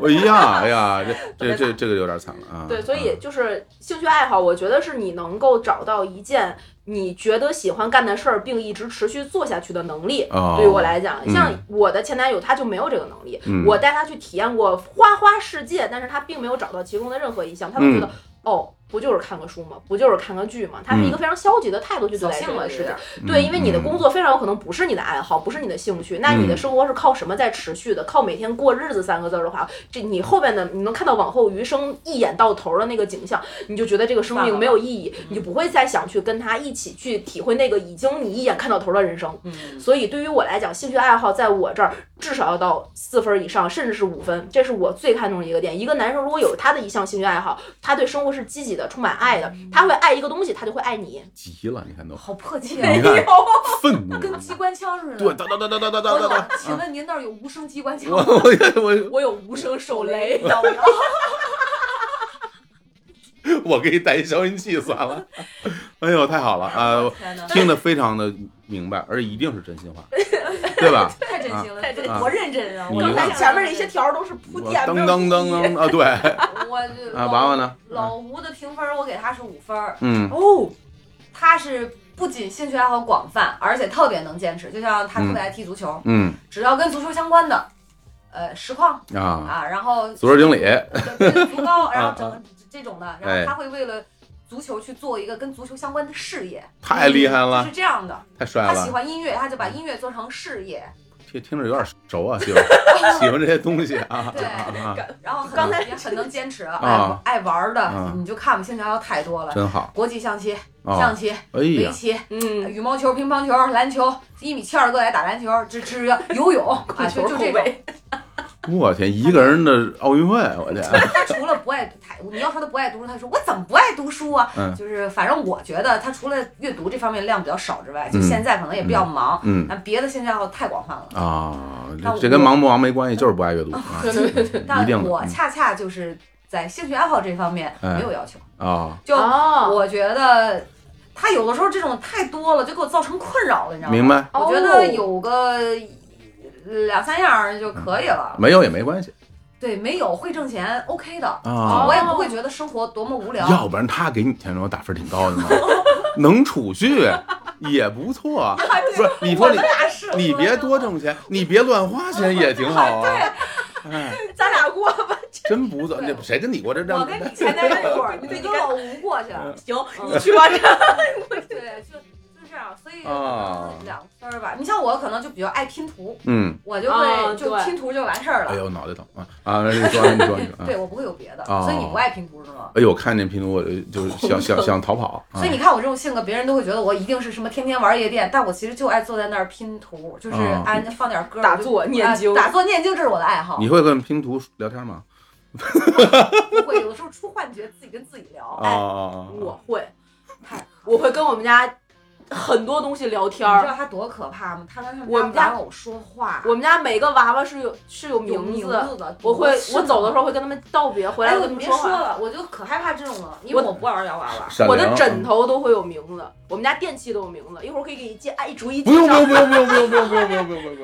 Speaker 5: 我一样。哎呀， 这
Speaker 2: 特别
Speaker 5: 这这
Speaker 2: 惨
Speaker 5: 这个有点惨了啊。
Speaker 2: 对，所以
Speaker 5: 啊
Speaker 2: 就是兴趣爱好，我觉得是你能够找到一件你觉得喜欢干的事儿，并一直持续做下去的能力。
Speaker 5: 哦
Speaker 2: 对于我来讲，
Speaker 5: 嗯
Speaker 2: 像我的前男友他就没有这个能力，
Speaker 5: 嗯
Speaker 2: 我带他去体验过花花世界，但是他并没有找到其中的任何一项，他就
Speaker 5: 嗯
Speaker 2: 觉得、哦，不就是看个书吗？不就是看个剧吗？他是一个非常消极的态度去对
Speaker 4: 扫
Speaker 2: 待这
Speaker 4: 兴了
Speaker 2: 个
Speaker 4: 有
Speaker 2: 事情
Speaker 4: 点。，
Speaker 2: 对，
Speaker 5: 嗯
Speaker 2: 因为你的工作非常有可能不是你的爱好，不是你的兴趣，那你的
Speaker 5: 嗯
Speaker 2: 生活是靠什么在持续的？靠每天过日子三个字儿的话，这你后边的你能看到往后余生一眼到头的那个景象，你就觉得这个生命没有意义，你就不会再想去跟他一起去体会那个已经你一眼看到头的人生。
Speaker 4: 嗯，
Speaker 2: 所以对于我来讲，兴趣爱好在我这儿至少要到四分以上，甚至是五分，这是我最看重的一个点。一个男生如果有他的一项兴趣爱好，他对生活是积极的，充满爱的，他会爱一个东西，他就会爱你。
Speaker 5: 急了，你看都
Speaker 4: 好迫切
Speaker 5: 你
Speaker 4: 啊，
Speaker 5: 看愤怒，
Speaker 4: 跟机关枪似的。
Speaker 5: 对，哒哒哒哒哒哒
Speaker 4: 我
Speaker 5: 哒
Speaker 4: 懂
Speaker 5: 哒。，啊嗯
Speaker 4: 请问您那儿有无声机关枪
Speaker 5: 我
Speaker 4: 吗？
Speaker 5: 我我
Speaker 2: 我有无声手雷。
Speaker 5: 我给你带一消音器算了。 哎呦，太好了啊！
Speaker 4: 天哪！
Speaker 5: 听得非常的明白，而且一定是真心话。对吧？
Speaker 1: 太真心了，
Speaker 6: 太真
Speaker 5: 心了
Speaker 1: 多认真啊！我
Speaker 5: 你
Speaker 6: 刚才
Speaker 1: 想
Speaker 6: 前面那些条儿都是铺
Speaker 5: 我
Speaker 6: 垫，
Speaker 5: 噔噔噔噔啊，对
Speaker 1: 我
Speaker 5: 啊，
Speaker 1: 老
Speaker 5: 娃娃呢？
Speaker 4: 老吴的评分我给他是五分儿，
Speaker 5: 嗯
Speaker 6: 哦，
Speaker 4: 他是不仅兴趣爱好广泛，而且特别能坚持。就像他特别爱踢足球，
Speaker 5: 嗯
Speaker 4: 只要跟足球相关的，呃，实况
Speaker 5: 啊，
Speaker 4: 啊，然后
Speaker 5: 足球经理
Speaker 4: 对对 足高，然后整
Speaker 5: 啊
Speaker 4: 个这种的，然
Speaker 5: 哎
Speaker 4: 后他会为了足球去做一个跟足球相关的事业，
Speaker 5: 太厉害
Speaker 4: 就
Speaker 5: 了
Speaker 4: 是，这样的。
Speaker 5: 太帅
Speaker 4: 他喜
Speaker 5: 了，
Speaker 4: 欢音乐，他就把音乐做成事业，
Speaker 5: 听听着有点熟啊，媳妇儿 喜欢这些东西啊
Speaker 4: 对
Speaker 5: 啊
Speaker 4: 然后很
Speaker 6: 刚才
Speaker 4: 也很能坚持，
Speaker 5: 啊
Speaker 4: 爱爱玩的
Speaker 5: 啊，
Speaker 4: 你就看吧，兴趣爱好太多
Speaker 5: 啊，
Speaker 4: 了。
Speaker 5: 真好
Speaker 4: 国际象棋、象
Speaker 5: 啊！
Speaker 4: 棋、
Speaker 5: 哎
Speaker 4: 围
Speaker 5: 呀，
Speaker 4: 棋、
Speaker 2: 嗯，
Speaker 4: 羽毛球、乒乓球、篮球，一米七二个来打篮球，这这 游泳啊，就就这种。
Speaker 5: 我天，一个人的奥运会，我天，
Speaker 4: 他除了不爱他，你要说他不爱读书，他说我怎么不爱读书啊？
Speaker 5: 嗯
Speaker 4: 就是反正我觉得他除了阅读这方面量比较少之外，就
Speaker 5: 嗯
Speaker 4: 现在可能也比较忙，
Speaker 5: 嗯
Speaker 4: 但别的兴趣爱好太广泛了。
Speaker 5: 啊，
Speaker 4: 那我
Speaker 5: 这这跟忙不忙没关系，就是不爱阅读 啊，
Speaker 2: 对对对
Speaker 5: 嗯一
Speaker 4: 但
Speaker 5: 定的
Speaker 4: 我
Speaker 5: 嗯
Speaker 4: 恰恰就是在兴趣爱好这方面
Speaker 5: 哎
Speaker 4: 没有要求，
Speaker 5: 啊，
Speaker 4: 就
Speaker 2: 哦，
Speaker 4: 我觉得他有的时候这种太多了，就给我造成困扰了，你知道吗？
Speaker 5: 明白，
Speaker 4: 我觉
Speaker 2: 哦
Speaker 6: 哦
Speaker 4: 得有个两三样儿就可以了。
Speaker 5: 没有也没关系
Speaker 4: 对，没有会挣钱，OK 的。
Speaker 5: 啊
Speaker 4: 我。也不会觉得生活多么无聊。
Speaker 5: 要不然他给你钱的时候打分挺高的嘛，能储蓄也不错。不是你说
Speaker 6: 我
Speaker 5: 你
Speaker 6: 们俩是，
Speaker 5: 你别多挣钱，你别乱花钱也挺好啊。哎，
Speaker 6: 咱俩过吧。
Speaker 5: 真不错，这谁跟你过这账
Speaker 4: 我？跟你前男友一 会儿，你跟老吴过去。
Speaker 6: 行，你去 吧，这
Speaker 4: 对，就就这样，所以
Speaker 5: 啊
Speaker 4: 两分儿吧。你像我可能就比较爱拼图，
Speaker 5: 嗯，
Speaker 4: 我就
Speaker 2: 啊
Speaker 4: 会就
Speaker 2: 对
Speaker 4: 拼图就完事儿
Speaker 5: 哎
Speaker 4: 了。
Speaker 5: 呦，脑袋疼啊啊！你说你说你说，
Speaker 4: 对
Speaker 5: 啊
Speaker 4: 我不会有别的，
Speaker 5: 哦
Speaker 4: 所以你不爱拼图是吗？
Speaker 5: 哎呦，我看见拼图我就就是想想想逃跑啊
Speaker 4: 所以你看我这种性格，别人都会觉得我一定是什么天天玩夜店，但我其实就爱坐在那儿拼图，就是
Speaker 5: 哦
Speaker 4: 安放点歌，
Speaker 2: 打
Speaker 4: 我就
Speaker 2: 坐念经
Speaker 4: 啊打坐念经这是我的爱好。
Speaker 5: 你会跟拼图聊天吗？
Speaker 4: 不会有的时候出幻觉，自己跟自己聊。
Speaker 5: 啊啊
Speaker 6: 嗯
Speaker 2: 我会
Speaker 4: 太，
Speaker 2: 我会跟我们家很多东西聊天
Speaker 4: 你
Speaker 6: 啊
Speaker 4: 知
Speaker 2: 儿。
Speaker 4: 道他多可怕吗？他跟他
Speaker 2: 我
Speaker 4: 们
Speaker 2: 们家
Speaker 4: 玩偶说话，
Speaker 2: 我们家每个娃娃是有是有
Speaker 4: 有
Speaker 2: 名
Speaker 4: 名
Speaker 2: 字，
Speaker 4: 的。
Speaker 2: 我会
Speaker 4: 是
Speaker 2: 我走的时候会跟他们道别，回来
Speaker 4: 哎，
Speaker 2: 跟
Speaker 4: 我
Speaker 2: 他
Speaker 4: 你
Speaker 2: 们
Speaker 4: 别
Speaker 2: 说
Speaker 4: 说
Speaker 2: 话。
Speaker 4: 了，我就可害怕这种了，因为
Speaker 2: 我
Speaker 4: 我不玩洋娃娃。
Speaker 5: 闪
Speaker 2: 我
Speaker 5: 灵
Speaker 2: 的
Speaker 5: 啊
Speaker 2: 枕头都会有名字，我们家电器都有名字，一会儿可以给你介，哎，逐一介
Speaker 5: 不用不
Speaker 2: 绍。
Speaker 5: 用不用不用不用不用不用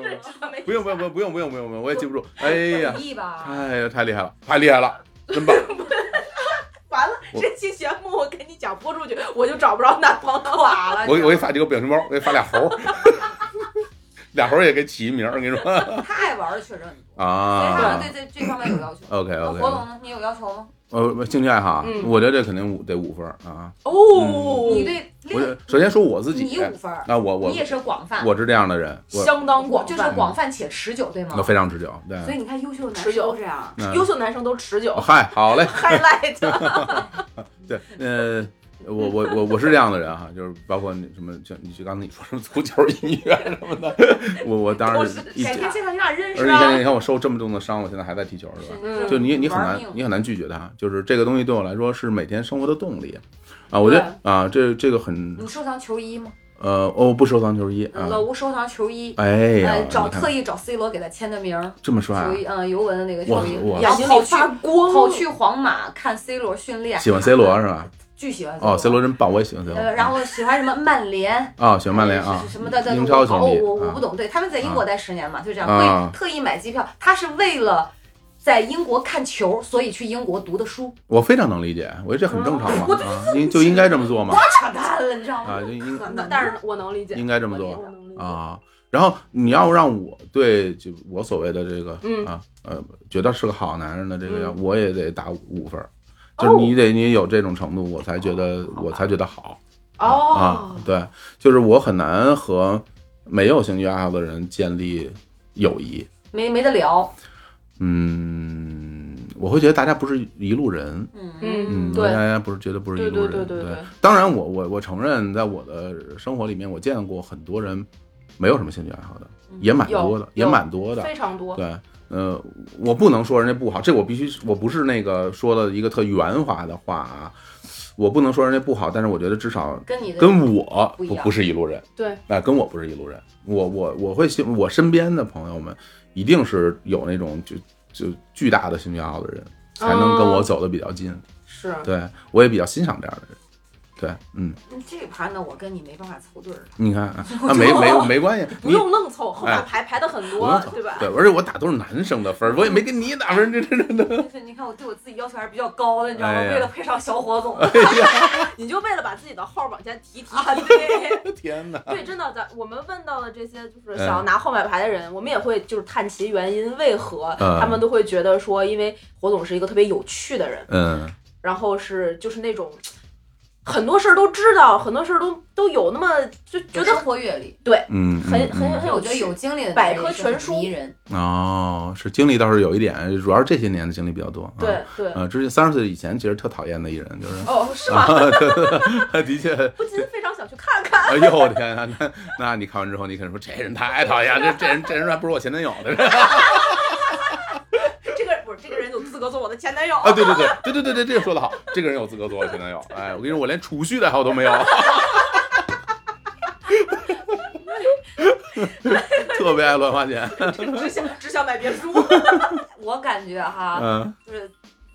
Speaker 5: 不用不用不用不用不用不用不用不用不用不用，我也记不住。哎呀
Speaker 4: 诡，异吧？
Speaker 5: 哎呀，太厉害了，太厉害 了，真棒！
Speaker 2: 完了，
Speaker 5: 我
Speaker 2: 这期节目我跟你讲播出去，我就找不着男朋 友了。
Speaker 4: 了
Speaker 5: 我给我给发几个表情包，我给发俩猴儿， 俩猴儿也给起一名儿，我跟你说
Speaker 4: 他爱玩的确实很多，所以他
Speaker 5: 啊
Speaker 4: 们。对这这方面有要求。
Speaker 5: OK
Speaker 4: 那
Speaker 5: OK，
Speaker 4: 活动呢？你有要求吗？
Speaker 5: 呃，兴趣爱好啊，
Speaker 2: 嗯
Speaker 5: 我觉得这肯定五得五分儿啊。
Speaker 2: 哦，
Speaker 4: 你对
Speaker 5: 我
Speaker 4: 另
Speaker 5: 首先说我自己
Speaker 4: 你，五分儿，
Speaker 5: 啊，我我
Speaker 4: 你也是广泛，
Speaker 5: 我是这样的人，我
Speaker 2: 相当广
Speaker 4: 就
Speaker 2: 泛，
Speaker 4: 是广泛且持久，对吗
Speaker 5: 我？非常持久，对。
Speaker 4: 所以你看，优秀的男
Speaker 2: 持
Speaker 4: 生
Speaker 2: 久
Speaker 4: 都这样。
Speaker 5: 嗯
Speaker 2: 优秀男生都持久。
Speaker 5: 嗨，好嘞，
Speaker 2: highlight，
Speaker 5: 对，呃，我我我我是这样的人哈，就是包括你什么，像你就刚才你说什么足球、音乐什么的，我我当然是一
Speaker 4: 改
Speaker 5: 直，
Speaker 4: 天见到你俩认
Speaker 5: 而
Speaker 4: 识
Speaker 5: 且你看
Speaker 4: 啊！
Speaker 5: 你看我受这么重的伤，我现在还在踢球是吧？
Speaker 2: 嗯
Speaker 5: 就你你很
Speaker 4: 玩
Speaker 5: 难
Speaker 4: 命
Speaker 5: 你很难拒绝它，就是这个东西对我来说是每天生活的动力，啊，我觉得啊这这个很
Speaker 4: 你收藏球衣吗？
Speaker 5: 呃哦不收藏球衣啊，
Speaker 4: 老吴收藏球衣，
Speaker 5: 哎呀，
Speaker 4: 呃，找
Speaker 5: 你看
Speaker 4: 特意找 C 罗给他签的名儿，
Speaker 5: 这么帅啊
Speaker 4: 球，衣，嗯，尤文的那个
Speaker 5: 哇
Speaker 4: 球衣
Speaker 5: 哇，
Speaker 4: 然
Speaker 2: 眼
Speaker 4: 后
Speaker 2: 睛
Speaker 4: 跑
Speaker 2: 里
Speaker 4: 去
Speaker 2: 发光，
Speaker 4: 跑去皇马看 C 罗训练，
Speaker 5: 喜欢 C 罗是吧？
Speaker 4: 巨喜欢
Speaker 5: 哦，C 罗真棒，我也喜欢 C 罗。
Speaker 4: 呃，然后喜欢什么曼联。
Speaker 5: 啊，喜欢曼联啊
Speaker 4: 是是，什么的，对
Speaker 5: 英超球迷
Speaker 4: 我我我不
Speaker 5: 啊，
Speaker 4: 懂，对，他们在英国待十年嘛，就这样，
Speaker 5: 啊
Speaker 4: 会特意买机票。他是为了在英国看球，所以去英国读的书。
Speaker 5: 我非常能理解，我觉得这很正常
Speaker 4: 嗯
Speaker 5: 嘛，啊，应就应该这么做嘛，
Speaker 4: 扯淡了，你知道吗？
Speaker 5: 啊，就应
Speaker 4: 可能
Speaker 2: 但是我能理解，
Speaker 5: 应该这么做
Speaker 2: 我能理解。
Speaker 5: 啊。然后你要让我对就我所谓的这个
Speaker 2: 嗯
Speaker 5: 啊呃，觉得是个好男人的这个，我也得打五分儿，
Speaker 2: 哦
Speaker 5: 就是你得你有这种程度，我才觉得我才觉得好啊
Speaker 2: 哦，。
Speaker 5: 对，就是我很难和没有兴趣爱好的人建立友谊，
Speaker 4: 没没得聊，
Speaker 5: 嗯，我会觉得大家不是一路人，
Speaker 4: 嗯，
Speaker 2: 嗯，
Speaker 5: 嗯，
Speaker 2: 对
Speaker 5: 大，家不是绝对不是
Speaker 2: 对
Speaker 5: 一路
Speaker 2: 对
Speaker 5: 人。
Speaker 2: 对对对，
Speaker 5: 当然我，我我承认，在我的生活里面，我见过很多人没有什么兴趣爱好的，
Speaker 4: 嗯
Speaker 5: 也蛮
Speaker 2: 有
Speaker 5: 多的，也
Speaker 2: 有
Speaker 5: 蛮多的。
Speaker 2: 非常多。
Speaker 5: 对，呃，我不能说人家不好，这我必须，我不是那个说了一个特圆滑的话啊，我不能说人家不好，但是我觉得至少
Speaker 4: 跟你的
Speaker 5: 跟我
Speaker 4: 不一
Speaker 5: 不
Speaker 4: 样
Speaker 5: 不是一路人，
Speaker 2: 对，
Speaker 5: 那、跟我不是一路人，我我我会信我身边的朋友们一定是有那种就就巨大的兴趣爱好的人，才能跟我
Speaker 2: 哦
Speaker 5: 走得比较近。
Speaker 2: 是
Speaker 5: 对我也比较欣赏这样的人。对，嗯，
Speaker 4: 这盘呢，我跟你没办法凑对儿了。
Speaker 5: 你看 啊，啊没没没关系，
Speaker 2: 不用愣凑，后面
Speaker 5: 哎
Speaker 2: 排排的很
Speaker 5: 不
Speaker 2: 多
Speaker 5: 用，走
Speaker 2: 对吧？
Speaker 5: 对，而且我打都是男生的分儿，我也没给你打分儿，这这这这，
Speaker 4: 就是你看我对我自己要求还是比较高的，你知道吗？
Speaker 5: 哎呀哎
Speaker 4: 为了配上小火总，
Speaker 2: 你就为了把自己的号往前提提提， 对
Speaker 5: 天哪！
Speaker 2: 对，真的，咱我们问到的这些就是想
Speaker 5: 嗯
Speaker 2: 要拿号码牌的人，我们也会就是探其原因，为何
Speaker 5: 嗯
Speaker 2: 他们都会觉得说，因为火总是一个特别有趣的人，
Speaker 5: 嗯，
Speaker 2: 然后是就是那种很多事儿都知道，很多事儿都都有那么就觉
Speaker 4: 有
Speaker 2: 得
Speaker 4: 生活阅历，
Speaker 5: 嗯，
Speaker 2: 很很
Speaker 5: 嗯嗯
Speaker 4: 但
Speaker 2: 很
Speaker 4: 是
Speaker 2: 有
Speaker 4: 我觉得
Speaker 2: 趣。
Speaker 4: 有经历的
Speaker 2: 百
Speaker 4: 男人
Speaker 2: 科
Speaker 4: 是
Speaker 2: 全
Speaker 4: 很
Speaker 2: 书
Speaker 4: 迷人。
Speaker 5: 哦，是经历倒是有一点，主要是这些年的经历比较多。啊
Speaker 2: 对，对，
Speaker 5: 呃，之前三十岁以前其实特讨厌的艺人，就是
Speaker 2: 哦，是吗？
Speaker 5: 嗯 的确，
Speaker 2: 不禁非常想去看看。
Speaker 5: 哎呦我天啊，那那你看完之后，你可能说这人太讨厌，这这人这人还不是我前男友的人
Speaker 2: 这个不是这个人有资格做我的前男友。
Speaker 5: 啊！对对对对对对对，这个说的好，这个人有资格做我前男友。哎，我跟你说，我连储蓄的爱好都没有，特别爱乱花钱。
Speaker 2: 只想只想买别 墅。
Speaker 4: 我感觉
Speaker 2: 啊
Speaker 4: 哈，
Speaker 5: 嗯，
Speaker 4: 就是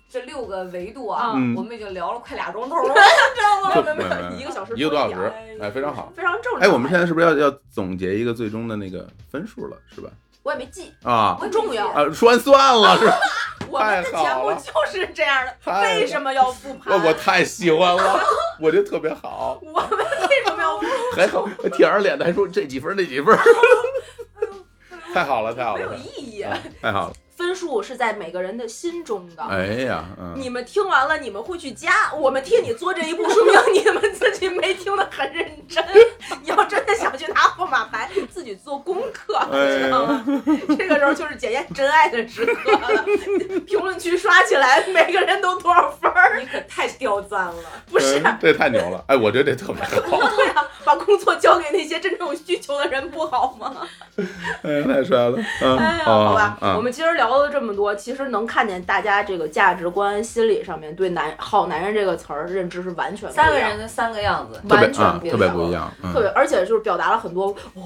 Speaker 4: 这六个维度啊，
Speaker 5: 嗯
Speaker 4: 我们已经聊了快俩钟头了。
Speaker 2: 没有没有
Speaker 5: 没有
Speaker 2: 没
Speaker 5: 没有
Speaker 2: 有，一个小时
Speaker 5: 一个多小
Speaker 2: 多一
Speaker 5: 时
Speaker 2: 点，
Speaker 5: 哎，非常好。
Speaker 2: 非常正常。
Speaker 5: 哎，我们现在是不是要要总结一个最终的那个分数了，是吧？
Speaker 2: 我也没记，
Speaker 5: 啊
Speaker 2: 不重要。
Speaker 5: 啊，说完算了，是吧？
Speaker 2: 我们的节目就是这样的，为什么要复盘？
Speaker 5: 我我太喜欢了，我觉得特别好，
Speaker 2: 我们为什么要 复
Speaker 5: 还好，还舔着脸的还说这几分儿那几 分儿， 太好了，太好
Speaker 2: 没有
Speaker 5: 了，啊
Speaker 2: 意义。
Speaker 5: 太好了，
Speaker 2: 分数是在每个人的心中的。
Speaker 5: 哎呀，嗯，
Speaker 2: 你们听完了，你们会去加。我们替你做这一步，说明你们自己没听得很认真。你要真的想去拿号码牌，自己做功课，
Speaker 5: 哎
Speaker 2: 知道吗？这个时候就是检验真爱的时刻 了。评论区刷起来，每个人都多少分儿？
Speaker 4: 你可太刁钻了，
Speaker 2: 不是，
Speaker 5: 嗯这太牛了，哎，我觉得这特别好，
Speaker 2: 对啊，把工作交给那些真正有需求的人不好吗？
Speaker 5: 哎，太帅了，嗯，
Speaker 2: 哎呀，
Speaker 5: 哦
Speaker 2: 好吧，
Speaker 5: 嗯
Speaker 2: 我们今儿聊了这么多，其实能看见大家这个价值观、心理上面对男“好男人”这个词儿认知是完全不一样
Speaker 4: 三个人的三个样子，
Speaker 5: 特别
Speaker 2: 完
Speaker 5: 啊
Speaker 2: 全，不一
Speaker 5: 特
Speaker 2: 样
Speaker 5: 别不一样，
Speaker 2: 特
Speaker 5: 嗯
Speaker 2: 别，而且就是表达了很多哦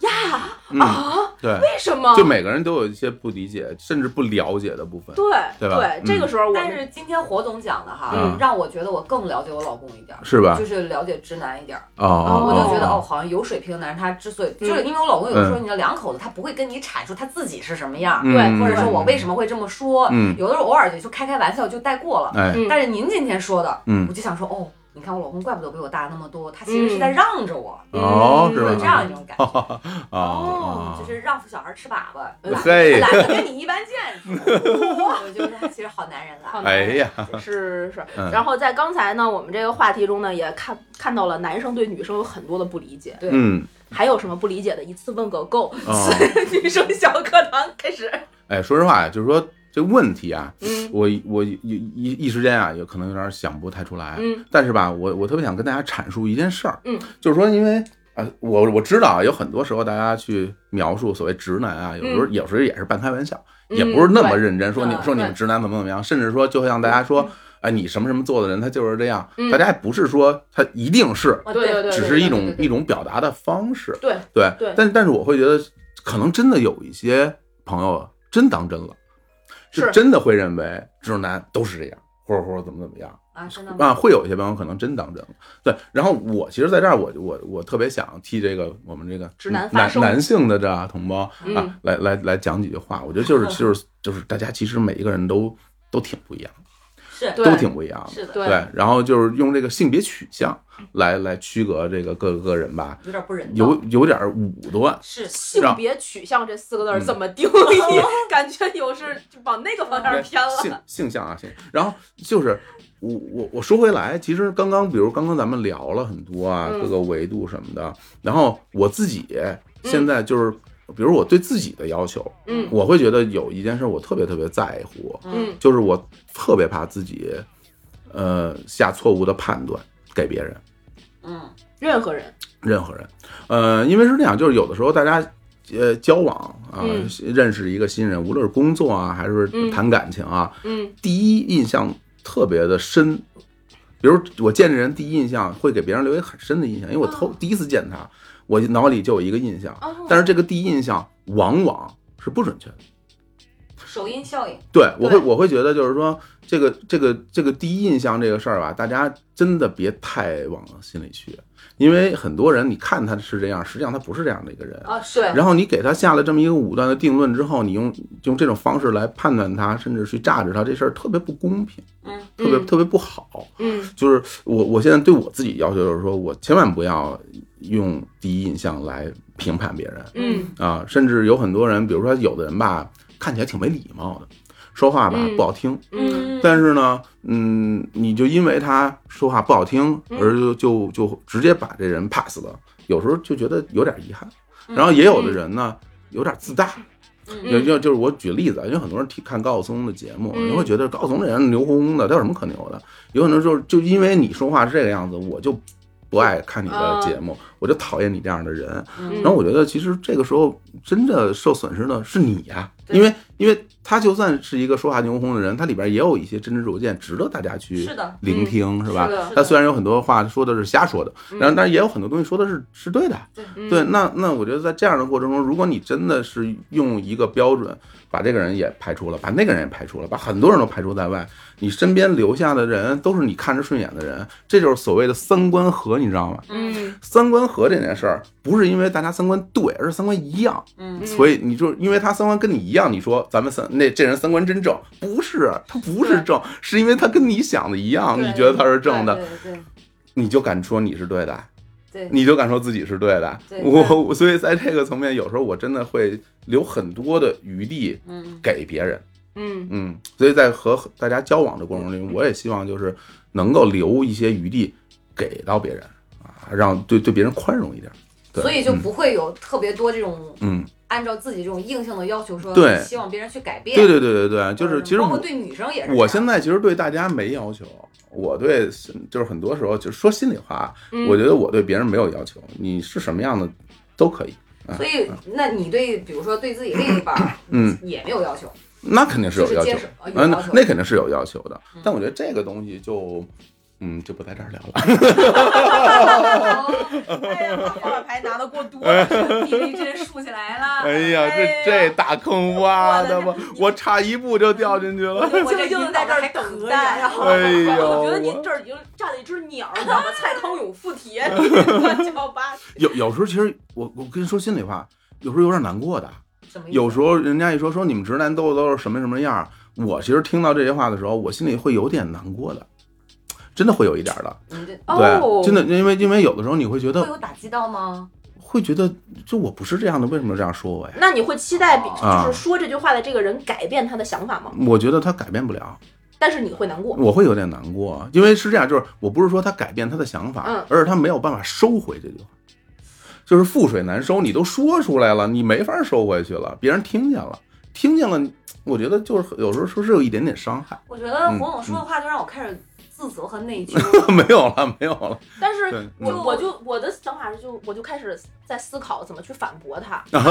Speaker 2: 呀
Speaker 5: 嗯，
Speaker 2: 啊，
Speaker 5: 对，
Speaker 2: 为什么？
Speaker 5: 就每个人都有一些不理解甚至不了解的部分，
Speaker 2: 对
Speaker 5: 对吧嗯
Speaker 2: 这个时候我
Speaker 4: 但
Speaker 2: 们
Speaker 4: 是今天火总讲的哈，
Speaker 5: 嗯
Speaker 4: 让我觉得我更了解我老公一点儿，
Speaker 5: 是吧
Speaker 4: 就？是了解直男一点儿。
Speaker 5: 哦哦，
Speaker 4: 我就觉得
Speaker 5: 哦
Speaker 4: 哦，好像有水平的男人，他之所以
Speaker 2: 嗯
Speaker 4: 就是因为我老公有的时候，你的两口子他不会跟你阐述他自己是什么样儿，
Speaker 5: 嗯
Speaker 2: 对
Speaker 4: 或者说我为什
Speaker 5: 么，
Speaker 4: 么会这么说，
Speaker 5: 嗯，
Speaker 4: 有的时候偶尔也就开开玩笑就带过了。
Speaker 5: 哎，
Speaker 2: 嗯
Speaker 4: 但是您今天说的，
Speaker 5: 嗯
Speaker 4: 我，就想说哦，你看我老公怪不得比我大那么多，他其实是在让着我，
Speaker 5: 哦，
Speaker 2: 嗯
Speaker 5: 是
Speaker 4: 会
Speaker 5: 吧？
Speaker 4: 有这样一种感觉，
Speaker 5: 哦哦，
Speaker 4: 就是让小孩吃粑粑，
Speaker 2: 嗯
Speaker 4: 懒
Speaker 5: 嘿
Speaker 4: 得懒得跟你一般见识。我觉得他其实好男人
Speaker 2: 好
Speaker 4: 了，
Speaker 5: 哎呀，
Speaker 2: 是是
Speaker 5: 嗯，
Speaker 2: 然后在刚才呢，我们这个话题中呢，也看看到了男生对女生有很多的不理解，
Speaker 4: 对
Speaker 5: 嗯，
Speaker 2: 还有什么不理解的，一次问个够。
Speaker 5: 哦。
Speaker 2: 女生小课堂开始，
Speaker 5: 哎，说实话，就是说这问题啊，
Speaker 2: 嗯
Speaker 5: 我我一一一时间啊，有可能有点想不太出来。
Speaker 2: 嗯
Speaker 5: 但是吧，我我特别想跟大家阐述一件事儿，
Speaker 2: 嗯，
Speaker 5: 就是说，因为啊、我我知道啊，有很多时候大家去描述所谓直男啊，有时候、有时候也是半开玩笑，也不是那么认真说你、
Speaker 4: 嗯
Speaker 5: 说你们
Speaker 2: 嗯对
Speaker 5: 直男怎么怎么样，甚至说就像大家说，哎，你什么什么做的人，他就是这样，
Speaker 2: 嗯
Speaker 5: 大家也不是说他一定是，
Speaker 4: 哦
Speaker 2: 对对对
Speaker 5: 只是一种
Speaker 4: 对对
Speaker 5: 一种表达的方式。
Speaker 2: 对
Speaker 5: 对
Speaker 2: 对
Speaker 5: 但但是我会觉得，可能真的有一些朋友啊真当真了，
Speaker 2: 是
Speaker 5: 真的会认为直男都是这样，或者或者怎么怎么样
Speaker 4: 啊，真的吗？
Speaker 5: 啊，会有一些朋友可能真当真了。对，然后我其实在这儿我，我我特别想替这个我们这个
Speaker 2: 直男发
Speaker 5: 男
Speaker 2: 声
Speaker 5: 男性的这啊同胞
Speaker 2: 嗯
Speaker 5: 啊，来来来讲几句话。我觉得就是 就是就是大家其实每一个人都都挺不一样，
Speaker 4: 是
Speaker 2: 对
Speaker 5: 都挺不一样的。
Speaker 4: 是的，
Speaker 2: 对
Speaker 5: 对，然后就是用这个性别取向来来区隔这个各个人吧，
Speaker 4: 有点不人道，
Speaker 5: 有有点武断。
Speaker 4: 是
Speaker 2: 性别取向这四个字
Speaker 5: 嗯
Speaker 2: 儿怎么定义？ 感觉有是就往那个方向偏了。
Speaker 5: 性性向啊性，然后就是我我我说回来，其实刚刚比如刚刚咱们聊了很多啊，
Speaker 2: 嗯
Speaker 5: 各个维度什么的，然后我自己现在就是，比如我对自己的要求，
Speaker 2: 嗯
Speaker 5: 我会觉得有一件事我特别特别在乎，
Speaker 2: 嗯
Speaker 5: 就是我特别怕自己，呃，下错误的判断给别人。
Speaker 4: 嗯，
Speaker 2: 任何人，
Speaker 5: 任何人。呃，因为是这样，就是有的时候大家呃交往啊、
Speaker 2: 嗯
Speaker 5: 认识一个新人，无论是工作啊，还是
Speaker 2: 嗯
Speaker 5: 谈感情啊，
Speaker 2: 嗯
Speaker 5: 第一印象特别的深。比如我见这人第一印象会给别人留一个很深的印象，因为我头、第一次见他，我脑里就有一个印象，
Speaker 2: 哦
Speaker 5: 但是这个第一印象往往是不准确的。
Speaker 4: 首因效应，
Speaker 5: 对我会
Speaker 4: 对
Speaker 5: 我会觉得就是说这个这个这个第一印象这个事儿吧，大家真的别太往心里去，因为很多人你看他是这样，实际上他不是这样的一个人。
Speaker 4: 啊，对，
Speaker 5: 然后你给他下了这么一个武断的定论之后，你用用这种方式来判断他，甚至去榨制他，这事儿特别不公平，
Speaker 4: 嗯，
Speaker 5: 特别
Speaker 2: 嗯
Speaker 5: 特别不好。
Speaker 2: 嗯，
Speaker 5: 就是我我现在对我自己要求就是说，我千万不要用第一印象来评判别人，
Speaker 2: 嗯
Speaker 5: 啊，甚至有很多人，比如说有的人吧，看起来挺没礼貌的，说话吧、
Speaker 2: 嗯
Speaker 5: 不好听，
Speaker 2: 嗯，
Speaker 5: 但是呢，嗯，你就因为他说话不好听，
Speaker 2: 嗯
Speaker 5: 而就就就直接把这人 pass 了，有时候就觉得有点遗憾。
Speaker 2: 嗯
Speaker 5: 然后也有的人呢，有点自大。有就就是我举例子啊，因为很多人听看高晓松的节目，啊
Speaker 2: 嗯
Speaker 5: 你会觉得高晓松这人牛哄哄的，他有什么可牛的？有可能就是就因为你说话是这个样子，我就不爱看你
Speaker 2: 哦
Speaker 5: 的节目，我就讨厌你这样的人。然后我觉得，其实这个时候真的受损失的是你呀、
Speaker 4: 对
Speaker 5: 因为因为他就算是一个说话牛哄哄的人，他里边也有一些真知灼见，值得大家去
Speaker 4: 是的
Speaker 5: 聆听，是吧
Speaker 2: 是的是？
Speaker 5: 他虽然有很多话说的是瞎说的，然后但是也有很多东西说的是是对的。
Speaker 2: 嗯
Speaker 5: 对，那那我觉得在这样的过程中，如果你真的是用一个标准把这个人也排除了，把那个人也排除了，把很多人都排除在外，你身边留下的人都是你看着顺眼的人，这就是所谓的三观合，你知道吗？
Speaker 2: 嗯
Speaker 5: 三观合这件事儿，不是因为大家三观对，而是三观一样。
Speaker 4: 嗯
Speaker 5: 所以你就是因为他三观跟你一样，你说咱们三那这人三观真正不是，他不是正，是因为他跟你想的一样，
Speaker 4: 对
Speaker 5: 你觉得他是正的，
Speaker 4: 对对对
Speaker 5: 你就敢说你是对的，
Speaker 4: 对，
Speaker 5: 你就敢说自己是对的。
Speaker 4: 对
Speaker 5: 我我所以在这个层面，有时候我真的会留很多的余地
Speaker 4: 嗯
Speaker 5: 给别人。
Speaker 2: 嗯
Speaker 5: 嗯，所以在和大家交往的过程
Speaker 4: 嗯
Speaker 5: 中，我也希望就是能够留一些余地给到别人啊，让对对别人宽容一点。对
Speaker 4: 所以就
Speaker 5: 嗯
Speaker 4: 不会有特别多这种
Speaker 5: 嗯，
Speaker 4: 按照自己这种硬性的要求说，
Speaker 5: 对
Speaker 4: 希望别人去改变，
Speaker 5: 对对对对对，就是其实
Speaker 4: 嗯包括
Speaker 5: 我
Speaker 4: 对女生也是这样，
Speaker 5: 我现在其实对大家没要求，我对就是很多时候就是说心里话，
Speaker 2: 嗯
Speaker 5: 我觉得我对别人没有要求，你是什么样的都可以。啊
Speaker 4: 所以，那你对比如说对自己另一半儿，
Speaker 5: 嗯，
Speaker 4: 也没有要求，
Speaker 5: 那肯定是有要求
Speaker 4: 就是接受哦，有
Speaker 5: 嗯，
Speaker 4: 要
Speaker 5: 那
Speaker 4: 求
Speaker 5: 那肯定是有要求的
Speaker 4: 嗯。
Speaker 5: 但我觉得这个东西就，嗯，就不在这儿聊了。
Speaker 2: 哎呀，他扑克牌 拿的过多了，
Speaker 1: 比例真竖起来了。
Speaker 5: 哎呀，这
Speaker 2: 哎
Speaker 5: 这大坑挖的
Speaker 2: 我
Speaker 5: 吧，我差一步就掉进去 了。
Speaker 2: 我这就在这儿等待。 然后
Speaker 5: 哎呦
Speaker 2: 我觉得您这儿已经站了一只鸟，你知道吗？蔡康永附体， 乱七八八。
Speaker 5: 有有时候其实我我跟你说心里话，有时候有点难过的。
Speaker 4: 什么意思？
Speaker 5: 有时候人家一说说你们直男都都是什么什么样儿，我其实听到这些话的时候，我心里会有点难过的，真的会有一点儿的，
Speaker 4: 你这
Speaker 2: 哦
Speaker 5: 对，真的，因为因为有的时候你会觉
Speaker 4: 会
Speaker 5: 得
Speaker 4: 有打击到吗？
Speaker 5: 会觉得就我不是这样的，为什么这样说我呀？
Speaker 2: 那你会期待比
Speaker 5: 啊
Speaker 2: 就是说这句话的这个人改变他的想法吗？
Speaker 5: 我觉得他改变不了，
Speaker 2: 但是你会难过。
Speaker 5: 我会有点难过，因为是这样，就是我不是说他改变他的想法，
Speaker 2: 嗯
Speaker 5: 而是他没有办法收回这句话，就是覆水难收。你都说出来了，你没法收回去了，别人听见了，听见了，我觉得就是有时候说是有一点点伤害，
Speaker 4: 我觉得
Speaker 5: 嗯
Speaker 4: 胡总说的话就让我开始自责和 内疚，
Speaker 5: 没有了，没有 了。
Speaker 2: 但
Speaker 5: 对
Speaker 2: 是我
Speaker 4: 嗯
Speaker 2: 我就我的想法是，就我就开始在思考怎么去反驳他。
Speaker 5: 嗯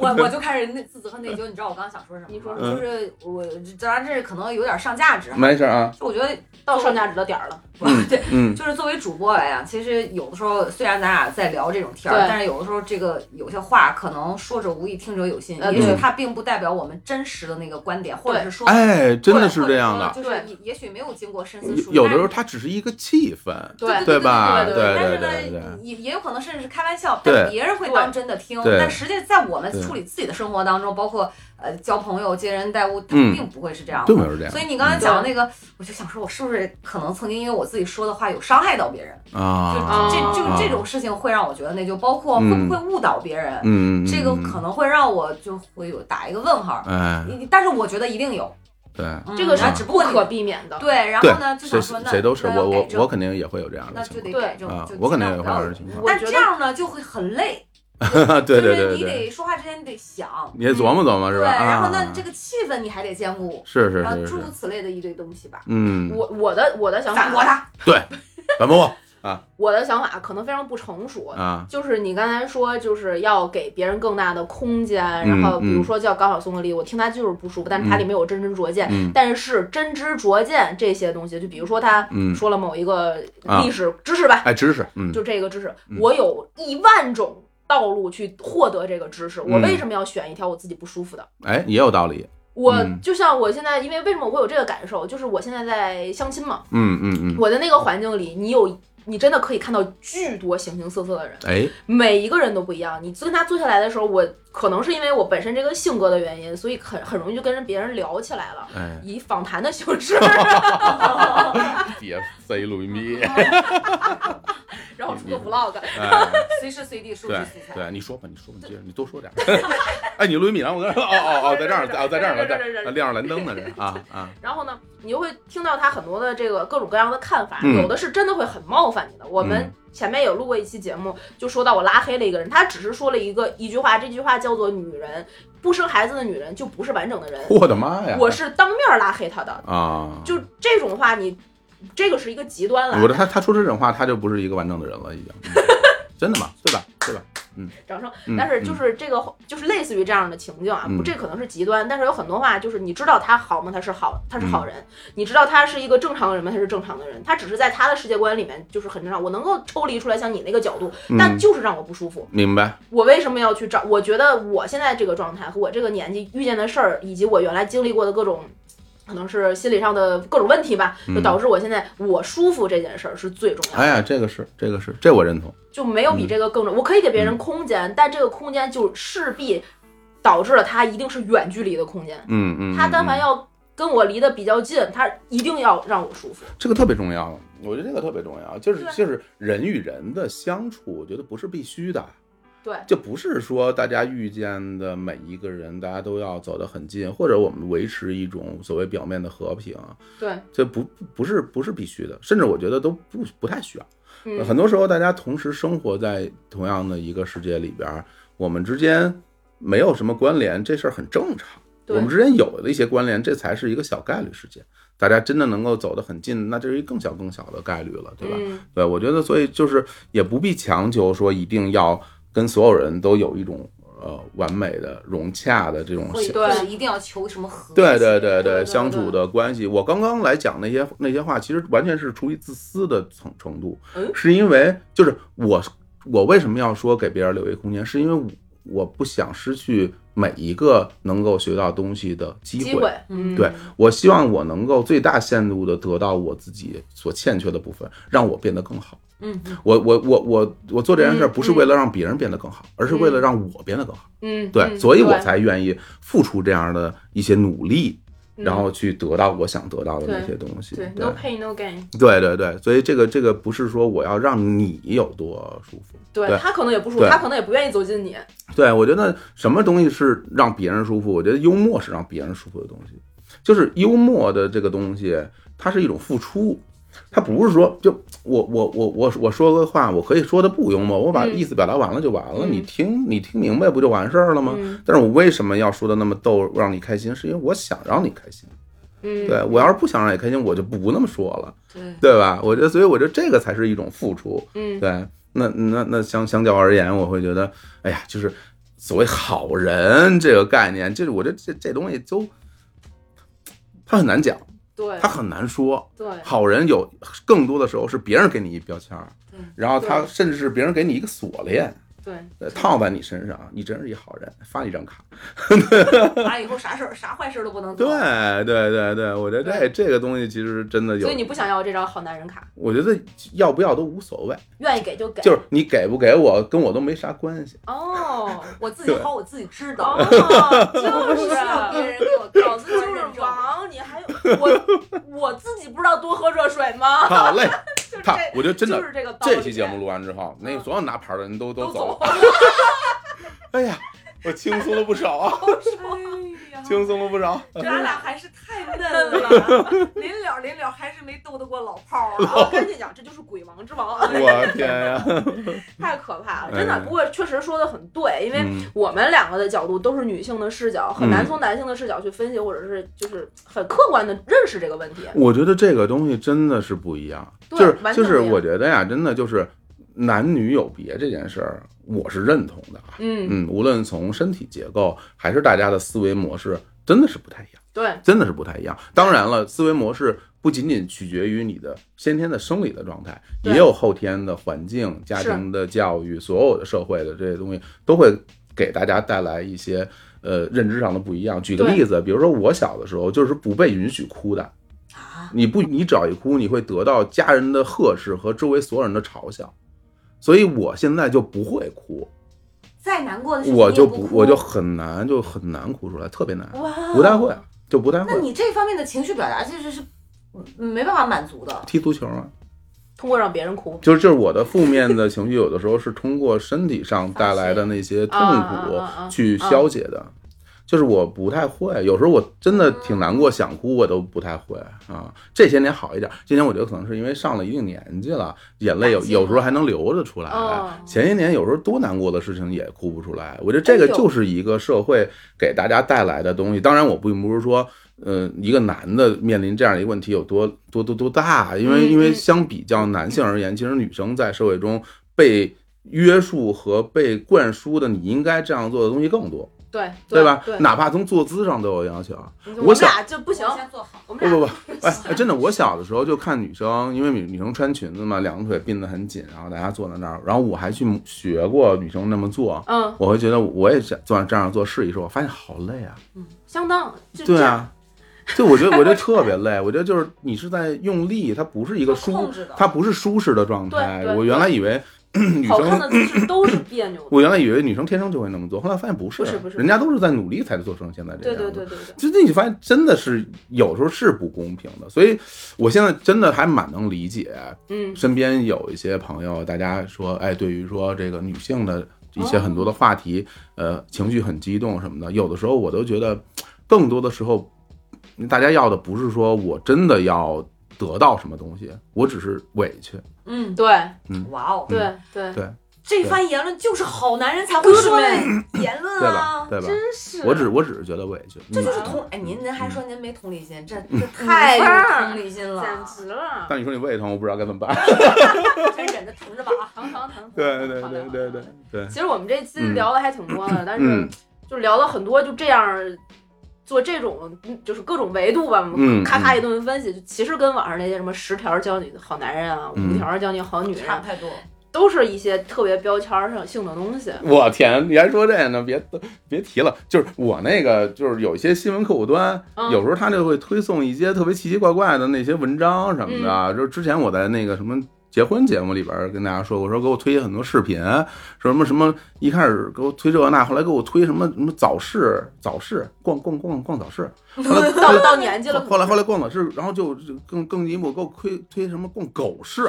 Speaker 4: 我我就开始内自责和内疚。你知道我刚刚想说什么吗？
Speaker 2: 你说
Speaker 5: 什么
Speaker 4: 就是我，当然这可能有点上价值哈。
Speaker 5: 没事啊，
Speaker 4: 就我觉得
Speaker 2: 到上价值的点儿了，
Speaker 4: 不 对，
Speaker 5: 嗯，
Speaker 4: 就是作为主播来讲，其实有的时候虽然咱俩在聊这种天儿
Speaker 2: 对，
Speaker 4: 但是有的时候这个有些话可能说者无意，听者有心，
Speaker 2: 呃
Speaker 4: 也许
Speaker 5: 对
Speaker 4: 它并不代表我们真实的那个观点，或者是说，
Speaker 5: 哎，真的
Speaker 4: 或者
Speaker 5: 是这样
Speaker 4: 或
Speaker 5: 的。
Speaker 4: 者说就是也也许没有经过深思熟虑，
Speaker 5: 有的时候它只是一个气氛，
Speaker 2: 对
Speaker 5: 对吧？
Speaker 2: 对
Speaker 5: 对
Speaker 4: 但
Speaker 5: 对
Speaker 4: 是
Speaker 5: 对
Speaker 4: 呢，也也有可能甚至是开玩笑，
Speaker 5: 对
Speaker 4: 但别人会当真的听。
Speaker 5: 对
Speaker 4: 但实际在我们
Speaker 5: 对
Speaker 4: 处理自己的生活当中，包括呃交朋友、接人待物，他
Speaker 5: 嗯
Speaker 4: 并不会是这样
Speaker 5: 对，
Speaker 4: 的。
Speaker 5: 没有这样嗯
Speaker 4: 所以你刚才讲的那个，我就想说，我是不是可能曾经因为我自己说的话有伤害到别人？就
Speaker 5: 啊，
Speaker 4: 这
Speaker 2: 啊
Speaker 4: 就是这种事情会让我觉得内疚，包括会
Speaker 5: 嗯
Speaker 4: 不会误导别人，
Speaker 5: 嗯，嗯
Speaker 4: 这个可，能会让我就会有打一个问号。
Speaker 5: 嗯哎，
Speaker 4: 你但是我觉得一定有，
Speaker 5: 对
Speaker 4: 嗯
Speaker 2: 这个是
Speaker 4: 然后只不过你
Speaker 2: 不可避免的。
Speaker 4: 对，然后呢就
Speaker 5: 对，谁
Speaker 4: 想说
Speaker 5: 谁
Speaker 4: 那
Speaker 5: 谁都是
Speaker 4: 那要
Speaker 5: 我我
Speaker 4: 改正
Speaker 5: 我肯定也会有这样的
Speaker 4: 那
Speaker 5: 情
Speaker 4: 就
Speaker 5: 况
Speaker 4: 得
Speaker 2: 对
Speaker 4: 改正，
Speaker 5: 啊
Speaker 4: 就，
Speaker 5: 我肯定
Speaker 4: 尽
Speaker 5: 也会
Speaker 4: 量不
Speaker 5: 有这
Speaker 4: 要有
Speaker 5: 样的情况，
Speaker 2: 我
Speaker 4: 但
Speaker 2: 觉
Speaker 4: 这
Speaker 2: 得
Speaker 4: 样呢就会很累，
Speaker 5: 对对
Speaker 4: 就
Speaker 5: 对
Speaker 4: 是你
Speaker 5: 对对，
Speaker 4: 得说话之前你得想，
Speaker 5: 你也琢磨琢磨是吧？
Speaker 4: 对，然
Speaker 5: 啊
Speaker 4: 后呢这个气氛你还得兼顾，
Speaker 5: 是是
Speaker 4: 然后
Speaker 5: 是
Speaker 4: 诸
Speaker 5: 是
Speaker 4: 如，此类的一堆东西吧。
Speaker 5: 嗯，
Speaker 2: 我我的我的想法，
Speaker 4: 反驳他，
Speaker 5: 反驳我
Speaker 2: 我的想法可能非常不成熟，
Speaker 5: 啊，
Speaker 2: 就是你刚才说，就是要给别人更大的空间，
Speaker 5: 嗯
Speaker 2: 然后比如说叫高晓松的例子，我听他就是不舒服，但是他里面有真知灼见，
Speaker 5: 嗯
Speaker 2: 但是真知灼见这些东西，就比如说他
Speaker 5: 嗯，
Speaker 2: 说了某一个
Speaker 5: 啊
Speaker 2: 历史知识吧，
Speaker 5: 哎，知识，嗯，
Speaker 2: 就这个知识，
Speaker 5: 嗯
Speaker 2: 我有一万种道路去获得这个知识，我
Speaker 5: 嗯
Speaker 2: 为什么要选一条我自己不舒服的？
Speaker 5: 哎，也有道理，
Speaker 2: 我
Speaker 5: 嗯
Speaker 2: 就像我现在，因为为什么我会有这个感受，就是我现在在相亲嘛，
Speaker 5: 嗯嗯嗯，
Speaker 2: 我的那个环境里，你有你真的可以看到巨多形形色色的人，
Speaker 5: 哎，
Speaker 2: 每一个人都不一样。你跟他坐下来的时候，我可能是因为我本身这个性格的原因，所以很很容易就跟人别人聊起来了，
Speaker 5: 哎
Speaker 2: 以访谈的形式，
Speaker 5: 别塞录音笔，
Speaker 2: 然后出个 vlog。
Speaker 5: 哎，
Speaker 4: 随时随地数据
Speaker 5: 对
Speaker 4: 素材。
Speaker 5: 对，你说吧，你说吧，你接着，你多说点儿。哎，你录音笔让我在这儿，哦哦哦，在这儿，哦在这儿，在这儿，亮着蓝灯呢，这是啊啊，
Speaker 2: 然后呢，你就会听到他很多的这个各种各样的看法，
Speaker 5: 嗯
Speaker 2: 有的是真的会很冒犯你的。我们
Speaker 5: 嗯
Speaker 2: 前面有录过一期节目，就说到我拉黑了一个人，他只是说了一个一句话，这句话叫做“女人不生孩子的女人就不是完整的人
Speaker 5: 我的妈”，呀！
Speaker 2: 我是当面拉黑他的，
Speaker 5: 啊，
Speaker 2: 就这种话你。这个是一个极端
Speaker 5: 我
Speaker 2: 了，啊
Speaker 5: 这他他说这种话，他就不是一个完整的人了，已经。嗯真的吗？对吧？对吧？
Speaker 2: 掌声。
Speaker 5: 嗯
Speaker 2: 但是就是这个，就是类似于这样的情境啊，
Speaker 5: 嗯
Speaker 2: 不，这可能是极端，但是有很多话就是你知道他好吗？他是好，他是
Speaker 5: 嗯
Speaker 2: 好人，你知道他是一个正常人吗？他是正常的人，他只是在他的世界观里面就是很正常。我能够抽离出来，像你那个角度，
Speaker 5: 嗯
Speaker 2: 但就是让我不舒服。
Speaker 5: 明白。
Speaker 2: 我为什么要去找？我觉得我现在这个状态和我这个年纪遇见的事儿，以及我原来经历过的各种。可能是心理上的各种问题吧，就
Speaker 5: 嗯
Speaker 2: 导致我现在我舒服这件事儿是最重要的。
Speaker 5: 哎呀，这个是这个是，这我认同。
Speaker 2: 就没
Speaker 5: 嗯
Speaker 2: 有比这个更重。我可以给别人空间，但这个空间就势必导致了他一定是远距离的空间。
Speaker 5: 嗯嗯，
Speaker 2: 他但
Speaker 5: 嗯
Speaker 2: 凡要跟我离得比较近，他一定要让我舒服。
Speaker 5: 这个特别重要，我觉得这个特别重要，就是
Speaker 2: 对
Speaker 5: 就是人与人的相处，我觉得不是必须的，
Speaker 2: 对
Speaker 5: 就不是说大家遇见的每一个人，大家都要走得很近，或者我们维持一种所谓表面的和平，
Speaker 2: 对，
Speaker 5: 这不不是不是必须的，甚至我觉得都不不太需要。呃
Speaker 2: 嗯
Speaker 5: 很多时候大家同时生活在同样的一个世界里边儿，我们之间没有什么关联，这事儿很正常。
Speaker 2: 对
Speaker 5: 我们之间有的一些关联，这才是一个小概率事件。大家真的能够走得很近，那这是一更小更小的概率了，对吧？
Speaker 2: 嗯，
Speaker 5: 对，我觉得所以就是也不必强求说一定要跟所有人都有一种呃完美的融洽的这种
Speaker 4: 会
Speaker 5: 相
Speaker 2: 对
Speaker 4: 会一定要求什么和
Speaker 5: 对对
Speaker 4: 谐
Speaker 5: 对
Speaker 2: 对对
Speaker 5: 相处的关系。我刚刚来讲那些那些话，其实完全是出于自私的程程度，
Speaker 2: 嗯
Speaker 5: 是因为就是我我为什么要说给别人留一空间，是因为我我不想失去每一个能够学到东西的
Speaker 2: 机会，嗯，
Speaker 5: 对我希望我能够最大限度的得到我自己所欠缺的部分，让我变得更好。
Speaker 4: 嗯，
Speaker 5: 我我我我我做这件事儿
Speaker 2: 嗯
Speaker 5: 不是为了让别人变得更好，而是为了让我变得更好。
Speaker 2: 嗯，
Speaker 5: 对，
Speaker 2: 嗯
Speaker 5: 所以我才愿意付出这样的一些努力，然后去得到我想得到的那些东西。
Speaker 2: 嗯对
Speaker 5: 对
Speaker 2: 对，no pain no gain，
Speaker 5: 对对对，所以这个这个不是说我要让你有多舒服，对
Speaker 2: 他可能也不舒服，
Speaker 5: 对
Speaker 2: 他可能也不愿意走近你。
Speaker 5: 对，我觉得什么东西是让别人舒服？我觉得幽默是让别人舒服的东西，就是幽默的这个东西，它是一种付出，它不是说就我我我我我说个话，我可以说的不幽默，我把
Speaker 2: 嗯
Speaker 5: 意思表达完了就完了，
Speaker 2: 嗯
Speaker 5: 你听你听明白不就完事儿了吗？
Speaker 2: 嗯
Speaker 5: 但是我为什么要说的那么逗，让你开心？是因为我想让你开心。
Speaker 2: 嗯，
Speaker 5: 对我要是不想让你开心，我就不那么说了，
Speaker 4: 对
Speaker 5: 对吧？我觉得，所以我觉得这个才是一种付出。
Speaker 2: 嗯，
Speaker 5: 对，那那那相相较而言，我会觉得，哎呀，就是所谓好人这个概念，就是我觉得这这东西都，它很难讲，
Speaker 2: 对
Speaker 5: 它很难说。
Speaker 2: 对
Speaker 5: 好人有更多的时候是别人给你一标签儿
Speaker 4: 对，
Speaker 5: 然后他
Speaker 2: 对
Speaker 5: 甚至是别人给你一个锁链，
Speaker 2: 对，
Speaker 5: 呃套在你身上，你真是一好人，发你一张卡。
Speaker 4: 完了以后啥事儿啥坏事儿都不能
Speaker 5: 对
Speaker 4: 做。
Speaker 5: 对对对，我觉得这这个东西其实真的有
Speaker 2: 所以，你不想要这张好男人卡，
Speaker 5: 我觉得要不要都无所谓，
Speaker 2: 愿意给就给。
Speaker 5: 就是你给不给我跟我都没啥关 系。
Speaker 2: 哦，
Speaker 4: 我自己好，我自己知道。
Speaker 2: 哦，
Speaker 4: 我
Speaker 2: 就
Speaker 4: 不需
Speaker 2: 是
Speaker 4: 要别人给我告
Speaker 2: 脑
Speaker 4: 诉
Speaker 2: 子
Speaker 4: 我
Speaker 2: 就
Speaker 4: 认
Speaker 2: 是
Speaker 4: 证。
Speaker 2: 王，你还有我我自己不知道多喝热水吗？
Speaker 5: 好嘞，
Speaker 2: 就
Speaker 5: 他
Speaker 2: 这，
Speaker 5: 我觉得真的
Speaker 2: 就是这个道理
Speaker 5: 这期节目录完之后，那个所有拿牌的人都
Speaker 2: 嗯都
Speaker 5: 走
Speaker 2: 走
Speaker 5: 了。哎呀， 我轻松了不少啊， 轻松了不少。
Speaker 4: 哎咱俩还是太嫩 了，临了临了还是没斗得过老炮儿啊。
Speaker 2: 我跟你讲，这就是鬼王之王，
Speaker 5: 我天呀！
Speaker 2: 太可怕了，真
Speaker 5: 哎
Speaker 2: 的。不过确实说的很对，因为
Speaker 5: 嗯
Speaker 2: 我们两个的角度都是女性的视角，很难从男性的视角去分析，或者是就是很客观的认识这个问题。嗯
Speaker 5: 我觉得这个东西真的是不一样，就
Speaker 2: 对
Speaker 5: 是
Speaker 2: 完
Speaker 5: 就
Speaker 2: 全
Speaker 5: 是，
Speaker 2: 不一样
Speaker 5: 我觉得呀，真的就是男女有别这件事儿，我是认同的啊。
Speaker 2: 嗯，
Speaker 5: 嗯，无论从身体结构还是大家的思维模式，真的是不太一样。
Speaker 2: 对，
Speaker 5: 真的是不太一样。当然了，思维模式不仅仅取决于你的先天的生理的状态，
Speaker 2: 对
Speaker 5: 也有后天的环境、家庭的教育、所有的社会的这些东西，都会给大家带来一些呃认知上的不一样。举个例子，比如说我小的时候就是不被允许哭的，
Speaker 4: 啊
Speaker 5: 你不你只要一哭，你会得到家人的呵斥和周围所有人的嘲笑，所以我现在就不会哭，
Speaker 4: 再难过的事情
Speaker 5: 我
Speaker 4: 你也
Speaker 5: 就
Speaker 4: 不
Speaker 5: 不
Speaker 4: 哭
Speaker 5: 我就很难就很难哭出来，特别难，
Speaker 4: 哇，哦
Speaker 5: 不太会，就不太
Speaker 4: 那
Speaker 5: 会
Speaker 4: 你这方面的情绪表达其实是嗯没办法满足的。
Speaker 5: 踢足球嘛。
Speaker 2: 通过让别人哭
Speaker 5: 就是就是我的负面的情绪，有的时候是通过身体上带来的那些痛苦
Speaker 2: 啊啊啊啊
Speaker 5: 去消解的。就是我不太会，有时候我真的挺难过，想哭我都不太会啊。这些年好一点，今年我觉得可能是因为上了一定年纪了，眼泪有
Speaker 4: 感性了
Speaker 5: 有时候还能流着出来
Speaker 2: 哦。
Speaker 5: 前些年有时候多难过的事情也哭不出来。我觉得这个
Speaker 2: 哎呦
Speaker 5: 就是一个社会给大家带来的东西。当然，我并不是说呃，一个男的面临这样一个问题有多多多多大？因为
Speaker 2: 嗯
Speaker 5: 因为
Speaker 2: 嗯
Speaker 5: 相比较男性而言，其实女生在社会中被约束和被灌输的你应该这样做的东西更多，
Speaker 2: 对
Speaker 5: 对吧？
Speaker 2: 对，
Speaker 5: 哪怕从坐姿上都有要求。
Speaker 2: 我
Speaker 5: 我
Speaker 2: 们
Speaker 5: 想
Speaker 2: 俩就不行，
Speaker 4: 我先做好，
Speaker 2: 我们
Speaker 5: 不
Speaker 2: 俩
Speaker 5: 不不，哎，真的，我小的时候就看女生，因为女女生穿裙子嘛，两个腿并得很紧，然后大家坐在那儿，然后我还去学过女生那么做，
Speaker 2: 嗯，
Speaker 5: 我会觉得我也想做这样做试一试，我发现好累啊。
Speaker 2: 相当就
Speaker 5: 对
Speaker 2: 这样，
Speaker 5: 啊，就我觉得我觉得特别累，我觉得就是你是在用力，它不是一个
Speaker 4: 要
Speaker 5: 舒
Speaker 4: 控制的，
Speaker 5: 它不是舒适的状态
Speaker 2: 对。对
Speaker 5: 我原来以为 女
Speaker 2: 好看
Speaker 5: 生，
Speaker 2: 的姿势都是别扭的，
Speaker 5: 我原来以为女生天生就会那么做，后来发现不是，
Speaker 2: 不是不是
Speaker 5: 人家都是在努力才做成现 在这
Speaker 2: 对
Speaker 5: 样的。
Speaker 2: 对对对对，
Speaker 5: 就那你发现真的是有时候是不公平的，所以我现在真的还蛮能理解
Speaker 2: 嗯，
Speaker 5: 身边有一些朋友，大家说，哎，对于说这个女性的一些很多的话题，呃，情绪很激动什么的，有的时候我都觉得，嗯更多的时候，嗯大家要的不是说我真的要得到什么东西，我只是委屈。
Speaker 4: 嗯，
Speaker 2: 对
Speaker 4: 哇
Speaker 5: 嗯
Speaker 4: 哦，
Speaker 2: 对对，
Speaker 5: 对
Speaker 4: 这番言论就是好男人才会说的言论
Speaker 5: 对吧
Speaker 4: 啊？。
Speaker 5: 对吧？
Speaker 2: 真是
Speaker 5: 我只我只是觉得委屈，
Speaker 4: 这就是
Speaker 5: 嗯
Speaker 4: 同哎，您您还说您没同理心，这这
Speaker 2: 没
Speaker 4: 太
Speaker 2: 法儿
Speaker 4: 有同理心了，
Speaker 2: 简直了，
Speaker 5: 但你说你胃疼，我不知道该怎么办。
Speaker 4: 真忍着疼着吧啊！
Speaker 2: 疼疼疼，
Speaker 5: 对对
Speaker 2: 好
Speaker 5: 对
Speaker 2: 嘞
Speaker 5: 对对。对，
Speaker 2: 其实我们这期
Speaker 5: 嗯
Speaker 2: 聊的还挺多的，但是
Speaker 5: 嗯
Speaker 2: 就聊了很多，就这样做这种就是各种维度吧，我们
Speaker 5: 嗯
Speaker 2: 咔咔一顿分析，就其实跟网上那些什么十条教你好男人啊，
Speaker 5: 嗯
Speaker 2: 五条教你好女人
Speaker 4: 差
Speaker 2: 啊
Speaker 4: 不，太多，
Speaker 2: 都是一些特别标签上性的东西。
Speaker 5: 我天，你还说这呢？别别提了，就是我那个，就是有一些新闻客户端，
Speaker 2: 嗯
Speaker 5: 有时候他就会推送一些特别奇奇怪怪的那些文章什么
Speaker 2: 嗯
Speaker 5: 的。就是之前我在那个什么结婚节目里边跟大家说过，说给我推很多视频，说什么什么，一开始给我推这那，后来给我推什么什么早市，早市逛逛逛逛早 市，后来
Speaker 2: 到到年纪了，
Speaker 5: 后来后来逛早市，然后就就更更进一步给我推推什么逛狗市，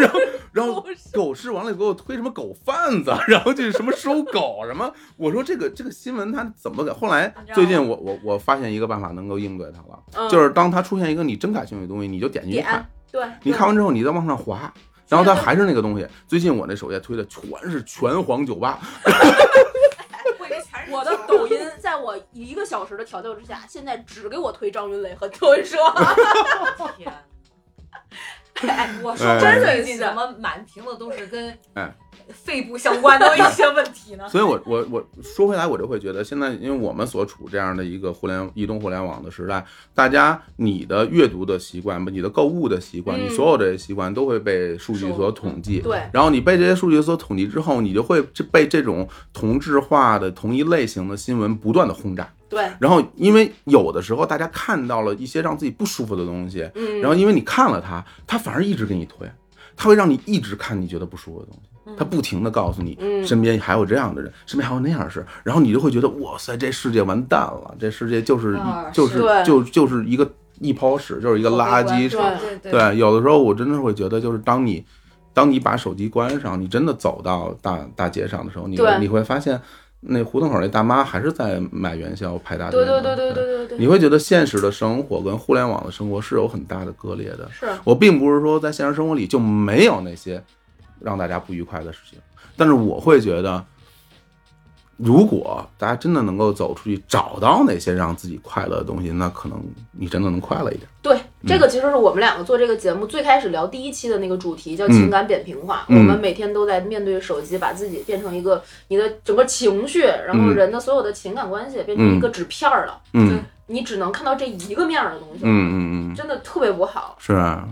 Speaker 5: 然后然后狗市完了给我推什么狗贩子， 然后就是什么收狗什么，我说这个这个新闻它怎么给？后来
Speaker 4: 你知道吗
Speaker 5: 最近我我我发现一个办法能够应对它了，
Speaker 2: 嗯
Speaker 5: 就是当它出现一个你真感兴趣的东西，你就点进去看
Speaker 2: 点，嗯对，
Speaker 5: 你
Speaker 2: 对
Speaker 5: 看完之后你再往上滑。然后它还是那个东西。最近我那首页推的全是拳皇酒吧，
Speaker 4: 我以为全是
Speaker 2: 我的抖音，在我一个小时的调教之下，现在只给我推张云雷和 德云社。
Speaker 4: 天。哎，我说
Speaker 5: 哎
Speaker 4: 真的是怎么满屏的都是跟
Speaker 5: 哎
Speaker 4: 肺部相关的一些问 题呢？
Speaker 5: 所以我，我我说回来，我就会觉得现在，因为我们所处这样的一个互联移动互联网的时代，大家你的阅读的习惯、你的购物的习惯，
Speaker 2: 嗯
Speaker 5: 你所有这些习惯都会被数据
Speaker 4: 收
Speaker 5: 所统计。
Speaker 2: 对
Speaker 5: 然后你被这些数据所统计之后，你就会这被这种同质化的同一类型的新闻不断的轰炸。
Speaker 2: 对，
Speaker 5: 然后，因为有的时候大家看到了一些让自己不舒服的东西，
Speaker 2: 嗯，
Speaker 5: 然后因为你看了它，它反而一直给你推，它会让你一直看你觉得不舒服的东西，它不停的告诉你，
Speaker 2: 嗯
Speaker 5: 身边还有这样的人，身边还有那样的事，然后你就会觉得哇塞，这世界完蛋了，这世界就是一、
Speaker 4: 啊
Speaker 5: 就是
Speaker 2: 是对
Speaker 5: 就就是一个一泡屎，就是一个垃圾
Speaker 2: 是
Speaker 5: 是
Speaker 2: 吧
Speaker 4: 对对，
Speaker 5: 对，有的时候我真的会觉得，就是当你当你把手机关上，你真的走到大大街上的时候，你
Speaker 2: 对
Speaker 5: 会你会发现，那胡同口那大妈还是在买元宵排大队
Speaker 2: 对
Speaker 5: 呢。
Speaker 2: 对对对对对对，
Speaker 5: 你会觉得现实的生活跟互联网的生活是有很大的割裂的。
Speaker 2: 是
Speaker 5: 我并不是说在现实生活里就没有那些让大家不愉快的事情，但是我会觉得，如果大家真的能够走出去，找到那些让自己快乐的东西，那可能你真的能快乐一点。
Speaker 2: 对，
Speaker 5: 嗯
Speaker 2: 这个其实是我们两个做这个节目最开始聊第一期的那个主题，叫情感扁平化。
Speaker 5: 嗯
Speaker 2: 我们每天都在面对手机，把自己变成一个你的整个情绪，然后
Speaker 5: 嗯
Speaker 2: 人的所有的情感关系变成一个纸片儿了，
Speaker 5: 嗯
Speaker 2: 你只能看到这一个面儿的东西，
Speaker 5: 嗯嗯嗯，
Speaker 2: 真的特别不好。
Speaker 5: 是啊，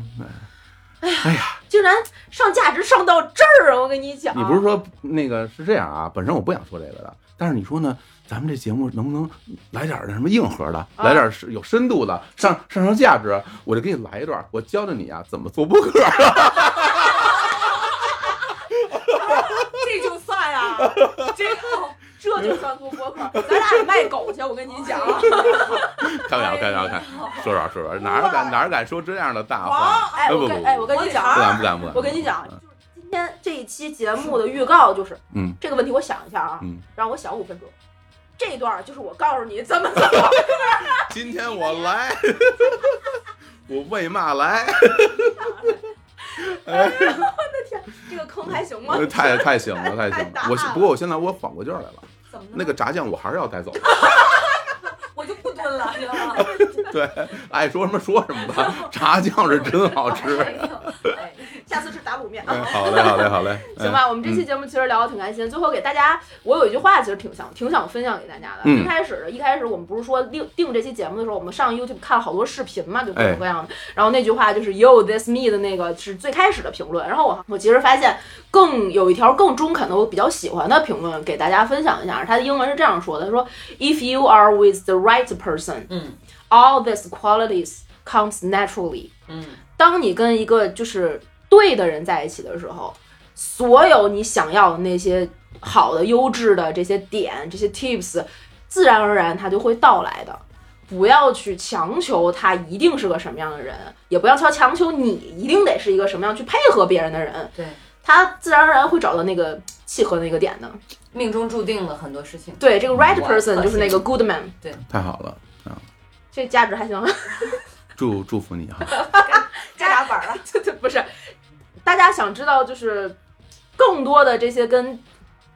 Speaker 5: 哎呀，
Speaker 2: 竟然上价值上到这儿啊！我跟你讲，
Speaker 5: 你不是说那个是这样啊？本身我不想说这个的，但是你说呢？咱们这节目能不能来点儿那什么硬核
Speaker 2: 啊
Speaker 5: 的，来点儿是有深度的，上上升价值？我就给你来一段儿，我教教你啊，怎么做播 客。
Speaker 2: 这就算啊，这这就算做播客，咱俩得卖狗去！我跟你讲，啊
Speaker 5: 开玩笑，开玩笑，开玩笑，说说说说，哪儿敢哪儿敢说这样的大话？
Speaker 2: 哎，
Speaker 5: 不
Speaker 2: 我
Speaker 5: 不
Speaker 2: 跟
Speaker 5: 不，
Speaker 2: 哎，我跟你讲
Speaker 5: 不
Speaker 2: 啊，
Speaker 5: 敢不敢不敢！
Speaker 2: 我跟你讲，就是今天这一期节目的预告就是
Speaker 5: 嗯
Speaker 2: 这个问题，我想一下啊，
Speaker 5: 嗯，
Speaker 2: 让我想五分钟。这一段儿就是我告诉你怎么做，
Speaker 5: 今天我 来，我为嘛来？
Speaker 2: 这个坑还行吗？
Speaker 5: 太太行了，太
Speaker 2: 太
Speaker 5: 行了
Speaker 2: 大！
Speaker 5: 我
Speaker 2: 了
Speaker 5: 不过我现在我缓过劲儿来了，
Speaker 4: 怎么
Speaker 5: 那个炸酱我还是要带走。
Speaker 4: 我就不蹲了，知道吗？
Speaker 5: 对，爱说什么说什么 吧，炸酱是真好吃。
Speaker 4: 哎
Speaker 2: 下次吃打卤面啊。
Speaker 5: 哎，好嘞，好嘞，好嘞，
Speaker 2: 行吧，
Speaker 5: 哎
Speaker 2: 我们这期节目其实聊的挺开心。最后给大家，我有一句话其实挺想挺想分享给大家的。
Speaker 5: 嗯
Speaker 2: 一开始一开始我们不是说定定这期节目的时候，我们上 YouTube 看了好多视频嘛，就各
Speaker 5: 哎
Speaker 2: 种各样的。然后那句话就是 “Yo this me” 的那个是最开始的评论。然后我我其实发现更有一条更中肯的，我比较喜欢的评论给大家分享一下。它的英文是这样说的：说 “If you are with the right person，
Speaker 4: 嗯
Speaker 2: ，all these qualities comes naturally。”
Speaker 4: 嗯，
Speaker 2: 当你跟一个就是对的人在一起的时候，所有你想要的那些好的、优质的这些点、这些 tips，自然而然它就会到来的。不要去强求他一定是个什么样的人，也不要强强求你一定得是一个什么样去配合别人的人，
Speaker 4: 对，
Speaker 2: 他自然而然会找到那个契合的那个点的。
Speaker 4: 命中注定了很多事情。
Speaker 2: 对，这个 right
Speaker 4: 嗯哇
Speaker 2: person 就是那个
Speaker 4: 特
Speaker 2: good man，
Speaker 5: 哎太好了，
Speaker 2: 这价值还行。
Speaker 5: 祝祝福你哈。
Speaker 4: 加俩板了，
Speaker 2: 这 不是，大家想知道就是更多的这些跟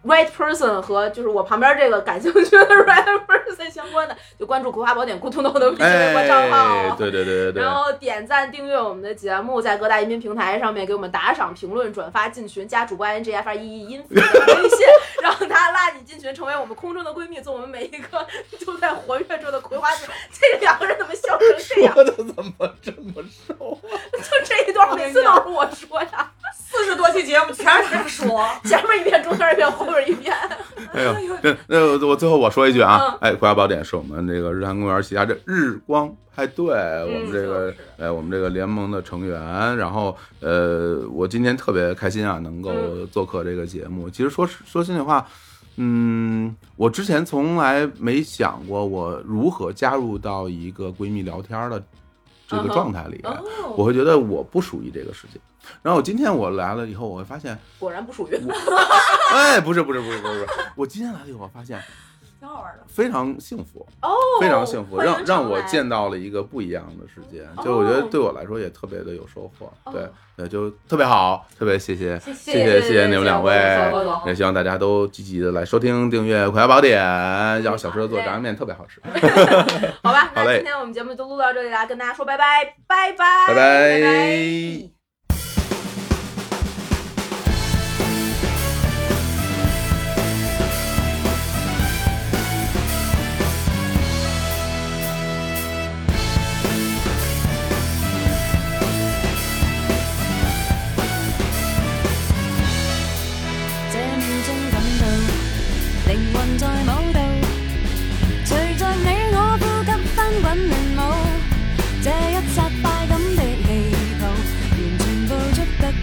Speaker 2: right person 和就是我旁边这个感兴趣的 right person 相关的，就关注《葵花宝典》咕咚咚的微信微博账
Speaker 5: 哎
Speaker 2: 号，。
Speaker 5: 对对对对对
Speaker 2: 然， 后点赞、订阅我们的节目，在各大音频平台上面给我们打赏、评论、转发、进群，加主播 i n g f r e e 音 符的微信，让他拉你进群，成为我们空中的闺蜜，做我们每一个 都在活跃中的葵花籽。这两个人怎么笑成这 样？
Speaker 5: 说的怎么这么瘦？啊
Speaker 2: 就这一段，每次都是我说呀。
Speaker 4: 四十多期节目全是他说。
Speaker 2: 前面一遍，中间一遍，后边一遍。
Speaker 5: 哎呦，那那我最后我说一句啊
Speaker 2: 嗯，
Speaker 5: 哎，国家宝典是我们这个日坛公园旗下这日光派对，我
Speaker 2: 嗯
Speaker 5: 们这
Speaker 2: 就
Speaker 5: 个
Speaker 2: 是
Speaker 5: 哎，我们这个联盟的成员。然后呃，我今天特别开心啊，能够
Speaker 2: 嗯
Speaker 5: 做客这个节目。其实说实说心里话。嗯，我之前从来没想过我如何加入到一个闺蜜聊天的这
Speaker 2: 嗯
Speaker 5: 个
Speaker 2: 哼
Speaker 5: 状态里，
Speaker 2: 哦，
Speaker 5: 我会觉得我不属于这个世界。然后今天我来了以后，我会发现，
Speaker 2: 果然不属于。
Speaker 5: 哎，不是不是不是不是，不是，我今天来了以后，我发现
Speaker 4: 挺好玩的，
Speaker 5: 非常幸福，
Speaker 2: 哦，
Speaker 5: 非常幸福，
Speaker 2: 欢迎
Speaker 5: 让让我
Speaker 2: 常来
Speaker 5: 见到了一个不一样的世界。
Speaker 2: 哦
Speaker 5: 就我觉得对我来说也特别的有收获，
Speaker 2: 哦
Speaker 5: 对对，就特别好，特别谢谢，
Speaker 4: 谢
Speaker 5: 谢谢谢谢你们两位
Speaker 2: 郭总
Speaker 5: 也希望大家都积极的来收听、订阅《葵花宝典》，然后小石头做炸酱面特别好吃，
Speaker 2: 好吧，
Speaker 5: 好
Speaker 2: 那
Speaker 5: 嘞
Speaker 2: 今天我们节目就录到这里啦，跟大家说拜拜，拜拜，
Speaker 5: 拜拜。
Speaker 7: 這秒鐘感到靈魂在舞蹈，隨着你我呼吸翻滾亂舞，這一剎快感的氣泡，原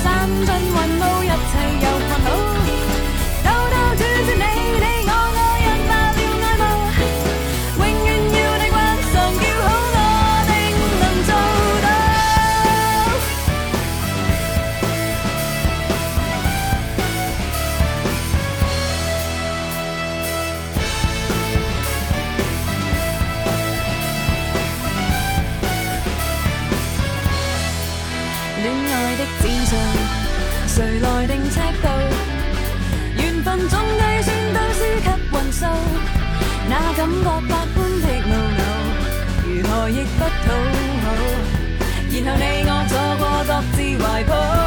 Speaker 7: 散盡雲霧，一切又看好。兜兜轉轉，你你我我，讓爆了愛慕。永遠要你慣常叫好，我定能做到。戀愛的指數，誰來定尺度？緣分總計算都輸給運數，那感覺百般的懊惱，如何亦不討好。然後你我坐過各自懷抱，